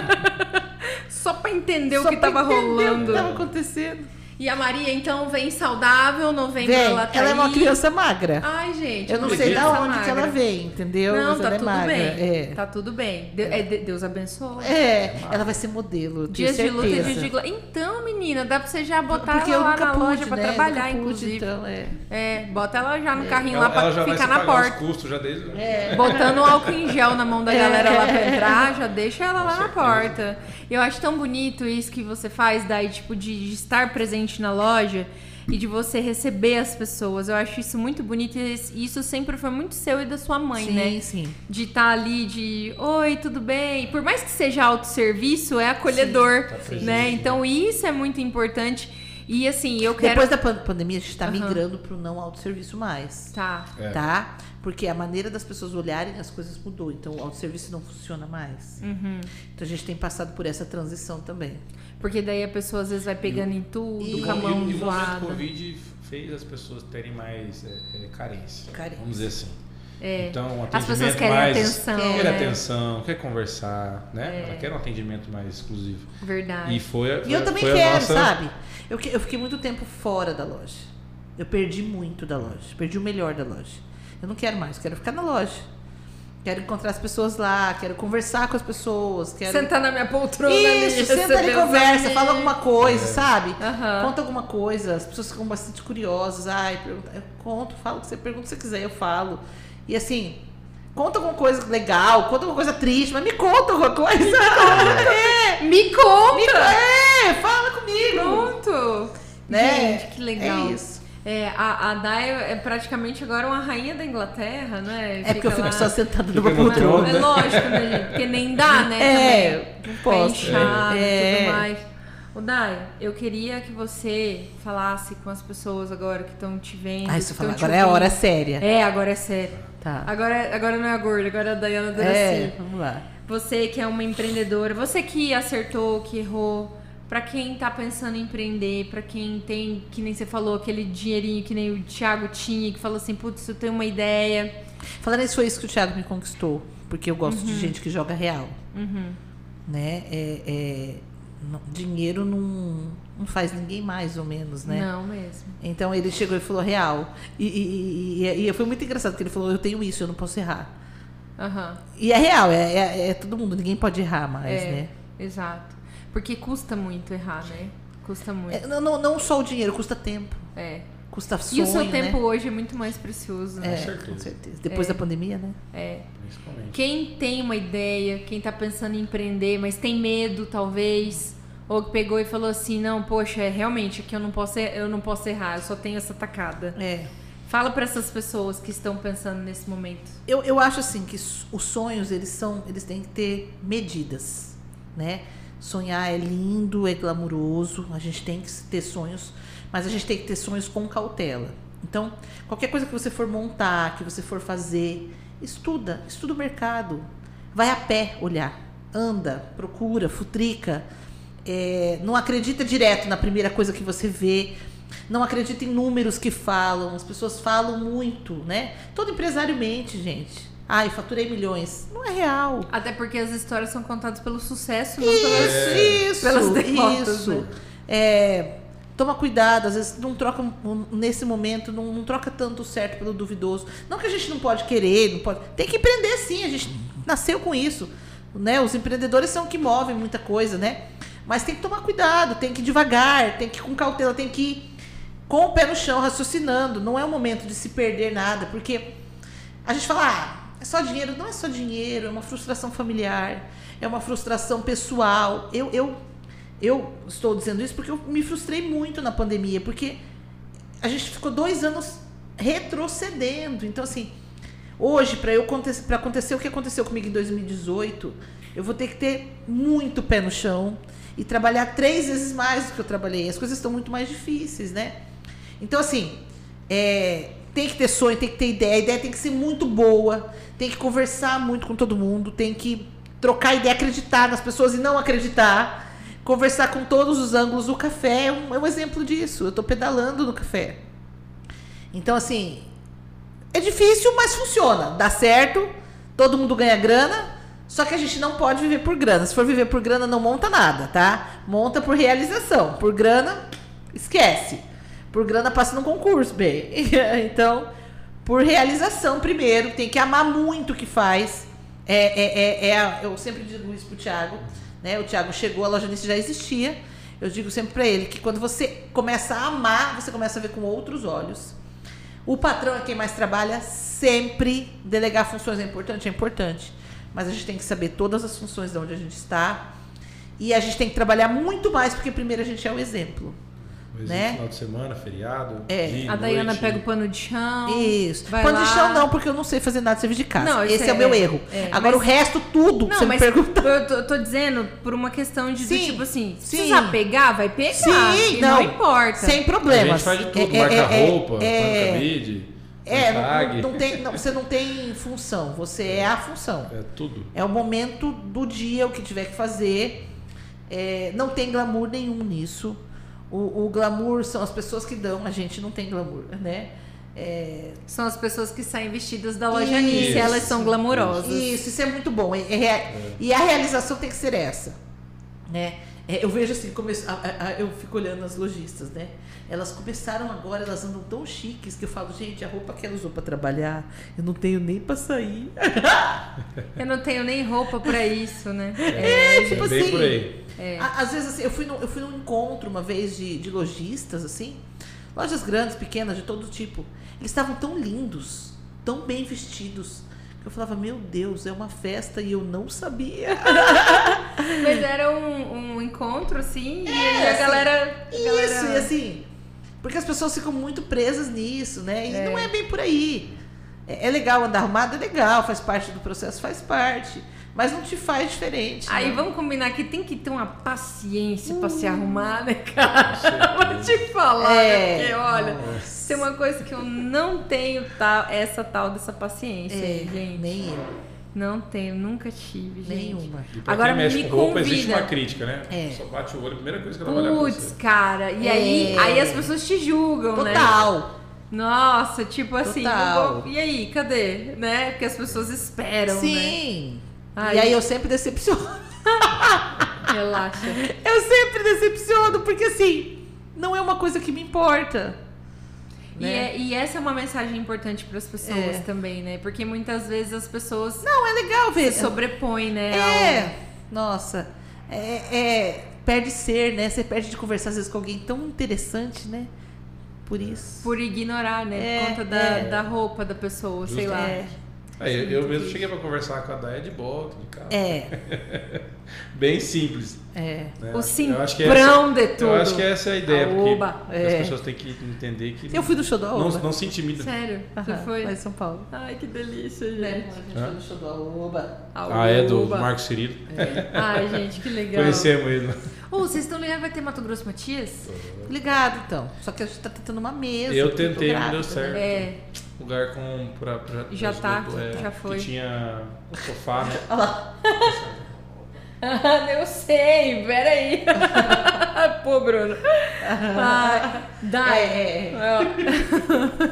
A: Só pra entender
B: só
A: o que
B: pra
A: tava
B: entender Então- O
A: rolando.
B: que tava acontecendo.
A: E a Maria, então, vem saudável, novembro
B: Vem,
A: ela
B: ela
A: tá
B: é uma
A: aí.
B: criança magra.
A: Ai, gente.
B: eu não
C: acredito.
B: sei da
A: criança
B: Tipo, onde que
A: magra.
B: ela vem, entendeu?
A: Não,
B: Mas
A: tá
B: ela é
A: tudo
B: magra.
A: bem.
B: É.
A: Tá tudo bem. De- é, de- Deus abençoe.
B: É, ela vai ser modelo. eu tenho
A: Dias de luta e dias
B: certeza.
A: de glória. Então, menina, dá pra você já botar
B: Porque eu
A: ela lá
B: nunca
A: na
B: pude,
A: loja pra
B: né?
A: trabalhar,
B: Nunca pude,
A: inclusive.
B: Então, é.
A: É, bota ela já no carrinho
C: Ela,
A: lá pra
C: ela já vai
A: ficar
C: se
A: na
C: pagar
A: porta. É.
C: os custos já né? desde.
A: Botando o álcool em gel na mão da galera lá pra
B: É.
A: entrar, já deixa ela lá na porta. Eu acho tão bonito isso que você faz, daí, tipo, de, de estar presente na loja e de você receber as pessoas. Eu acho isso muito bonito e es- isso sempre foi muito seu e da sua mãe,
B: sim,
A: né?
B: sim.
A: De estar ali, de oi, tudo bem? Por
C: tá né?
A: mais que seja autosserviço, é acolhedor, né? Então isso é muito importante. E assim, eu quero.
B: Depois da pan- pandemia, a gente está
A: Aham.
B: migrando para o não autosserviço mais.
A: Tá.
C: É.
B: Tá? Porque a maneira das pessoas olharem as coisas mudou. Então, o autosserviço não funciona mais.
A: Uhum.
B: Então, a gente tem passado por essa transição também.
A: Porque daí a pessoa às vezes vai pegando em tudo,
B: E-
A: com a mão
C: e, e o momento
A: zoada.
C: Covid fez as pessoas terem mais é, é, carência,
B: Carência. É.
C: Vamos dizer assim. Então, um
A: As pessoas
C: atendimento
A: querem
C: mais,
A: atenção.
B: Quer
C: Quer
A: né?
C: atenção, quer conversar, né? Ela quer um atendimento mais exclusivo.
A: Verdade.
C: E foi, a-
B: É. Ah, E eu
C: foi-
B: também
C: foi a
B: quero,
C: nossa-
B: sabe? Eu, que- eu fiquei muito tempo fora da loja. Eu perdi muito da loja. Perdi o melhor da loja. Eu não quero mais, quero ficar na loja. Quero encontrar as pessoas lá, quero conversar com as pessoas, quero.
A: Sentar na minha poltrona.
B: Isso, senta ali, conversa, fala alguma
C: É.
B: coisa, sabe?
A: Aham.
B: Conta alguma coisa, as pessoas ficam bastante curiosas. Ai, pergunta, eu conto, falo o que você pergunta, se você quiser, eu falo. E assim, conta alguma coisa legal, conta alguma coisa triste, mas me conta alguma coisa. é,
A: coisa. Me conta!
B: me- é, fala comigo.
A: Pronto!
B: Né?
A: Gente, que legal.
B: É isso.
A: É, a, a Dai é praticamente agora uma rainha da Inglaterra, né?
B: É porque eu fico
A: lá-
B: só sentada numa
C: Fica no
B: poltrona.
C: trono,
A: É
C: né?
A: lógico, né, gente? Porque nem dá, né?
B: É,
A: também.
B: não
A: Fica
B: posso.
A: inchado
B: É.
A: e tudo mais. O Dai, eu queria que você falasse com as pessoas agora que estão te vendo.
B: Ah,
A: que
B: isso
A: tão
B: fala,
A: te
B: agora é a
A: ouvindo.
B: hora séria.
A: É, agora é sério.
B: Tá.
A: Agora, agora não é a gorda, agora é a Dayana Duraci.
B: É, vamos lá.
A: Você que é uma empreendedora, você que acertou, que errou, pra quem tá pensando em empreender, pra quem tem, que nem você falou, aquele dinheirinho que nem o Thiago tinha, que falou assim, putz, eu tenho uma ideia.
B: Falando isso, foi isso que o Thiago me conquistou. Porque eu gosto de gente que joga real. Né? É, é, não- dinheiro não, não faz ninguém mais ou menos, né?
A: Não mesmo.
B: Então ele chegou e falou real. E, e, e, e- e foi muito engraçado, porque ele falou: Eu tenho isso, eu não posso errar.
A: Aham.
B: E é real, é, é, é todo mundo, ninguém pode errar mais,
A: É,
B: né?
A: Exato. Porque custa muito errar, né? Custa
B: É,
A: muito.
B: não, não- não só o dinheiro, custa tempo,
A: É.
B: custa
A: E
B: sonho.
A: o seu
B: né?
A: tempo hoje é muito mais precioso,
B: É,
A: né?
C: certeza.
B: com certeza. Depois da pandemia, né?
A: É.
C: Principalmente.
A: Quem tem uma ideia, quem tá pensando em empreender, mas tem medo, talvez, ou que pegou e falou assim, não, poxa, é, realmente aqui eu não posso, er- eu não posso errar, eu só tenho essa tacada.
B: É.
A: Fala pra essas pessoas que estão pensando nesse momento.
B: Eu, eu acho assim que s- os sonhos eles são, eles têm que ter medidas, né? Sonhar é lindo, é glamuroso, a gente tem que ter sonhos, mas a gente tem que ter sonhos com cautela. Então, qualquer coisa que você for montar, que você for fazer, estuda, estuda o mercado, vai a pé olhar, anda, procura, futrica, É, não acredita direto na primeira coisa que você vê. Não acredita em números que falam. As pessoas falam muito, né? Todo empresário mente, gente. Ai, faturei milhões. Não é real.
A: Até porque as histórias são contadas pelo sucesso, não pelo...
B: Isso, isso,
A: Pelas derrotas,
B: isso.
A: né?
B: É, toma cuidado, às vezes não troca um- nesse momento, não, não troca tanto o certo pelo duvidoso. Não que a gente não pode querer, não pode. Tem que empreender sim, a gente nasceu com isso, né? Os empreendedores são que movem muita coisa, né? Mas tem que tomar cuidado, tem que ir devagar, tem que ir com cautela, tem que ir com o pé no chão, raciocinando. Não é o momento de se perder nada, porque a gente fala, ah, é só dinheiro. Não é só dinheiro, é uma frustração familiar, é uma frustração pessoal. Eu, eu, eu estou dizendo isso porque eu me frustrei muito na pandemia, porque a gente ficou dois anos retrocedendo. Então, assim, hoje, para eu acontecer, pra acontecer o que aconteceu comigo em 2018, eu vou ter que ter muito pé no chão e trabalhar três vezes mais do que eu trabalhei. As coisas estão muito mais difíceis, né? Então, assim, é, tem que ter sonho, tem que ter ideia. A ideia tem que ser muito boa, tem que conversar muito com todo mundo, tem que trocar ideia, acreditar nas pessoas e não acreditar. Conversar com todos os ângulos. O café é um, é um exemplo disso. Eu tô pedalando no café. Então, assim, é difícil, mas funciona. Dá certo, todo mundo ganha grana. Só que a gente não pode viver por grana. Se for viver por grana, não monta nada, tá? Monta por realização. Por grana, esquece. Por grana, passa num concurso, bem. então, por realização primeiro. Tem que amar muito o que faz. É, é, é, é a- eu sempre digo isso pro Thiago. Né? O Thiago chegou, a loja nisso já existia. Eu digo sempre pra ele que quando você começa a amar, você começa a ver com outros olhos. O patrão é quem mais trabalha, sempre delegar funções é importante, é importante. Mas a gente tem que saber todas as funções de onde a gente está. E a gente tem que trabalhar muito mais, porque primeiro a gente é o um exemplo.
C: Resíduo
B: Né?
C: final de semana, feriado.
B: É.
C: dia,
A: A Dayana
C: noite. né?
A: pega o pano de chão.
B: Isso.
A: Ah, vai
B: Quando
A: lá.
B: estão, não, porque eu não sei fazer nada de serviço de casa.
A: Não, isso
B: Esse é,
A: é-
B: o meu erro.
A: é,
B: Agora o
A: mas-
B: resto, tudo,
A: Não,
B: você me
A: mas
B: pergunta.
A: eu tô, tô dizendo por uma questão de do
B: Sim,
A: tipo assim, se
B: sim.
A: precisar pegar, vai pegar.
B: Sim,
A: e
B: não.
A: importa.
B: Sem
C: A
B: problemas.
C: gente faz de
B: É,
C: tudo,
B: é,
C: marca
B: é, é,
C: roupa,
B: é,
C: marca bid,
B: É, não-
C: tag,
B: não, não tem, não, você não tem função, você é a função.
C: é tudo.
B: É o momento do dia, o que tiver que fazer. É, não tem glamour nenhum nisso. O, o glamour são as pessoas que dão, a gente não tem glamour, né? É,
A: São as pessoas que saem vestidas da loja
B: Isso.
A: Nice, elas são glamourosas.
B: isso, isso é muito bom. É- é rea- E a realização tem que ser essa, né? É, eu vejo assim, come- a- a- a- eu fico olhando as lojistas, né? Elas começaram agora, elas andam tão chiques que eu falo, gente, a roupa que ela usou pra trabalhar, eu não tenho nem pra sair.
A: Eu não tenho nem roupa pra isso, né?
B: É, tipo
C: bem
B: assim.
C: por aí.
A: É.
B: A- Às vezes, assim, eu fui, num, eu fui num encontro uma vez de, de lojistas, assim, lojas grandes, pequenas, de todo tipo. Eles estavam tão lindos, tão bem vestidos, que eu falava, meu Deus, é uma festa e eu não sabia.
A: Mas era um, um encontro, assim, e
B: É,
A: a
B: assim,
A: galera. a galera-
B: Isso, e assim, porque as pessoas ficam muito presas nisso, né? E não é bem por aí. É, é legal andar arrumado, é legal, faz parte do processo, faz parte. Mas não te faz diferente.
A: Aí
B: né?
A: vamos combinar que tem que ter uma paciência pra
B: Hum.
A: se arrumar, né, cara?
C: Com
A: Vou
C: certeza.
A: te falar,
B: É.
A: né? Porque, olha,
C: Nossa.
A: se tem uma coisa que eu não tenho tal, essa tal dessa paciência,
B: É,
A: gente.
B: nem eu,
A: Não tenho, nunca tive, gente. né?
B: nenhuma.
C: E pra
A: Agora
C: quem mexe
A: me
C: com roupa, existe
A: convida.
C: uma crítica, né?
B: É.
C: Só bate o olho, a primeira coisa que ela vai olhar pra
A: Putz,
C: você.
A: cara, e aí,
B: É.
A: aí as pessoas te julgam, né?
B: Total.
A: Nossa, tipo assim,
B: Total.
A: eu vou- e aí, cadê? Né? Porque as pessoas esperam, né?
B: Sim.
A: Ai.
B: E aí eu sempre decepciono.
A: Relaxa. né?
B: Eu sempre decepciono, porque assim, não é uma coisa que me importa.
A: E,
B: Né?
A: é- e essa é uma mensagem importante para as pessoas
B: É.
A: também, né? Porque muitas vezes as pessoas
B: Não, é legal ver.
A: se sobrepõem, né? ao-
B: É, nossa. É, é, perde ser, né? Você perde de conversar às vezes com alguém tão interessante, né?
C: É.
B: Por isso.
A: Por ignorar, né?
B: É,
A: Por conta da,
B: é.
A: da roupa da pessoa, sei lá.
B: É,
C: Aí, eu- eu mesmo cheguei pra conversar com a Daya de bota, de carro.
B: é,
C: Bem simples.
B: é.
C: né?
A: O
C: Eu acho que é
A: simprão de
C: Eu
A: tudo.
C: acho que essa é a ideia,
A: Aoba.
C: porque
B: É.
C: as pessoas têm que entender que
B: Eu fui no show do
C: não,
B: Aoba.
C: não se intimida.
A: Sério, você é
B: Aham,
A: foi?
B: Lá em São Paulo.
A: Ai, que delícia, gente.
B: Né? gente
C: foi
B: no show do Aoba. É.
C: Ah, é do
A: Aoba.
C: Marco Cirilo.
A: Ai, gente, que legal.
C: Conhecemos ele.
A: Ô, vocês estão ligados vai ter Mato Grosso Matias?
B: Ligado, então. Só que a gente tá tentando uma mesa.
C: Eu
B: porque tô
C: tentei, não
B: grávida, né?
C: deu certo.
A: É.
C: Lugar com. Pra, pra,
A: Já
C: pros
A: tá,
C: dois,
A: já foi.
C: Que tinha um sofá, né?
B: Olha lá.
A: Ah, eu sei, peraí. Pô, Bruno. Ai, dá.
B: É, é, é.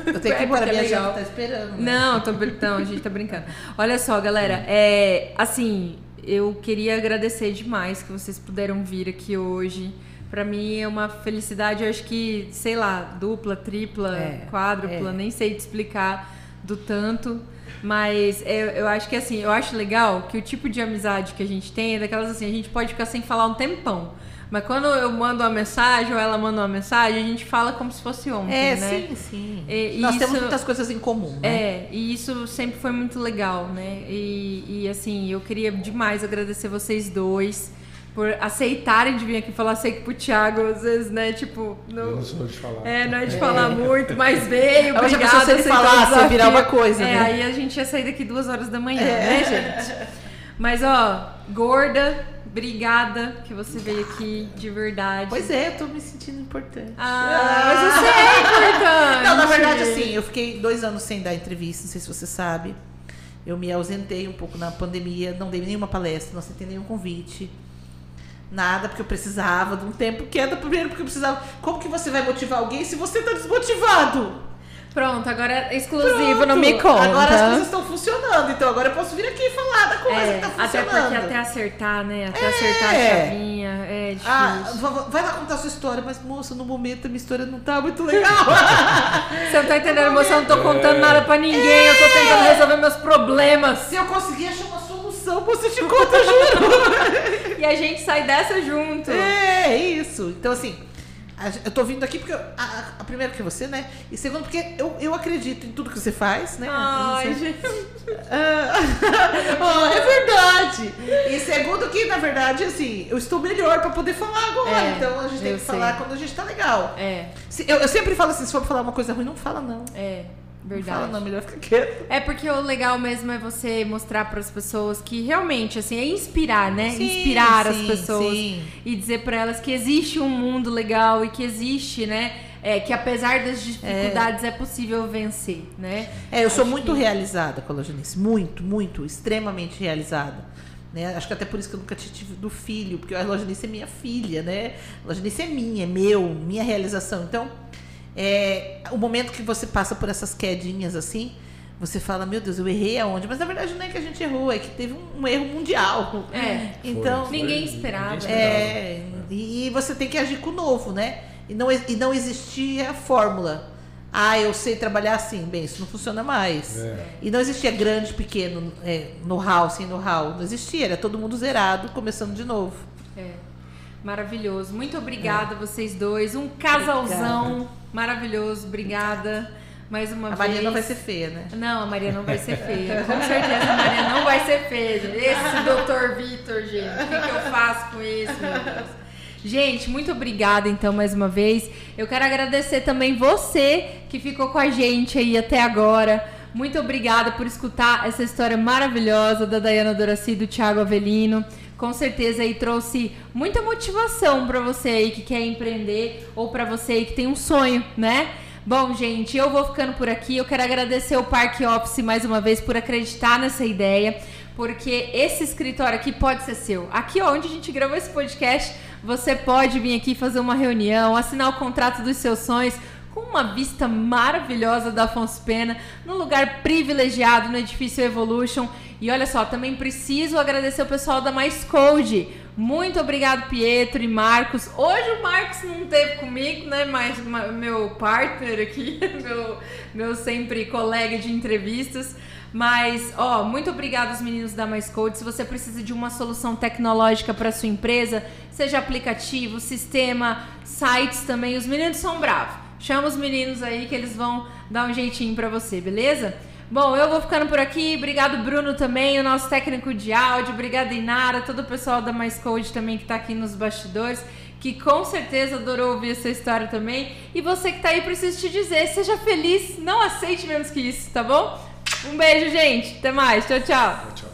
B: Eu tenho que ir embora,
A: porque é
B: minha
A: legal.
B: janta tá esperando. né?
A: Não, tô brincando, a gente tá brincando. Olha só, galera, é assim, eu queria agradecer demais que vocês puderam vir aqui hoje. Pra mim é uma felicidade, eu acho que, sei lá, dupla, tripla,
B: É,
A: quádrupla,
B: é.
A: nem sei te explicar do tanto. Mas é, eu acho que assim, eu acho legal que o tipo de amizade que a gente tem é daquelas assim, a gente pode ficar sem falar um tempão. Mas quando eu mando uma mensagem ou ela manda uma mensagem, a gente fala como se fosse ontem,
B: É,
A: né?
B: sim, sim.
A: E- e
B: Nós
A: isso-
B: temos muitas coisas em comum, né?
A: É, e isso sempre foi muito legal, né? E, e, assim, eu queria demais agradecer vocês dois por aceitarem de vir aqui falar. Sei que pro Thiago, às vezes, né? Tipo,
C: Eu não
A: não,
C: sou de falar.
A: é, não é de falar muito, mas veio,
B: Mas já
A: obrigada.
B: pensou se ele
A: aceitou o
B: falasse, ia "Ah, virar
A: desafio.
B: uma coisa,
A: É,
B: né? É.
A: aí a gente ia sair daqui duas horas da manhã, né, gente? Mas, ó, gorda, obrigada que você veio aqui, de verdade.
B: Pois é, eu tô me sentindo importante.
A: Ah, mas você é importante.
B: Não, na verdade, assim, eu fiquei dois anos sem dar entrevista, não sei se você sabe. Eu me ausentei um pouco na pandemia, não dei nenhuma palestra, não aceitei nenhum convite. Nada, porque eu precisava de um tempo queda. Primeiro, porque eu precisava. Como que você vai motivar alguém se você tá desmotivado?
A: Pronto, agora é exclusivo,
B: Pronto.
A: não me conta.
B: Agora as coisas estão funcionando, então agora eu posso vir aqui e falar da coisa
A: É,
B: que tá
A: até
B: funcionando.
A: porque até acertar, né? Até acertar a
B: É.
A: chavinha é difícil.
B: Ah, va- va- vai lá contar a sua história, mas moça, no momento a minha história não tá muito legal.
A: Você não tá entendendo, moça, eu não tô contando nada pra ninguém, eu
B: É.
A: tô tentando resolver meus problemas.
B: Se eu conseguir achar uma solução, você te conta, eu
A: Tá
B: juro.
A: E a gente sai dessa junto.
B: É, é isso. é Então, assim, A- Eu tô vindo aqui porque, eu- a, a, a primeiro que você, né? E segundo porque eu, eu acredito em tudo que você faz, né?
A: Ai,
B: Isso é-
A: gente.
B: Ah, é verdade! E segundo que, na verdade, assim, eu estou melhor pra poder falar agora.
A: É,
B: então a gente tem
A: eu
B: que falar
A: sei.
B: quando a gente tá legal.
A: É,
B: Se- eu, eu sempre falo assim, se for pra falar uma coisa ruim, não fala não.
A: é.
B: Não fala
A: Verdade.
B: não, melhor ficar quieto.
A: É porque o legal mesmo é você mostrar para as pessoas que realmente, assim, é inspirar, né? inspirar as pessoas
B: Sim.
A: e dizer para elas que existe um mundo legal e que existe, né? É, que apesar das dificuldades é, possível vencer, né?
B: É, eu sou
A: Acho
B: muito
A: que-
B: realizada com a Logenice. Muito, muito, extremamente realizada. Né? Acho que até por isso que eu nunca tive do filho, porque a Logenice é minha filha, né? A Logenice é minha, é meu, minha realização. Então, é, o momento que você passa por essas quedinhas assim, você fala, meu Deus, eu errei aonde? Mas na verdade não é que a gente errou, é que teve um, um erro mundial.
A: É.
B: Então,
A: Foi. Ninguém esperava.
B: é, e você tem que agir com o novo, né? E não, e não existia fórmula. Ah, eu sei trabalhar assim. Bem, isso não funciona mais.
C: É.
B: E não existia grande, pequeno, é, know-how, sem know-how. Não existia, era todo mundo zerado, começando de novo.
A: É. Maravilhoso. Muito obrigada
B: É.
A: vocês dois. Um casalzão maravilhoso. Obrigada mais uma
B: A
A: vez.
B: Maria não vai ser feia, né?
A: Não, a Maria não vai ser feia. Com certeza a Maria não vai ser feia. gente. Esse doutor Vitor, gente. O que, que eu faço com isso, meu Deus? Gente, muito obrigada então mais uma vez. Eu quero agradecer também você que ficou com a gente aí até agora. Muito obrigada por escutar essa história maravilhosa da Dayana Doraci e do Thiago Avelino. Com certeza aí trouxe muita motivação pra você aí que quer empreender ou pra você aí que tem um sonho, né? Bom, gente, eu vou ficando por aqui. Eu quero agradecer o Parque Office mais uma vez por acreditar nessa ideia, porque esse escritório aqui pode ser seu. Aqui, ó, onde a gente gravou esse podcast, você pode vir aqui fazer uma reunião, assinar o contrato dos seus sonhos com uma vista maravilhosa da Afonso Pena, num lugar privilegiado no edifício Evolution. E olha só, também preciso agradecer o pessoal da Mais Code. Muito obrigado, Pietro e Marcos. Hoje o Marcos não teve comigo, né? Mas ma- meu partner aqui, meu, meu sempre colega de entrevistas. Mas, ó, muito obrigado os meninos da Mais Code. Se você precisa de uma solução tecnológica para sua empresa, seja aplicativo, sistema, sites também, os meninos são bravos. Chama os meninos aí que eles vão dar um jeitinho pra você, beleza? Bom, eu vou ficando por aqui. Obrigado, Bruno, também, o nosso técnico de áudio. Obrigada, Inara, todo o pessoal da Mais Code também que tá aqui nos bastidores, que com certeza adorou ouvir essa história também. E você que tá aí, preciso te dizer, seja feliz, não aceite menos que isso, tá bom? Um beijo, gente. Até mais. Tchau, tchau.
C: Tchau.